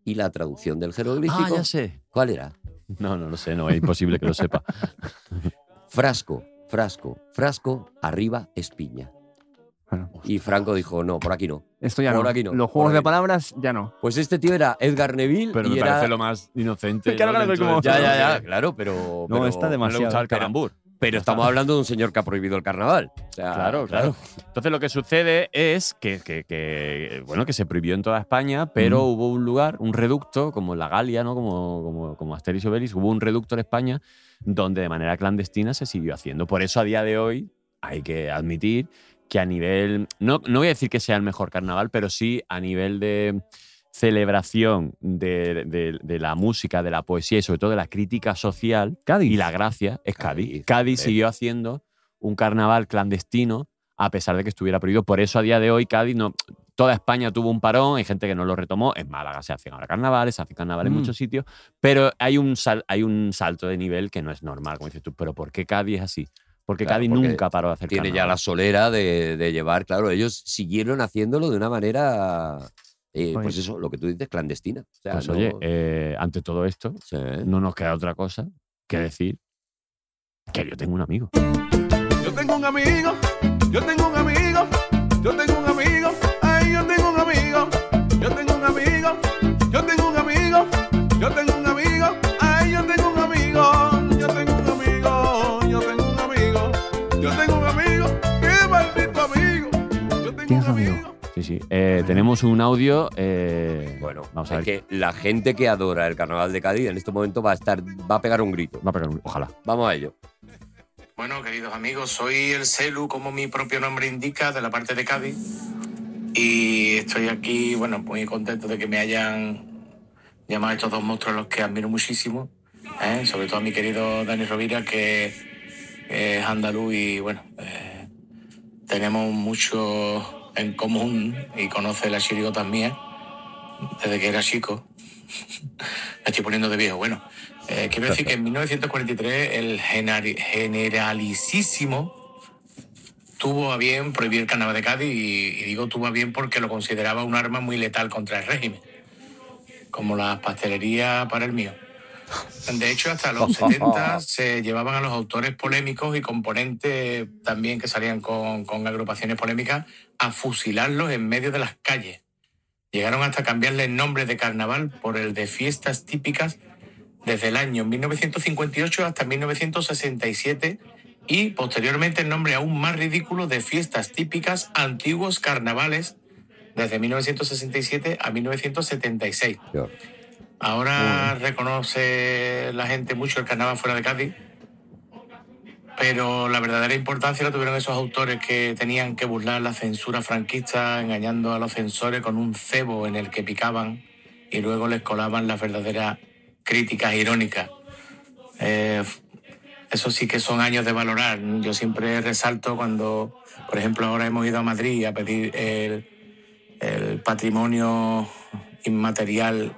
D: Y la traducción del
E: Ah,
D: jeroglífico,
E: ya sé.
D: ¿cuál era?
E: No, no lo sé, no, es imposible que lo sepa.
D: Frasco, frasco, frasco, arriba es piña.
B: Claro.
D: Y Franco dijo, no, por aquí no.
B: Esto ya
D: Por
B: no.
D: aquí no,
B: Los
D: por
B: juegos de
D: aquí no.
B: palabras ya no.
D: Pues este tío era Edgar Neville
E: Pero
D: y
E: me
D: era-
E: parece lo más inocente.
B: Claro,
E: ¿no?
B: claro,
E: Dentro
B: como-
E: de
D: Ya,
E: todo,
D: ya, ya,
E: porque
D: claro, pero.
B: No,
D: pero-
B: está
E: eh, No le
B: demasiado.
E: gustaba el
D: Pero-
E: carambur.
D: Pero estamos hablando de un señor que ha prohibido el carnaval. O sea,
E: Claro, claro. Entonces lo que sucede es que, que- que, bueno, que se prohibió en toda España, pero
B: Ujú.
E: hubo un lugar, un reducto, como la Galia, ¿no? Como, como, como Asterix y Obelix, hubo un reducto en España donde de manera clandestina se siguió haciendo. Por eso a día de hoy hay que admitir que a nivel, no, no voy a decir que sea el mejor carnaval, pero sí a nivel de celebración de, de- de la música, de la poesía y sobre todo de la crítica social,
B: Cádiz.
E: y la gracia es Cádiz. Cádiz,
D: Cádiz, joder.
E: siguió haciendo un carnaval clandestino a pesar de que estuviera prohibido. Por eso a día de hoy Cádiz no. Toda España tuvo un parón, hay gente que no lo retomó. En Málaga se hacen ahora carnavales, se hacen carnavales
B: Mm.
E: en muchos sitios, pero hay un, sal- hay un salto de nivel que no es normal, como dices tú. Pero ¿por qué Cádiz es así? Porque
D: Claro,
E: Cádiz
D: porque
E: nunca paró de hacer
D: Tiene ya la
E: carnaval.
D: solera de, de llevar. Claro, ellos siguieron haciéndolo de una manera. eh, pues
B: Oye.
D: eso, lo que tú dices, clandestina. O sea,
E: Pues
D: no-
E: oye, eh, ante todo esto,
D: Sí.
E: no nos queda otra cosa que decir que yo tengo un amigo.
G: Yo tengo un amigo, yo tengo un amigo, yo tengo un amigo, ay, yo tengo un amigo, yo tengo un amigo, yo tengo un amigo, yo tengo un amigo, ay, yo tengo un amigo, yo tengo un amigo, yo tengo un amigo, yo tengo un amigo, qué maldito amigo, yo tengo
B: ¿Tienes
G: un
B: un amigo?
G: amigo.
E: Sí, sí. Eh, tenemos un audio. eh,
D: Bueno,
E: vamos a
D: es
E: ver.
D: que la gente que adora el carnaval de Cádiz en este momento va a estar, va a pegar un grito.
E: Va a pegar un- Ojalá.
D: Vamos a ello.
H: Bueno, queridos amigos, soy el Celu, como mi propio nombre indica, de la parte de Cádiz. Y estoy aquí, bueno, muy contento de que me hayan llamado estos dos monstruos a los que admiro muchísimo. ¿eh? Sobre todo a mi querido Dani Rovira, que es andaluz y, bueno, eh, tenemos mucho en común y conoce las chirigotas mías desde que era chico. Me estoy poniendo de viejo. Bueno, eh, quiero decir que en 1943 el genari- generalicísimo tuvo a bien prohibir el carnaval de Cádiz y, y digo tuvo a bien porque lo consideraba un arma muy letal contra el régimen, como las pastelerías para el mío. De hecho, hasta los 70 se llevaban a los autores polémicos y componentes también que salían con, con agrupaciones polémicas a fusilarlos en medio de las calles. Llegaron hasta cambiarle el nombre de carnaval por el de fiestas típicas desde el año 1958 hasta 1967 y posteriormente el nombre aún más ridículo de fiestas típicas antiguos carnavales desde 1967 a 1976. Ahora reconoce la gente mucho el carnaval fuera de Cádiz, pero la verdadera importancia la tuvieron esos autores que tenían que burlar la censura franquista engañando a los censores con un cebo en el que picaban y luego les colaban las verdaderas críticas irónicas. Eh, eso sí que son años de valorar. Yo siempre resalto cuando, por ejemplo, ahora hemos ido a Madrid a pedir el, el patrimonio inmaterial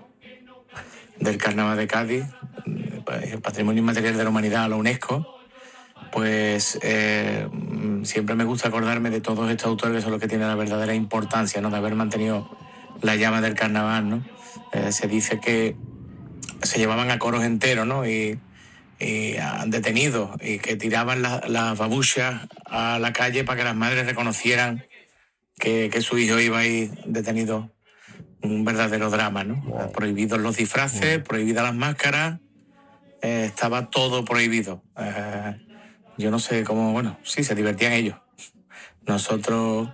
H: del Carnaval de Cádiz, el patrimonio inmaterial de la humanidad a la UNESCO, pues eh, mm, siempre me gusta acordarme de todos estos autores que son los que tienen la verdadera importancia, ¿no? De haber mantenido la llama del carnaval, ¿no? Eh, se dice que se llevaban a coros enteros, ¿no? Y, y han detenido y que tiraban la- las babuchas a la calle para que las madres reconocieran que, que su hijo iba a ir detenido. Un verdadero drama, ¿no? Prohibidos los disfraces, prohibidas las máscaras, eh, estaba todo prohibido. Eh, yo no sé cómo, bueno, sí, se divertían ellos. Nosotros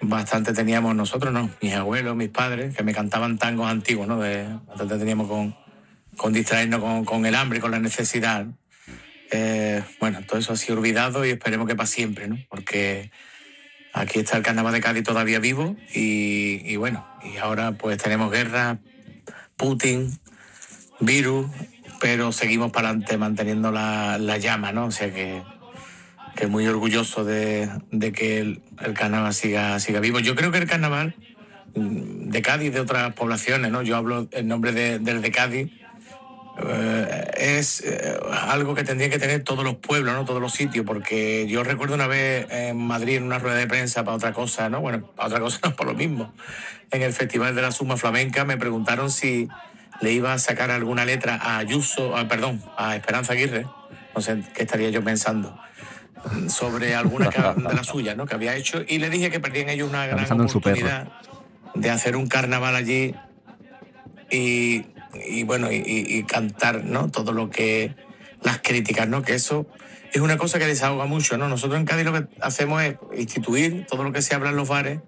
H: bastante teníamos, nosotros no, mis abuelos, mis padres, que me cantaban tangos antiguos, ¿no? De, bastante teníamos con, con distraernos con, con el hambre, con la necesidad. Eh, bueno, todo eso ha sido olvidado y esperemos que para siempre, ¿no? Porque aquí está el carnaval de Cádiz todavía vivo y, y bueno, y ahora pues tenemos guerra, Putin, virus, pero seguimos para adelante manteniendo la, la llama, ¿no? O sea que, que muy orgulloso de, de que el, el carnaval siga, siga vivo. Yo creo que el carnaval mm, de Cádiz, de otras poblaciones, ¿no? Yo hablo en nombre de- del de Cádiz. eh, es eh, algo que tendrían que tener todos los pueblos, ¿no? todos los sitios, porque yo recuerdo una vez en Madrid en una rueda de prensa para otra cosa, ¿no? Bueno, para otra cosa no, por lo mismo. En el Festival de la Suma Flamenca me preguntaron si le iba a sacar alguna letra a Ayuso, ah, perdón, a Esperanza Aguirre, no sé qué estaría yo pensando, sobre alguna ca- de las suyas ¿no? que había hecho, y le dije que perdían ellos una gran
B: pensando en su perro.
H: oportunidad de hacer un carnaval allí y, y bueno, y, y- y cantar ¿no? todo lo que las críticas, ¿no? que eso es una cosa que desahoga mucho. ¿no? Nosotros en Cádiz lo que hacemos es instituir todo lo que se habla en los bares,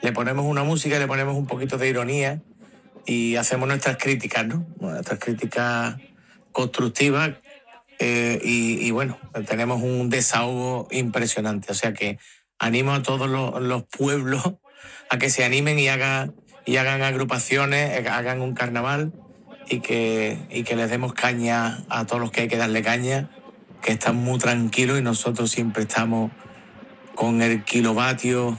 H: le ponemos una música, le ponemos un poquito de ironía y hacemos nuestras críticas, ¿no? Nuestras críticas constructivas eh, y, y bueno, tenemos un desahogo impresionante. O sea que animo a todos los, los pueblos a que se animen y hagan, y hagan agrupaciones, eh, hagan un carnaval y que, y que les demos caña a todos los que hay que darle caña, que están muy tranquilos y nosotros siempre estamos con el kilovatio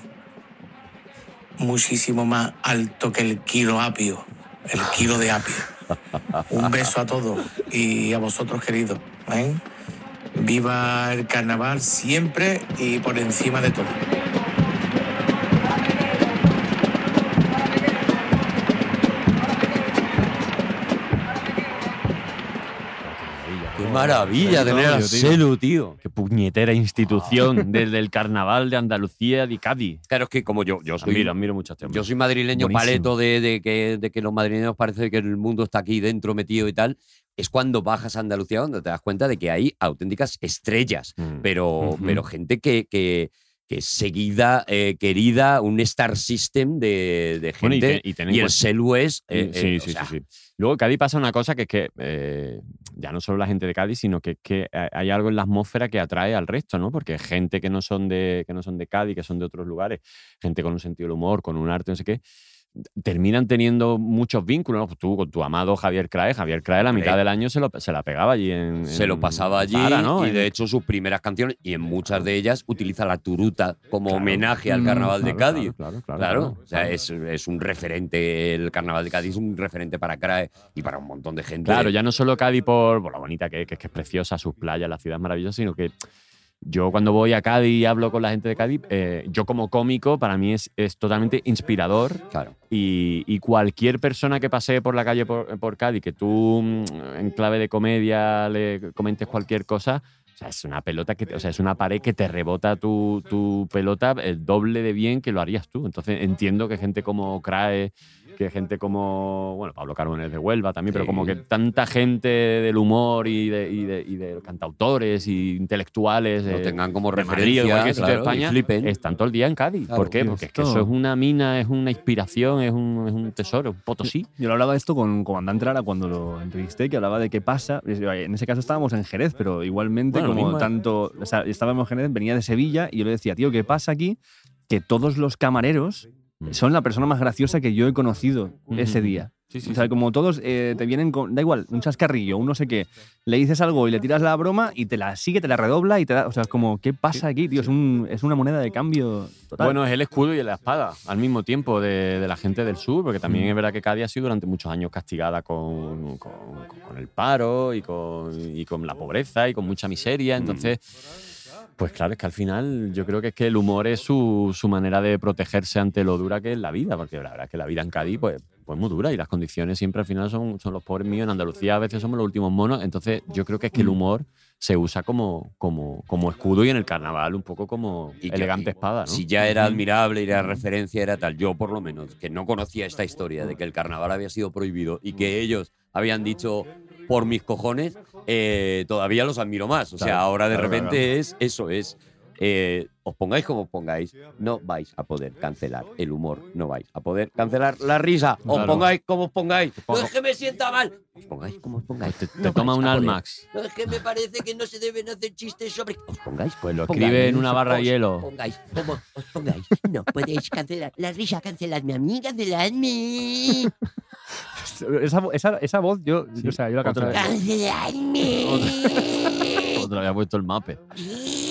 H: muchísimo más alto que el kilo apio, el kilo de apio. Un beso a todos y a vosotros, queridos. ¿eh? Viva el carnaval siempre y por encima de todo.
D: Qué maravilla
E: Qué
D: tener a
E: novio, tío.
D: Selu, tío.
E: Qué puñetera institución desde el carnaval de Andalucía de Cádiz.
D: Claro, es que como yo, yo soy
E: Admiro, admiro mucho a este hombre.
D: Yo soy madrileño
B: Buenísimo.
D: paleto de, de que, de que los madrileños parece que el mundo está aquí dentro metido y tal. Es cuando bajas a Andalucía donde te das cuenta de que hay auténticas estrellas,
E: Mm.
D: pero,
E: Ujú.
D: pero gente que, que, que es seguida, eh, querida, un star system de, de
E: Bueno,
D: gente.
E: y
D: y,
E: te- y ten en
D: el
E: cuenta-
D: Selu es. eh,
E: sí,
D: eh, o
E: sí,
D: sea,
E: sí, sí. Luego en Cádiz pasa una cosa que es que eh, ya no solo la gente de Cádiz, sino que es que ha- hay algo en la atmósfera que atrae al resto, ¿no? Porque gente que no son de, que no son de Cádiz, que son de otros lugares, gente con un sentido del humor, con un arte, no sé qué, terminan teniendo muchos vínculos. ¿no? Pues tú con tu amado Javier Crae, Javier Crae la
D: Hombre.
E: mitad del año se lo, se la pegaba allí en
D: Se
E: en
D: lo pasaba allí
E: Zara, ¿no?
D: y de
E: En-
D: hecho sus primeras canciones, y en muchas de ellas utiliza la turuta como
E: Claro.
D: homenaje al carnaval de
E: Mm, Claro,
D: Cádiz.
E: Claro, claro.
D: Claro, o sea,
E: claro.
D: es, es un referente, el Carnaval de Cádiz es un referente para CRAE y para un montón de gente.
E: Claro, ya no solo Cádiz por, por lo bonita que es, que es, que es preciosa, sus playas, la ciudad es maravillosa, sino que yo cuando voy a Cádiz y hablo con la gente de Cádiz, eh, yo como cómico para mí es, es totalmente inspirador
D: Claro.
E: y, y cualquier persona que pase por la calle por, por Cádiz, que tú mm, en clave de comedia le comentes cualquier cosa, o sea, es una pelota que, te- o sea, es una pared que te rebota tu, tu pelota el doble de bien que lo harías tú. Entonces entiendo que gente como Crae que gente como, bueno, Pablo Carbonell de Huelva también, pero como que tanta gente del humor y de, y de- y de cantautores y intelectuales
D: Lo
E: eh,
D: tengan como
E: de Madrid,
D: referencia,
E: de cualquier sitio de
D: claro, y
E: España,
D: flipen.
E: están todo el día en Cádiz.
D: Claro,
E: ¿Por qué? Porque es que
B: esto-
E: eso es una mina, es una inspiración, es un, es un tesoro, un potosí.
B: Yo lo hablaba esto con Comandante Lara cuando lo entrevisté, que hablaba de qué pasa. eh, En ese caso estábamos en Jerez, pero igualmente
E: Bueno, lo
B: como
E: mismo, ¿eh?
B: tanto... O sea, estábamos en Jerez, venía de Sevilla y yo le decía, tío, ¿qué pasa aquí? Que todos los camareros
E: Mm.
B: son la persona más graciosa que yo he conocido ese
E: Ujú.
B: día.
E: Sí,
B: o sea, como todos eh, te vienen con... Da igual, un chascarrillo, un no sé qué. Le dices algo y le tiras la broma y te la sigue, te la redobla y te da... O sea, es como, ¿qué pasa aquí, tío? Es, un- es una moneda de cambio total.
E: Bueno, es el escudo y la espada al mismo tiempo de, de la gente del sur, porque también es verdad que Cádiz ha sido durante muchos años castigada con, con- con el paro y con, y con la pobreza y con mucha miseria. Entonces, pues claro, es que al final yo creo que es que el humor es su, su manera de protegerse ante lo dura que es la vida, porque la verdad es que la vida en Cádiz, pues pues muy dura y las condiciones siempre al final son, son los pobres míos. En Andalucía a veces somos los últimos monos. Entonces yo creo que
D: Mm.
E: es que el humor se usa como, como, como escudo y en el carnaval un poco como
D: Y que-
E: elegante espada. ¿no?
D: Si ya era admirable y era referencia, era tal. Yo, por lo menos, que no conocía esta historia de que el carnaval había sido prohibido y que ellos habían dicho por mis cojones, eh, todavía los admiro más. O sea,
B: Claro,
D: ahora de
B: claro,
D: repente es eso, es. eh, os pongáis como os pongáis, no vais a poder cancelar el humor, no vais a poder cancelar la risa. Os
E: Claro.
D: pongáis como os pongáis. No
E: pongo-
D: es que me sienta mal. Os pongáis como os pongáis.
E: Te, te
D: no
E: toma
D: vais
E: un
D: a poder.
E: Almax.
D: No, es que me parece que no se deben hacer chistes sobre. Os pongáis, pues
E: lo escribe en una barra de hielo.
D: Os pongáis, como os pongáis. No podéis cancelar la risa, canceladme a mí, canceladme.
B: esa, vo- esa- esa voz, yo, o sea, yo la canto...
E: Otra vez.
D: Canceladme.
E: Otra vez ha puesto el mape.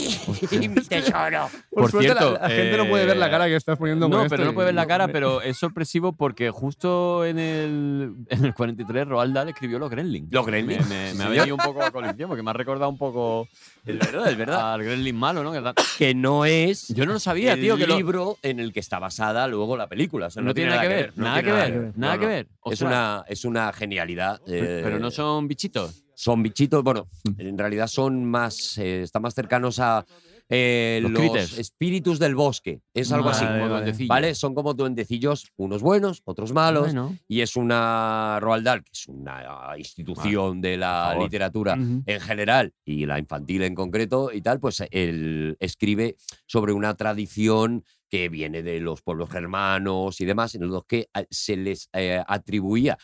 D: Mi tesoro.
E: Por cierto, eh,
B: que estás poniendo.
E: No, pero no puede ver la cara, pero es sorpresivo porque justo en el, en el 43 Roald Dahl escribió Los Gremlins.
D: Los Gremlins,
E: Me, me-
D: sí,
E: me ha
D: señor.
E: venido un poco a colección porque me ha recordado un poco. Es verdad, es verdad. Al Gremlin malo, ¿no? Que da-
D: Que no es.
E: Yo no lo sabía,
D: el
E: tío. Que lo-
D: libro en el que está basada luego la película. O sea,
E: no, tiene nada que ver.
D: no
E: Nada que
D: tiene
E: ver. Nada que ver.
D: Es
E: Ostras,
D: una, es una genialidad. eh,
E: Pero no son bichitos.
D: son bichitos, bueno, en realidad son más, eh, están más cercanos a eh,
E: Los
D: los,
E: critters.
D: espíritus del bosque, es algo así.
E: Vale,
D: como
E: vale.
D: duendecillos. ¿Vale? Son como duendecillos, unos buenos, otros malos,
E: Bueno.
D: y es una Roald Dahl, que es una institución de la
E: favor.
D: literatura en general y la infantil en concreto y tal, pues él escribe sobre una tradición que viene de los pueblos germanos y demás, en los que a- se les eh, atribuía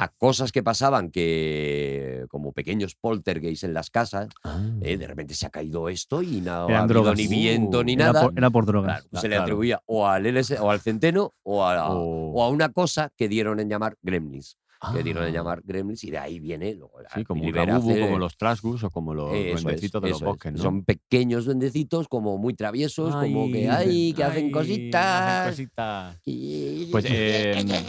D: a cosas que pasaban que como pequeños poltergeist en las casas,
E: Ah.
D: eh, de repente se ha caído esto y no ha
B: Eran
D: habido
B: drogas. Uh,
D: ni viento ni
B: Era
D: nada.
B: por, era por drogas.
D: Claro, se le
E: claro.
D: atribuía o al, LS o al centeno o a,
E: O-
D: o a una cosa que dieron en llamar gremlins. Que dieron en
E: Ah.
D: llamar gremlins y de ahí viene. luego la
E: Sí, como un
D: libera
E: rabubu,
D: hace-
E: como los trasgus o como los
D: eso es,
E: duendecitos de los
D: eso es.
E: bosques, ¿no?
D: Son pequeños duendecitos como muy traviesos, como que ay, que hacen
E: ay,
D: cositas.
E: hacen cositas. Pues, eh,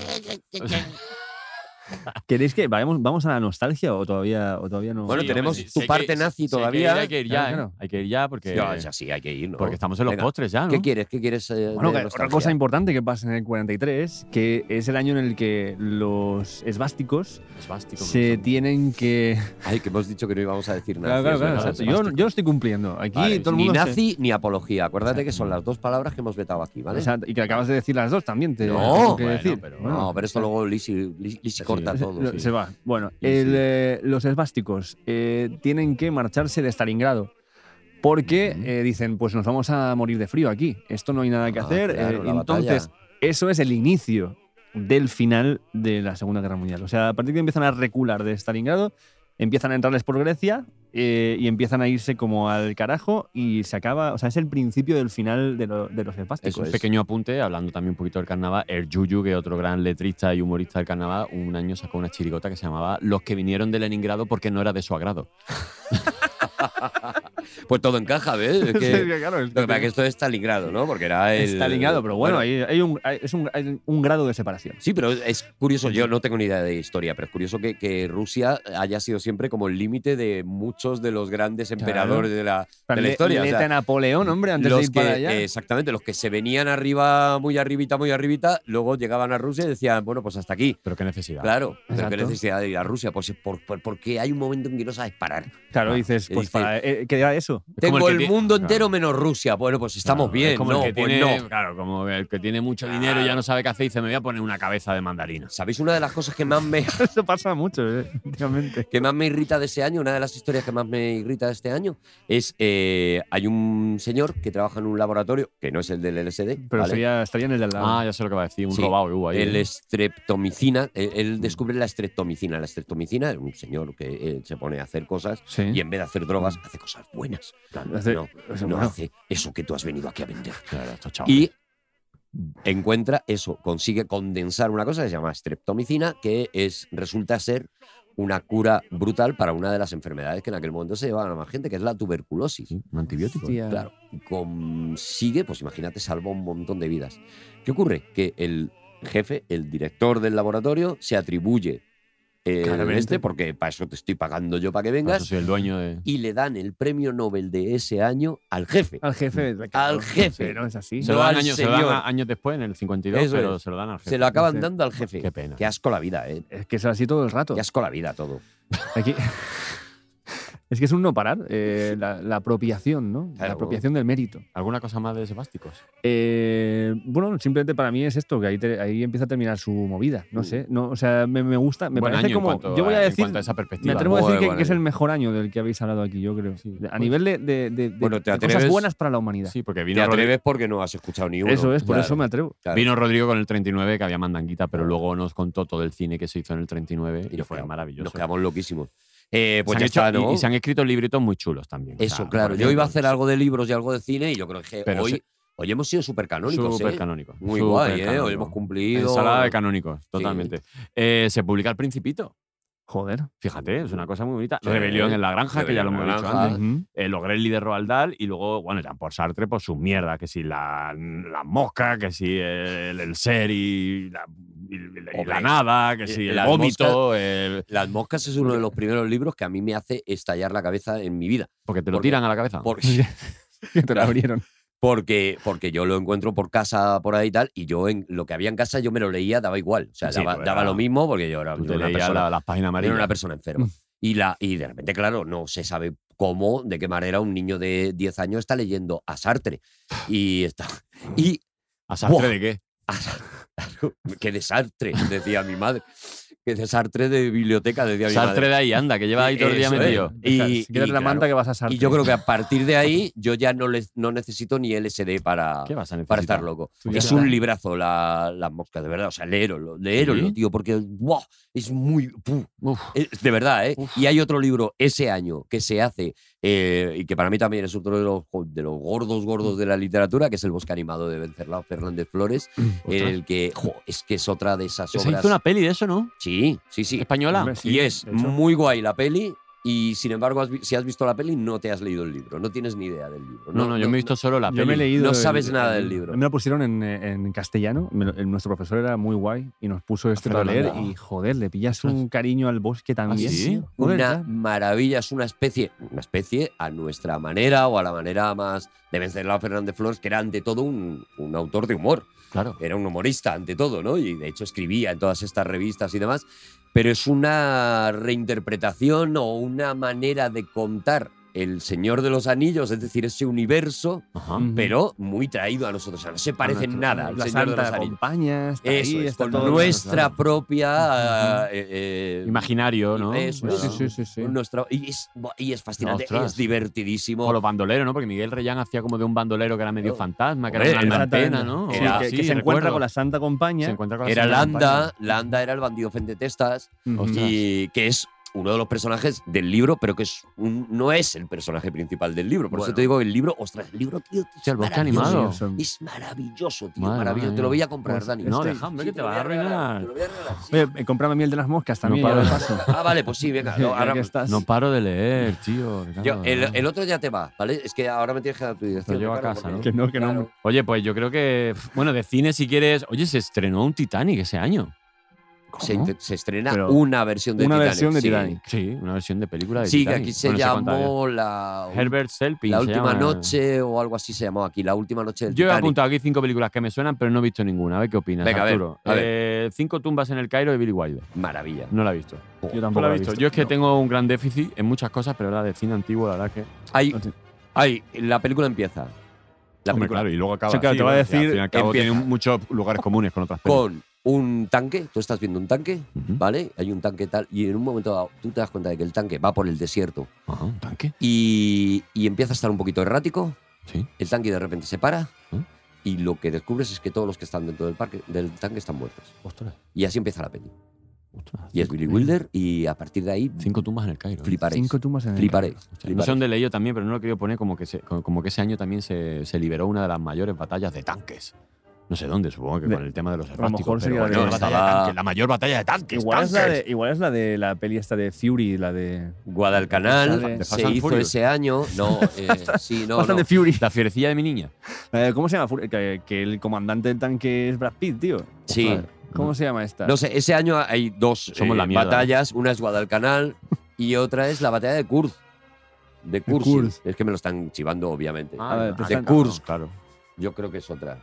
B: ¿Queréis que vayamos, vamos a la nostalgia o todavía, o todavía no?
D: Bueno,
E: Sí,
D: tenemos
E: hombre, sí,
D: tu
E: sí hay
D: parte
E: que-
D: nazi
E: sí hay que
D: todavía.
E: ir, Hay que ir ya,
B: Claro,
E: ¿eh?
B: claro.
E: hay que ir ya porque,
D: Ya, ya sí, hay que ir, ¿no?
E: porque estamos en los
D: Venga,
E: postres ya, ¿no?
D: ¿Qué quieres? ¿Qué quieres? eh,
B: Bueno,
D: de
B: que- otra
D: nostalgia?
B: cosa importante que pasa en el 43, que es el año en el que los esvásticos
E: Esvástico,
B: se
E: ¿no?
B: tienen que.
D: Ay, que hemos dicho que no íbamos a decir
B: Claro,
D: nada.
B: claro,
D: sí,
B: claro,
D: es verdad,
B: exacto.
D: es
B: Yo, yo estoy cumpliendo. Aquí
D: Vale,
B: todo el
D: ni
B: mundo. se-
D: nazi ni apología. Acuérdate que son las dos palabras que hemos vetado aquí, ¿vale?
B: Exacto, y que acabas de decir las dos también. Te
D: No,
B: tengo que
E: bueno,
B: decir.
E: pero-
B: Bueno,
D: No, pero esto luego Lisi, Lisi- Lisi corta
B: se-
D: todo.
B: lo-
D: Ah, sí.
B: Se va. Bueno,
D: Sí,
B: el,
D: sí.
B: eh, los esvásticos eh, tienen que marcharse de Stalingrado. Porque eh, dicen, pues nos vamos a morir de frío aquí. Esto no hay nada que
D: Ah,
B: hacer.
D: claro,
B: eh,
D: la
B: entonces,
D: batalla.
B: eso es el inicio del final de la Segunda Guerra Mundial. O sea, a partir de que empiezan a recular de Stalingrado, empiezan a entrarles por Grecia eh, y empiezan a irse como al carajo y se acaba. O sea, es el principio del final de, lo- de los
D: Eso
B: esvásticos.
D: es.
E: Pequeño apunte, hablando también un poquito del carnaval, el Yuyu, que es otro gran letrista y humorista del carnaval, un año sacó una chirigota que se llamaba Los que vinieron de Leningrado porque no era de su agrado.
D: Pues todo encaja, ¿ves? Es que, lo
B: claro,
D: que pasa es que esto es Stalingrado, ¿no? Porque era el.
B: Stalingrado, pero bueno, hay, hay un, hay- es un, hay un grado de separación.
D: Sí, pero es curioso, yo no tengo ni idea de historia, pero es curioso que, que Rusia haya sido siempre como el límite de muchos de los grandes emperadores de la, de la
B: Le-
D: historia. o
B: Leta
D: sea,
B: Napoleón, hombre, antes
D: los
B: de ir
D: que,
B: para allá.
D: eh, Exactamente, los que se venían arriba, muy arribita, muy arribita, luego llegaban a Rusia y decían, bueno, pues hasta aquí.
E: Pero qué necesidad.
D: Claro, pero qué
B: Exacto.
D: necesidad de ir a Rusia, pues por- por- porque hay un momento en que no sabes parar.
B: claro, dices,
D: eh,
B: pues
D: dice-
B: para, eh, que era eso.
E: Es como
D: Tengo
E: que
D: el,
E: ti-
D: mundo
E: claro,
D: entero menos Rusia. Bueno, pues estamos
E: claro,
D: bien.
E: Es como
D: no,
E: el que
D: pues
E: tiene,
D: no.
E: Claro, como el que tiene mucho dinero y ya no sabe qué hacer y dice, me voy a poner una cabeza de mandarina.
D: ¿Sabéis una de las cosas que más me,
B: Eso pasa mucho, eh, últimamente.
D: que más me irrita de ese año? Una de las historias que más me irrita de este año es eh, hay un señor que trabaja en un laboratorio, que no es el del LSD,
B: Pero
D: ¿vale?
B: sería- estaría en el de al lado.
E: Ah, ya sé lo que va a decir, un
D: Sí,
E: robado que hubo ahí.
D: El
E: ¿eh? Mm.
D: estreptomicina, él, él descubre la estreptomicina. La estreptomicina es un señor que eh, se pone a hacer cosas
B: Sí.
D: y en vez de hacer drogas hace cosas buenas.
B: hace-
D: no,
B: eso
D: no
B: bueno.
D: hace eso que tú has venido aquí a vender.
E: Claro, estos chavales.
D: Y encuentra eso, consigue condensar una cosa que se llama streptomicina, que es, resulta ser una cura brutal para una de las enfermedades que en aquel momento se llevaban a más gente, que es la tuberculosis.
E: un antibiótico.
B: Hostia.
D: Claro, consigue, pues imagínate, salva un montón de vidas. ¿Qué ocurre? Que el jefe, el director del laboratorio, se atribuye el
E: Claramente.
D: este, porque para eso te estoy pagando yo para que
E: Por eso
D: vengas,
E: soy el dueño de.
D: y le dan el premio Nobel de ese año al jefe.
B: Al jefe. de-
D: Al jefe.
B: Sí, No es así.
E: Se,
D: No
E: lo dan
D: al
E: años, se lo dan
D: señor.
E: a- años después, en el 52,
D: Eso
E: pero
D: es.
E: se lo dan al jefe.
D: Se lo acaban
B: Jefe.
D: dando al jefe.
E: Qué pena.
D: Qué asco la vida, ¿eh?
B: Es que es así todo el rato.
D: Qué asco la vida todo.
B: Aquí- es que es un no parar. eh, la, la apropiación, ¿no?
D: Claro.
B: La apropiación del mérito.
E: ¿Alguna cosa más de Sebásticos?
B: Eh, bueno, simplemente para mí es esto, que ahí, te- ahí empieza a terminar su movida. No sé. No, o sea, me, me gusta. Me
E: Buen
B: parece
E: año en
B: como.
E: cuanto
B: yo voy a
E: en
B: decir.
E: cuanto a esa perspectiva.
B: Me atrevo a
D: Muy
B: decir que,
D: buen
B: que es
D: año.
B: el mejor año del que habéis hablado aquí, yo creo. a
E: pues-
B: nivel de, de- de- de-
D: Bueno, te
B: de cosas
D: atreves-
B: buenas para la humanidad.
E: Sí, porque
D: Te
E: vino, Rodri-
D: atreves porque no has escuchado ni uno.
B: eso es, por
D: Claro,
B: eso me atrevo.
D: claro.
E: vino Rodrigo con el 39, que había mandanguita, pero luego nos contó todo el cine que se hizo en el 39 y,
D: nos
E: fue
D: quedamos-
E: maravilloso.
D: Nos quedamos loquísimos. Eh, pues
E: se
D: ya
E: han hecho-
D: está, ¿no?
E: y, y se han escrito libritos muy chulos también. o
D: Eso,
E: sea,
D: claro.
E: por
D: Yo iba a
E: ejemplo,
D: hacer algo de libros y algo de cine y yo creo que
E: Pero
D: hoy,
E: se-
D: hoy hemos sido súper canónicos.
E: Súper canónico.
D: Muy
E: súper
D: guay, ¿eh?
E: canónico.
D: Hoy hemos cumplido.
E: Ensalada de canónicos, totalmente. Eh, se publica El Principito.
B: Joder.
E: Fíjate, es una cosa muy bonita.
D: Sí.
E: Rebelión en la granja, que ya lo
D: Rebelión
E: hemos
D: en la
E: dicho
D: granja.
E: antes.
B: Ujú.
E: Eh, los Gremlins de Roald Dahl y luego, bueno, ya por Sartre, por sus mierdas, que si la, la mosca, que si el, el ser y la, y- y- y la
D: Hombre,
E: nada, que
D: eh,
E: si el
D: las
E: vómito, el-
D: Las moscas es uno de los primeros libros que a mí me hace estallar la cabeza en mi vida.
E: porque te lo
D: porque-
E: tiran a la cabeza.
D: Porque,
B: Que te la abrieron.
D: porque, porque yo lo encuentro por casa, por ahí y tal, y yo en lo que había en casa yo me lo leía, daba igual. O sea,
E: Sí,
D: daba,
E: pues
D: daba
E: era-
D: lo mismo porque yo era
E: Tú
D: yo
E: te
D: era una
E: leías
D: persona
E: la- las
D: Era
E: páginas
D: una
E: amarillas.
D: persona enferma. Y, la, y de repente, claro, no se sabe cómo, de qué manera un niño de 10 años está leyendo a Sartre. Y está. Y.
E: ¿A Sartre
D: ¡Buah!
E: de qué?
D: a Sar- claro, ¡Qué de Sartre! Decía mi madre. ¡Qué de Sartre de biblioteca! Decía mi
E: Sartre
D: madre.
E: de ahí, anda, que lleva ahí todo el día
D: Eso es.
E: metido.
D: Y,
B: Quédate la
D: y,
B: manta
D: claro,
B: que vas a Sartre.
D: y yo creo que a partir de ahí yo ya no, les, no necesito ni LSD para,
E: ¿Qué vas a necesitar?
D: para estar loco.
B: Tú ya
D: Es
B: sabes.
D: un librazo la, las moscas, de verdad. O sea, leeroslo, leeroslo,
E: Sí.
D: tío, porque ¡buah! es muy. ¡puf!
E: Uf.
D: Es de verdad, ¿eh?
E: Uf.
D: Y hay otro libro ese año que se hace eh, y que para mí también es otro de los, de los gordos, gordos
E: Mm.
D: de la literatura, que es El bosque animado de Vencerlao Fernández Flores, en
E: Ostras.
D: el que, jo, es que es otra de esas
E: Se
D: obras.
E: hizo una peli de eso, ¿no?
D: Sí, sí, sí.
E: Española.
B: Hombre, sí,
D: y es
B: de hecho.
D: muy guay la peli. Y sin embargo, has vi- si has visto la peli, no te has leído el libro, no tienes ni idea del libro.
E: No, no, yo me he visto solo la
B: Yo me he
E: peli.
B: leído
D: No
B: el-
D: sabes nada del libro.
B: Me lo pusieron en, en castellano. me lo- el- nuestro profesor era muy guay y nos puso este para leer.
E: Fernando.
B: Y joder, le pillas un cariño al bosque también.
E: sí?
B: Joder,
D: Ah, una
B: ya.
D: maravilla, es una especie, una especie a nuestra manera o a la manera más de Vencerlao Fernández Flores, que era ante todo un, un autor de humor.
E: Claro.
D: Era un humorista ante todo, ¿no? Y de hecho escribía en todas estas revistas y demás. Pero es una reinterpretación o una manera de contar El Señor de los Anillos, es decir, ese universo,
E: Ajá.
B: Ujú.
D: pero muy traído a nosotros. O sea, no se parece en
B: Nuestro-
D: nada al
B: La
D: Señor de los
B: Santa
D: Anillos.
B: acompaña, está
D: Eso
B: ahí,
D: es,
B: está
D: con
B: todo-
D: nuestra
B: Claro.
D: propia. eh, eh,
E: Imaginario, ¿no?
D: Eso,
B: Sí,
E: Claro.
B: sí, sí, sí, sí.
D: con nuestra- y, es, y es fascinante, y
E: Ostras.
D: es divertidísimo.
E: O los bandoleros, ¿no? Porque Miguel Reyán hacía como de un bandolero que era medio
D: Oh.
E: fantasma, que
D: Hombre,
E: era una alma en
B: Exactamente.
E: pena, ¿no?
B: Sí,
E: Era
B: que,
E: así,
B: que se encuentra
E: recuerdo.
B: con la Santa Compañía.
E: Se encuentra con la
D: Era
E: señora
D: Landa,
E: Compañía.
D: Landa era el bandido frente testas,
B: Ujú.
E: Ostras.
D: y que es uno de los personajes del libro, pero que es un- no es el personaje principal del libro. Por eso
B: Bueno.
D: te digo que el libro, ostras, el libro, tío, es
E: Hostia, el bosque
D: maravilloso.
E: animado.
B: Maravilloso.
D: Es maravilloso, tío,
E: Madre
D: maravilloso.
E: mía.
D: Te lo voy a comprar,
B: Pues,
D: Dani.
E: No,
B: Este-
E: dejadme
D: Sí,
E: que te vas a
D: voy regalar,
E: arruinar.
D: te lo voy a regalar, sí.
B: Oye, eh, cómprame miel de las moscas también.
E: paro.
B: ya de paso.
D: Ah, vale, pues sí, venga. no,
B: Ya
D: ahora-
B: que estás.
E: No paro de leer, tío. Ricardo,
D: yo-
E: de
D: el,
E: verdad.
D: el otro ya te va, ¿vale? Es que ahora me tienes que dar tu dirección.
E: Lo llevo a
D: Ricardo,
E: casa,
D: porque-
E: ¿no?
B: Que no, que no.
D: Claro.
E: Oye, pues yo creo que. Bueno, de cine, si quieres. Oye, se estrenó un Titanic ese año.
D: se,
B: ¿Cómo?
D: inte- se estrena
B: Pero
D: una versión de
B: una
D: Titanic.
B: versión de
D: sí.
B: Titanic.
E: Sí, una versión de película Ah, de
D: Sí, que
E: Titanic.
D: aquí se
E: Bueno, no sé cuántas
D: llamó la,
E: había. Herbert Selpin.
D: la
E: se
D: última
E: llama. eh.
D: noche o algo así se llamó aquí, la última noche del
E: Yo he
D: Titanic.
E: apuntado aquí cinco películas que me suenan, pero no he visto ninguna. A ver qué opinas,
D: Venga, a ver,
E: Arturo.
D: a ver.
E: Eh, cinco tumbas en el Cairo de Billy Wilder.
D: Maravilla.
E: No la he visto.
B: Yo
E: No
B: tampoco
E: la
B: la
E: he visto. Yo es que
B: No.
E: tengo un gran déficit en muchas cosas, pero la de cine antiguo, la verdad que.
D: Hay,
B: No sé.
D: Ay, la película empieza. La
E: Hombre,
D: película
E: claro, y luego acaba.
I: Sí, claro,
E: así,
I: te va a
E: ¿no? O sea,
I: decir,
E: Al fin y al cabo,
D: empieza.
E: tiene muchos lugares comunes con otras películas.
D: con un tanque, tú estás viendo un tanque,
E: Ujú.
D: ¿vale? Hay un tanque tal, y en un momento dado tú te das cuenta de que el tanque va por el desierto
E: Ajá, un tanque.
D: y, y empieza a estar un poquito errático,
E: Sí.
D: el tanque de repente se para
E: ¿Mm?
D: y lo que descubres es que todos los que están dentro del, parque, del tanque están muertos.
E: Ostras.
D: Y así empieza la peli.
E: ostras.
D: Y es Billy Wilder y a partir de ahí
E: Cinco tumbas en el Cairo. ¿eh?
D: fliparéis.
B: Cinco tumbas en el-
D: Fliparéis.
E: O sea, No sé dónde leí yo también, pero no lo quiero poner como que, se- como como que ese año también se, se liberó una de las mayores batallas de tanques. No sé dónde, supongo que
I: De-
E: con el tema de los
I: lo
E: esvásticos.
I: mejor
E: pero
I: sería la
E: bueno,
I: de-
E: la, batalla de
D: estaba-
E: tanques, la mayor batalla de tanques.
I: Igual es, la
E: tanques.
I: de, igual es la de la peli esta de Fury, la de.
D: Guadalcanal
I: De
E: Fast
D: se
E: and
D: hizo
E: Furious.
D: ese año. No, eh, sí, no,
I: Fast
D: no.
I: and the Fury.
E: La fierecilla de mi niña.
I: La de- ¿Cómo se llama? Fury? Que, que el comandante del tanque es Brad Pitt, tío.
D: Sí.
I: Joder, ¿Cómo se llama esta?
D: No sé, ese año hay dos
E: Somos
D: eh,
E: la mierda,
D: batallas. Una es Guadalcanal y otra es la batalla de Kurz. De Kurz.
I: Kurz.
D: Es que me lo están chivando, obviamente.
I: Ah, de
D: de
I: Kursk.
D: Kursk.
E: claro.
D: Yo creo que es otra.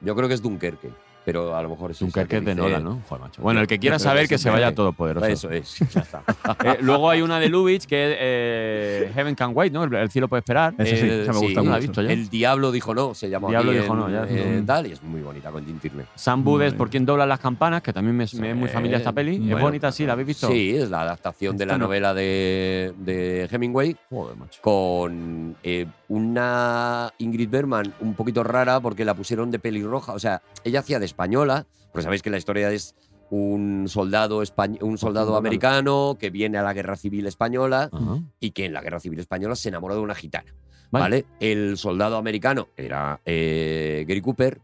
D: Yo creo que es Dunkerque. Pero a lo mejor es esa
E: Dunkerque
D: que
E: es de
D: dice-
E: Nola, ¿no? Joder, macho. Bueno, el que
D: yo
E: quiera
D: creo que
E: saber
D: es
E: que se vaya
D: Dunkerque.
E: todopoderoso.
D: Eso es.
E: Eh, luego hay una de Lubitsch que es eh, Heaven Can Wait, ¿no? El, el cielo puede esperar.
I: Esa sí,
E: Eh,
I: esa me
D: sí,
I: gusta
E: ¿no
I: mucho.
E: la has visto ya?
D: El Diablo dijo no, se llamó
E: Diablo
D: aquí
E: dijo
D: en-
E: no, ya.
D: en tal, y es muy bonita con Jim Tierney.
E: Sam Bud es por quien doblan las campanas, que también me, me es muy
D: Sí.
E: familiar esta peli.
D: Bueno,
E: es bonita, sí, ¿la habéis visto?
D: Sí, es la adaptación de la
E: Esta no.
D: novela de, de Hemingway
E: Joder, macho.
D: con eh, una Ingrid Bergman un poquito rara porque la pusieron de pelirroja. O sea, ella hacía de española, pero sabéis que la historia es un soldado, españ- un soldado americano que viene a la guerra civil española
E: Ajá.
D: y que en la guerra civil española se enamoró de una gitana.
E: Vale.
D: ¿Vale? El soldado americano era eh, Gary Cooper,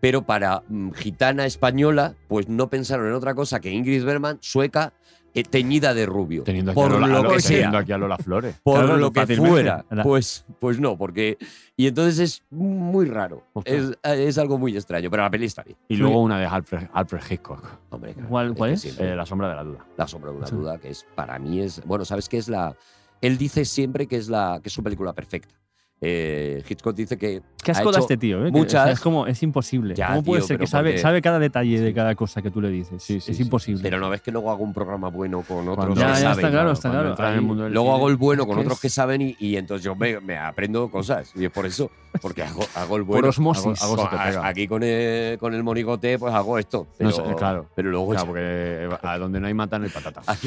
D: pero para mm, gitana española, pues no pensaron en otra cosa que Ingrid Bergman, sueca, eh, teñida de rubio.
E: Teniendo aquí,
D: por
E: a Lola,
D: lo
E: a Lola-
D: que sea
E: teniendo aquí a Lola Flores.
D: por
I: Claro,
D: lo que
I: fácilmente.
D: fuera.
I: La-
D: Pues, pues no, porque. Y entonces es muy raro. Es,
E: Ostras.
D: es algo muy extraño, pero la peli está bien.
E: Y luego una de Alfred, Alfred Hitchcock,
D: Hombre, claro,
B: ¿Cuál- cuál
D: que
B: es?
D: siempre
E: eh, La sombra de la duda.
D: La sombra de una duda, que es para mí es. Bueno, ¿sabes qué es la.? Él dice siempre que es, la, que es su película perfecta. Eh, Hitchcock dice que.
B: Qué
D: ha
B: asco da
D: hecho
B: este tío, ¿eh? Que-
D: muchas-
B: o sea, es como, es imposible.
D: Ya,
B: ¿Cómo puede
D: tío,
B: ser que
D: pero
B: sabe,
D: porque-
B: sabe cada detalle de cada cosa que tú le dices?
E: Sí, sí,
B: es
E: sí,
B: imposible.
D: Pero no ves que luego hago un programa bueno con otros
E: Cuando
D: que
B: ya, ya,
D: saben.
B: está claro, está
E: cuando
B: claro.
E: entras en
B: Ahí-
E: el mundo del
D: Luego
E: cine.
D: hago el bueno
B: es
D: con
B: que
D: otros
B: es-
D: que saben y, y entonces yo me, me aprendo cosas. Y es por eso, porque hago, hago el
B: por
D: bueno.
B: osmosis.
E: hago- hago- se te
D: Con- a-
E: pega.
D: aquí con el, con el monigote, pues hago esto. Pero,
E: No sé, claro.
D: pero luego
E: Claro,
D: ya-
E: porque eh, a donde no hay mata no hay patata.
D: Pues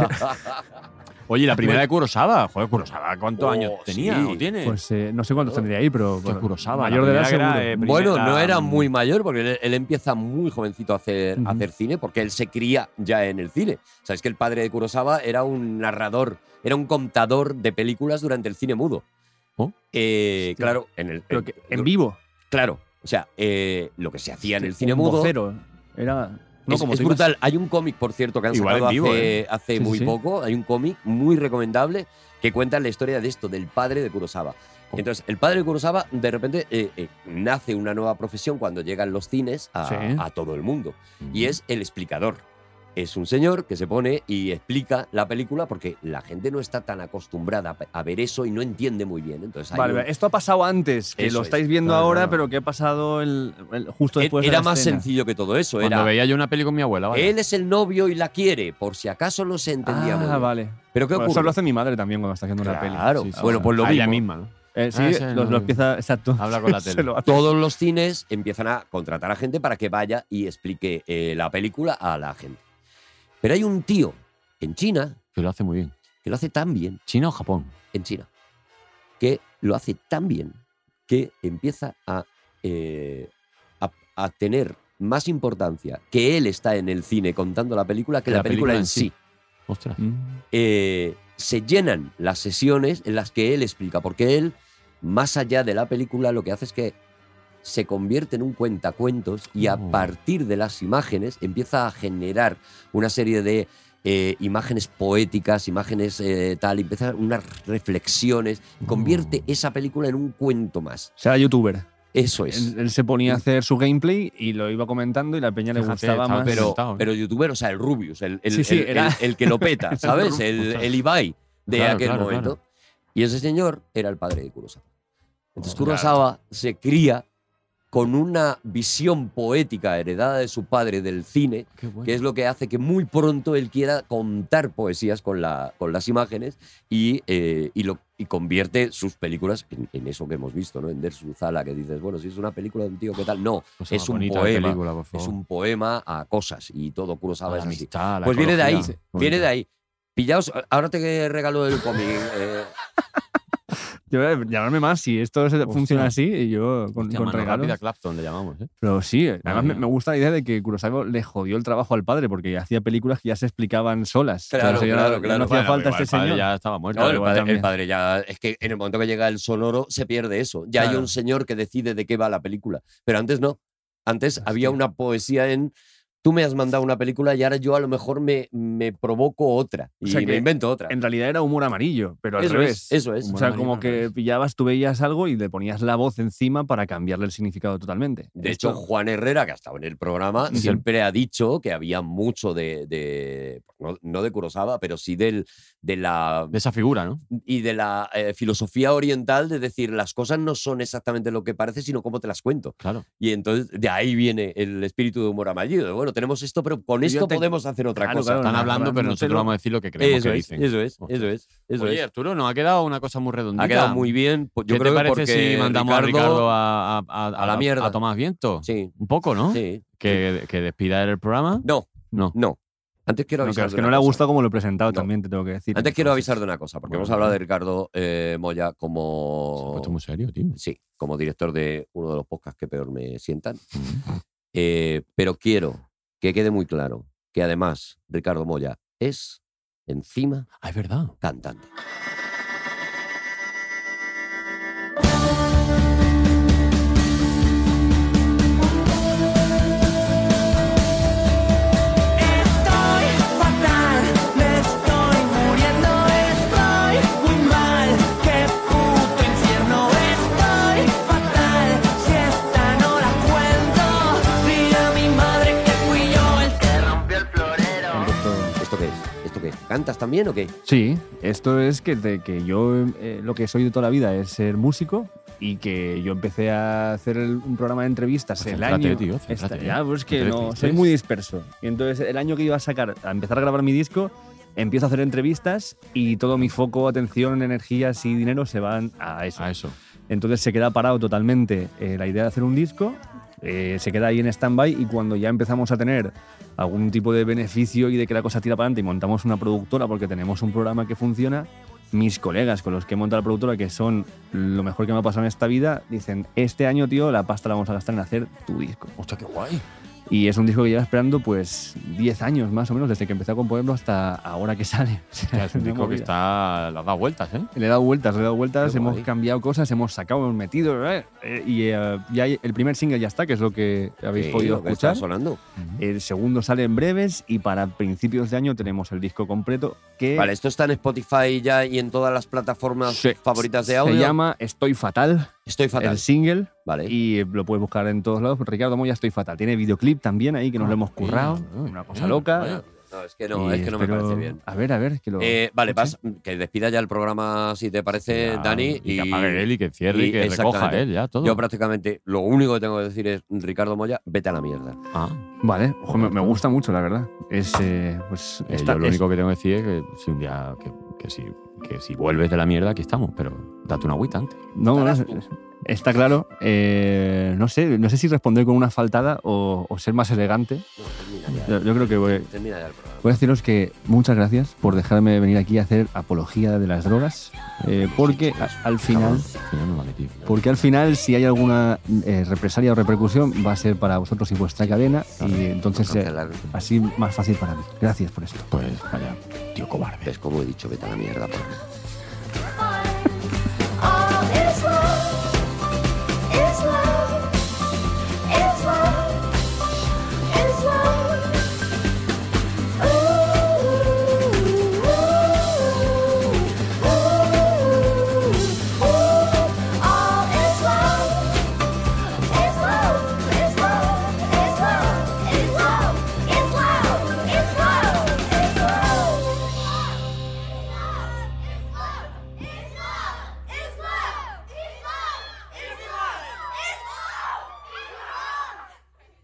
D: Aquí- Pues
E: Oye, la primera de Kurosawa. Joder, Kurosawa, ¿cuántos
D: Oh,
E: años tenía
D: sí.
E: o tiene?
B: Pues eh, no sé cuántos tendría ahí, pero
E: Hostia, Kurosawa,
B: mayor
E: la
B: de edad
E: primera
B: seguro.
E: que era, eh,
D: bueno, no
E: primera,
D: era
E: mm,
D: muy mayor, porque él, él empieza muy jovencito a hacer, a
B: Ujú.
D: hacer cine, porque él se cría ya en el cine. O sea, es que el padre de Kurosawa era un narrador, era un contador de películas durante el cine mudo.
E: ¿Oh?
D: Eh,
B: Hostia.
D: claro, en el.
B: Pero
D: en-
B: que- en vivo.
D: Claro. O sea, eh, lo que se hacía en el cine
B: Un
D: mudo.
B: vocero. Era. no,
D: es,
B: como
D: es
B: tú ibas-
D: brutal. Hay un cómic, por cierto, que han
E: Igual
D: sacado
E: en vivo,
D: hace, hace
B: Sí, sí,
D: muy
B: sí.
D: poco. Hay un cómic muy recomendable que cuenta la historia de esto, del padre de Kurosawa. Entonces, el padre de Kurosawa, de repente, eh, eh, nace una nueva profesión cuando llegan los cines a,
B: Sí.
D: a todo el mundo. Y es el explicador. Es un señor que se pone y explica la película porque la gente no está tan acostumbrada a pe- a ver eso y no entiende muy bien. Entonces, hay
I: Vale,
D: un-
I: vale, esto ha pasado antes, que
D: Eso
I: lo
D: es.
I: estáis viendo
E: Claro,
I: ahora,
E: claro.
I: pero que ha pasado el, el- justo
D: e-
I: después de
D: era
I: la
D: más
I: escena.
D: sencillo que todo eso.
E: Cuando
D: Era,
E: veía yo una peli con mi abuela, vaya.
D: él es el novio y la quiere, por si acaso no se entendía muy
I: Ah,
D: bien.
I: vale.
D: Pero ¿qué
I: Bueno,
D: ocurre?
I: eso lo hace mi madre también cuando está haciendo una peli.
D: Claro.
I: Sí, sí,
D: bueno,
I: sí.
D: pues lo
E: A ella
D: mismo.
E: misma, ¿no?
I: Eh, sí,
E: Ah, ese
I: los,
E: no.
I: los empieza, exacto.
E: Habla con la
I: Se
E: tele.
I: lo hace.
D: Todos los cines empiezan a contratar a gente para que vaya y explique eh, la película a la gente. Pero hay un tío en China
E: Que lo hace muy bien.
D: que lo hace tan bien,
E: ¿China o Japón?
D: en China, que lo hace tan bien que empieza a, eh, a, a tener más importancia que él está en el cine contando la película que la, película, en sí.
E: Ostras.
I: Mm.
D: eh, se llenan las sesiones en las que él explica, porque él, más allá de la película, lo que hace es que se convierte en un cuentacuentos y a
E: Oh.
D: partir de las imágenes empieza a generar una serie de eh, imágenes poéticas, imágenes eh, tal, empieza unas reflexiones, y convierte esa película en un cuento más.
I: O sea, era youtuber.
D: Eso es.
I: Él, él se ponía a hacer su gameplay y lo iba comentando y la peña le
E: Fíjate,
I: gustaba
E: estaba
I: más.
E: pero- ¿eh?
D: Pero youtuber, o sea, el Rubius, el, el-
I: Sí, sí,
D: el-
I: era-
D: el- el que lo peta, ¿sabes? El,
E: Ostras.
D: el Ibai de
E: Claro,
D: aquel
E: claro,
D: momento. Y ese señor era el padre de Kurosawa. Entonces
E: Ostras.
D: Kurosawa se cría con una visión poética heredada de su padre del cine,
E: Qué bueno.
D: que es lo que hace que muy pronto él quiera contar poesías con, la, con las imágenes y, eh, y, lo, y convierte sus películas en, en eso que hemos visto, ¿no? En Der Zala, que dices, bueno, si es una película de un tío, ¿qué tal? No,
E: Pues
D: es
E: una
D: un
E: bonita
D: poema.
E: película, por favor.
D: es un poema a cosas y todo
E: Oh. A
D: Kurosawa
E: la
D: es así.
E: amistad, a la
D: Pues viene de ahí,
E: ecología.
D: viene de ahí. Pillaos, ahora te regalo el cómic. eh,
B: Yo, eh, llamarme más, si esto se- funciona así, y yo con,
E: Hostia,
B: con
E: mano
B: regalos.
E: rápida Clapton le llamamos. ¿eh?
B: Pero sí, además me,
E: mía.
B: me gusta la idea de que Kurosawa le jodió el trabajo al padre porque hacía películas que ya se explicaban solas.
D: Claro,
B: o sea, ya-
D: claro,
B: ya
D: claro.
B: No hacía
E: Bueno,
B: falta
E: igual
B: este
E: el padre
B: señor.
E: Ya estaba muerto.
D: No, el
B: igual
D: padre,
B: también.
D: el padre ya. Es que en el momento que llega el sonoro se pierde eso. Ya hay
B: Claro.
D: un señor que decide de qué va la película. Pero antes no. Antes había una poesía en. Tú me has mandado una película y ahora yo a lo mejor me, me provoco otra. Y
B: O sea
D: me
B: que
D: invento otra.
B: En realidad era humor amarillo, pero al
D: Eso
B: revés.
D: es, eso es.
B: O sea,
E: Humor
B: como
E: amarillo, al
B: que
E: revés.
B: pillabas, tú veías algo y le ponías la voz encima para cambiarle el significado totalmente.
D: De
B: Esto-
D: hecho, Juan Herrera, que ha estado en el programa,
B: Sí.
D: siempre ha dicho que había mucho de. de- no, no de Kurosawa, pero sí del, de la
E: De esa figura, ¿no?
D: y de la eh, filosofía oriental de decir las cosas no son exactamente lo que parece, sino cómo te las cuento.
E: Claro.
D: Y entonces de ahí viene el espíritu de humor amarillo. de, bueno, tenemos esto, pero con
B: Yo
D: esto
B: te-
D: podemos hacer otra
B: Claro,
D: cosa.
B: claro,
E: Están
B: no,
E: hablando, pero
B: no te
E: nosotros
B: lo-
E: vamos a decir lo que creemos
D: eso,
E: que
D: es,
E: dicen.
D: eso es,
E: Hostia.
D: eso es, eso
E: Oye,
D: es.
E: Arturo, nos ha quedado una cosa muy redondita.
D: Ha quedado muy bien. pues Yo
E: ¿Qué
D: creo
E: te
D: que
E: parece
D: porque
E: si mandamos a Ricardo a, a- a-
D: a la mierda?
E: a Tomás Viento?
D: Sí,
E: Un poco, ¿no?
D: sí.
E: Que, que despida el programa.
D: No,
E: No.
D: no. Antes quiero
B: No,
D: avisar.
B: que,
D: de
B: que
D: una
B: no le ha
D: cosa.
B: gustado como lo he presentado
D: No.
B: también, te tengo que decir.
D: Antes quiero
B: Entonces,
D: avisar de una cosa, porque
E: Bueno,
D: hemos hablado de
E: vale.
D: Ricardo eh, Moya
E: Se ha
D: como.
E: puesto Pues muy serio, tío.
D: Sí, como director de uno de los podcasts que peor me sientan. Eh, pero quiero que quede muy claro que además Ricardo Moya es, encima,
E: Ah, es verdad.
D: cantante.
C: Estoy fatal, me estoy muriendo, estoy muy mal, qué puto infierno. Estoy fatal, si esta no la cuento, dile a mi madre que fui yo el que rompió el florero.
B: esto-
D: ¿Esto qué es? ¿Esto qué es? ¿Cantas también o qué?
B: Sí, esto es que, de- que yo eh, lo que soy de toda la vida es ser músico y que yo empecé a hacer el- un programa de entrevistas el
E: Céntrate,
B: año.
E: tío, céntrate.
B: Esta- ya, pues que
E: No te
B: no,
E: despistes.
B: soy muy disperso. Y entonces el año que iba a sacar, a empezar a grabar mi disco, empiezo a hacer entrevistas y todo mi foco, atención, energías y dinero se van a eso.
E: A eso.
B: Entonces se queda parado totalmente eh, la idea de hacer un disco, eh, se queda ahí en stand-by y cuando ya empezamos a tener algún tipo de beneficio y de que la cosa tira para adelante y montamos una productora porque tenemos un programa que funciona, mis colegas con los que he montado la productora, que son lo mejor que me ha pasado en esta vida, dicen, este año, tío, la pasta la vamos a gastar en hacer tu disco.
E: Hostia, qué guay.
B: Y es un disco que lleva esperando pues 10 años más o menos, desde que empecé a componerlo hasta ahora que sale. O sea,
E: Ya, es un
B: una
E: disco que
B: movida.
E: está. Las da vueltas, ¿eh?
B: Le he dado vueltas, le he dado vueltas,
D: Qué
B: hemos
D: guay.
B: cambiado cosas, hemos sacado, hemos metido. eh, eh, y eh, ya hay- el primer single ya está, que es lo que habéis
D: Sí,
B: podido
D: lo que está
B: escuchar.
D: sonando?
B: El segundo sale en breves y para principios de año tenemos el disco completo que
D: Vale, esto está en Spotify ya y en todas las plataformas
E: Sí.
D: favoritas de
B: se
D: audio.
B: llama Estoy Fatal,
D: Estoy fatal.
B: el single,
D: Vale.
B: y eh, lo puedes buscar en todos lados. Ricardo Moya, Estoy Fatal. Tiene videoclip también ahí que
D: Ah,
B: nos lo hemos currado. una cosa loca.
D: No, es que no,
B: Y
D: es que no me
B: espero-
D: parece bien.
B: A ver, a ver, que lo.
D: Eh, vale,
B: escuche.
D: vas, que despida ya el programa si te parece, Dani.
E: Y que apague él y que cierre y,
D: y-
E: que recoja
D: exactamente.
E: él ya todo.
D: Yo prácticamente lo único que tengo que decir es, Ricardo Moya, vete a la mierda.
E: Ah,
B: Vale, ojo, me, me gusta mucho, la verdad. Es. eh, pues,
E: eh,
B: esta-
E: yo lo
B: es-
E: único que tengo que decir es que si un día. Que, que si, que si vuelves de la mierda, aquí estamos. Pero date una agüita antes.
B: No, no,
D: Estarás
B: no, está claro. Eh, no sé, no sé si responder con una faltada o, o ser más elegante.
D: No, termina ya.
B: Yo, yo creo que voy,
D: Termina ya el programa.
B: voy a deciros que muchas gracias por dejarme venir aquí a hacer apología de las drogas, eh, porque a- al final,
E: Cabrón, al final no vale, tío.
B: porque al final si hay alguna eh, represalia o repercusión va a ser para vosotros y vuestra cadena y entonces eh,
D: Cancelar.
B: así más fácil para mí. Gracias por esto.
E: Pues vaya, tío cobarde.
D: Es como he dicho, vete a la mierda. por favor.
C: All is love, is love, is love, is love. Ooh, ooh, ooh, ooh. All is love, is love, is love, is love, is love, is love, is love, is love. Is love, is love, is love.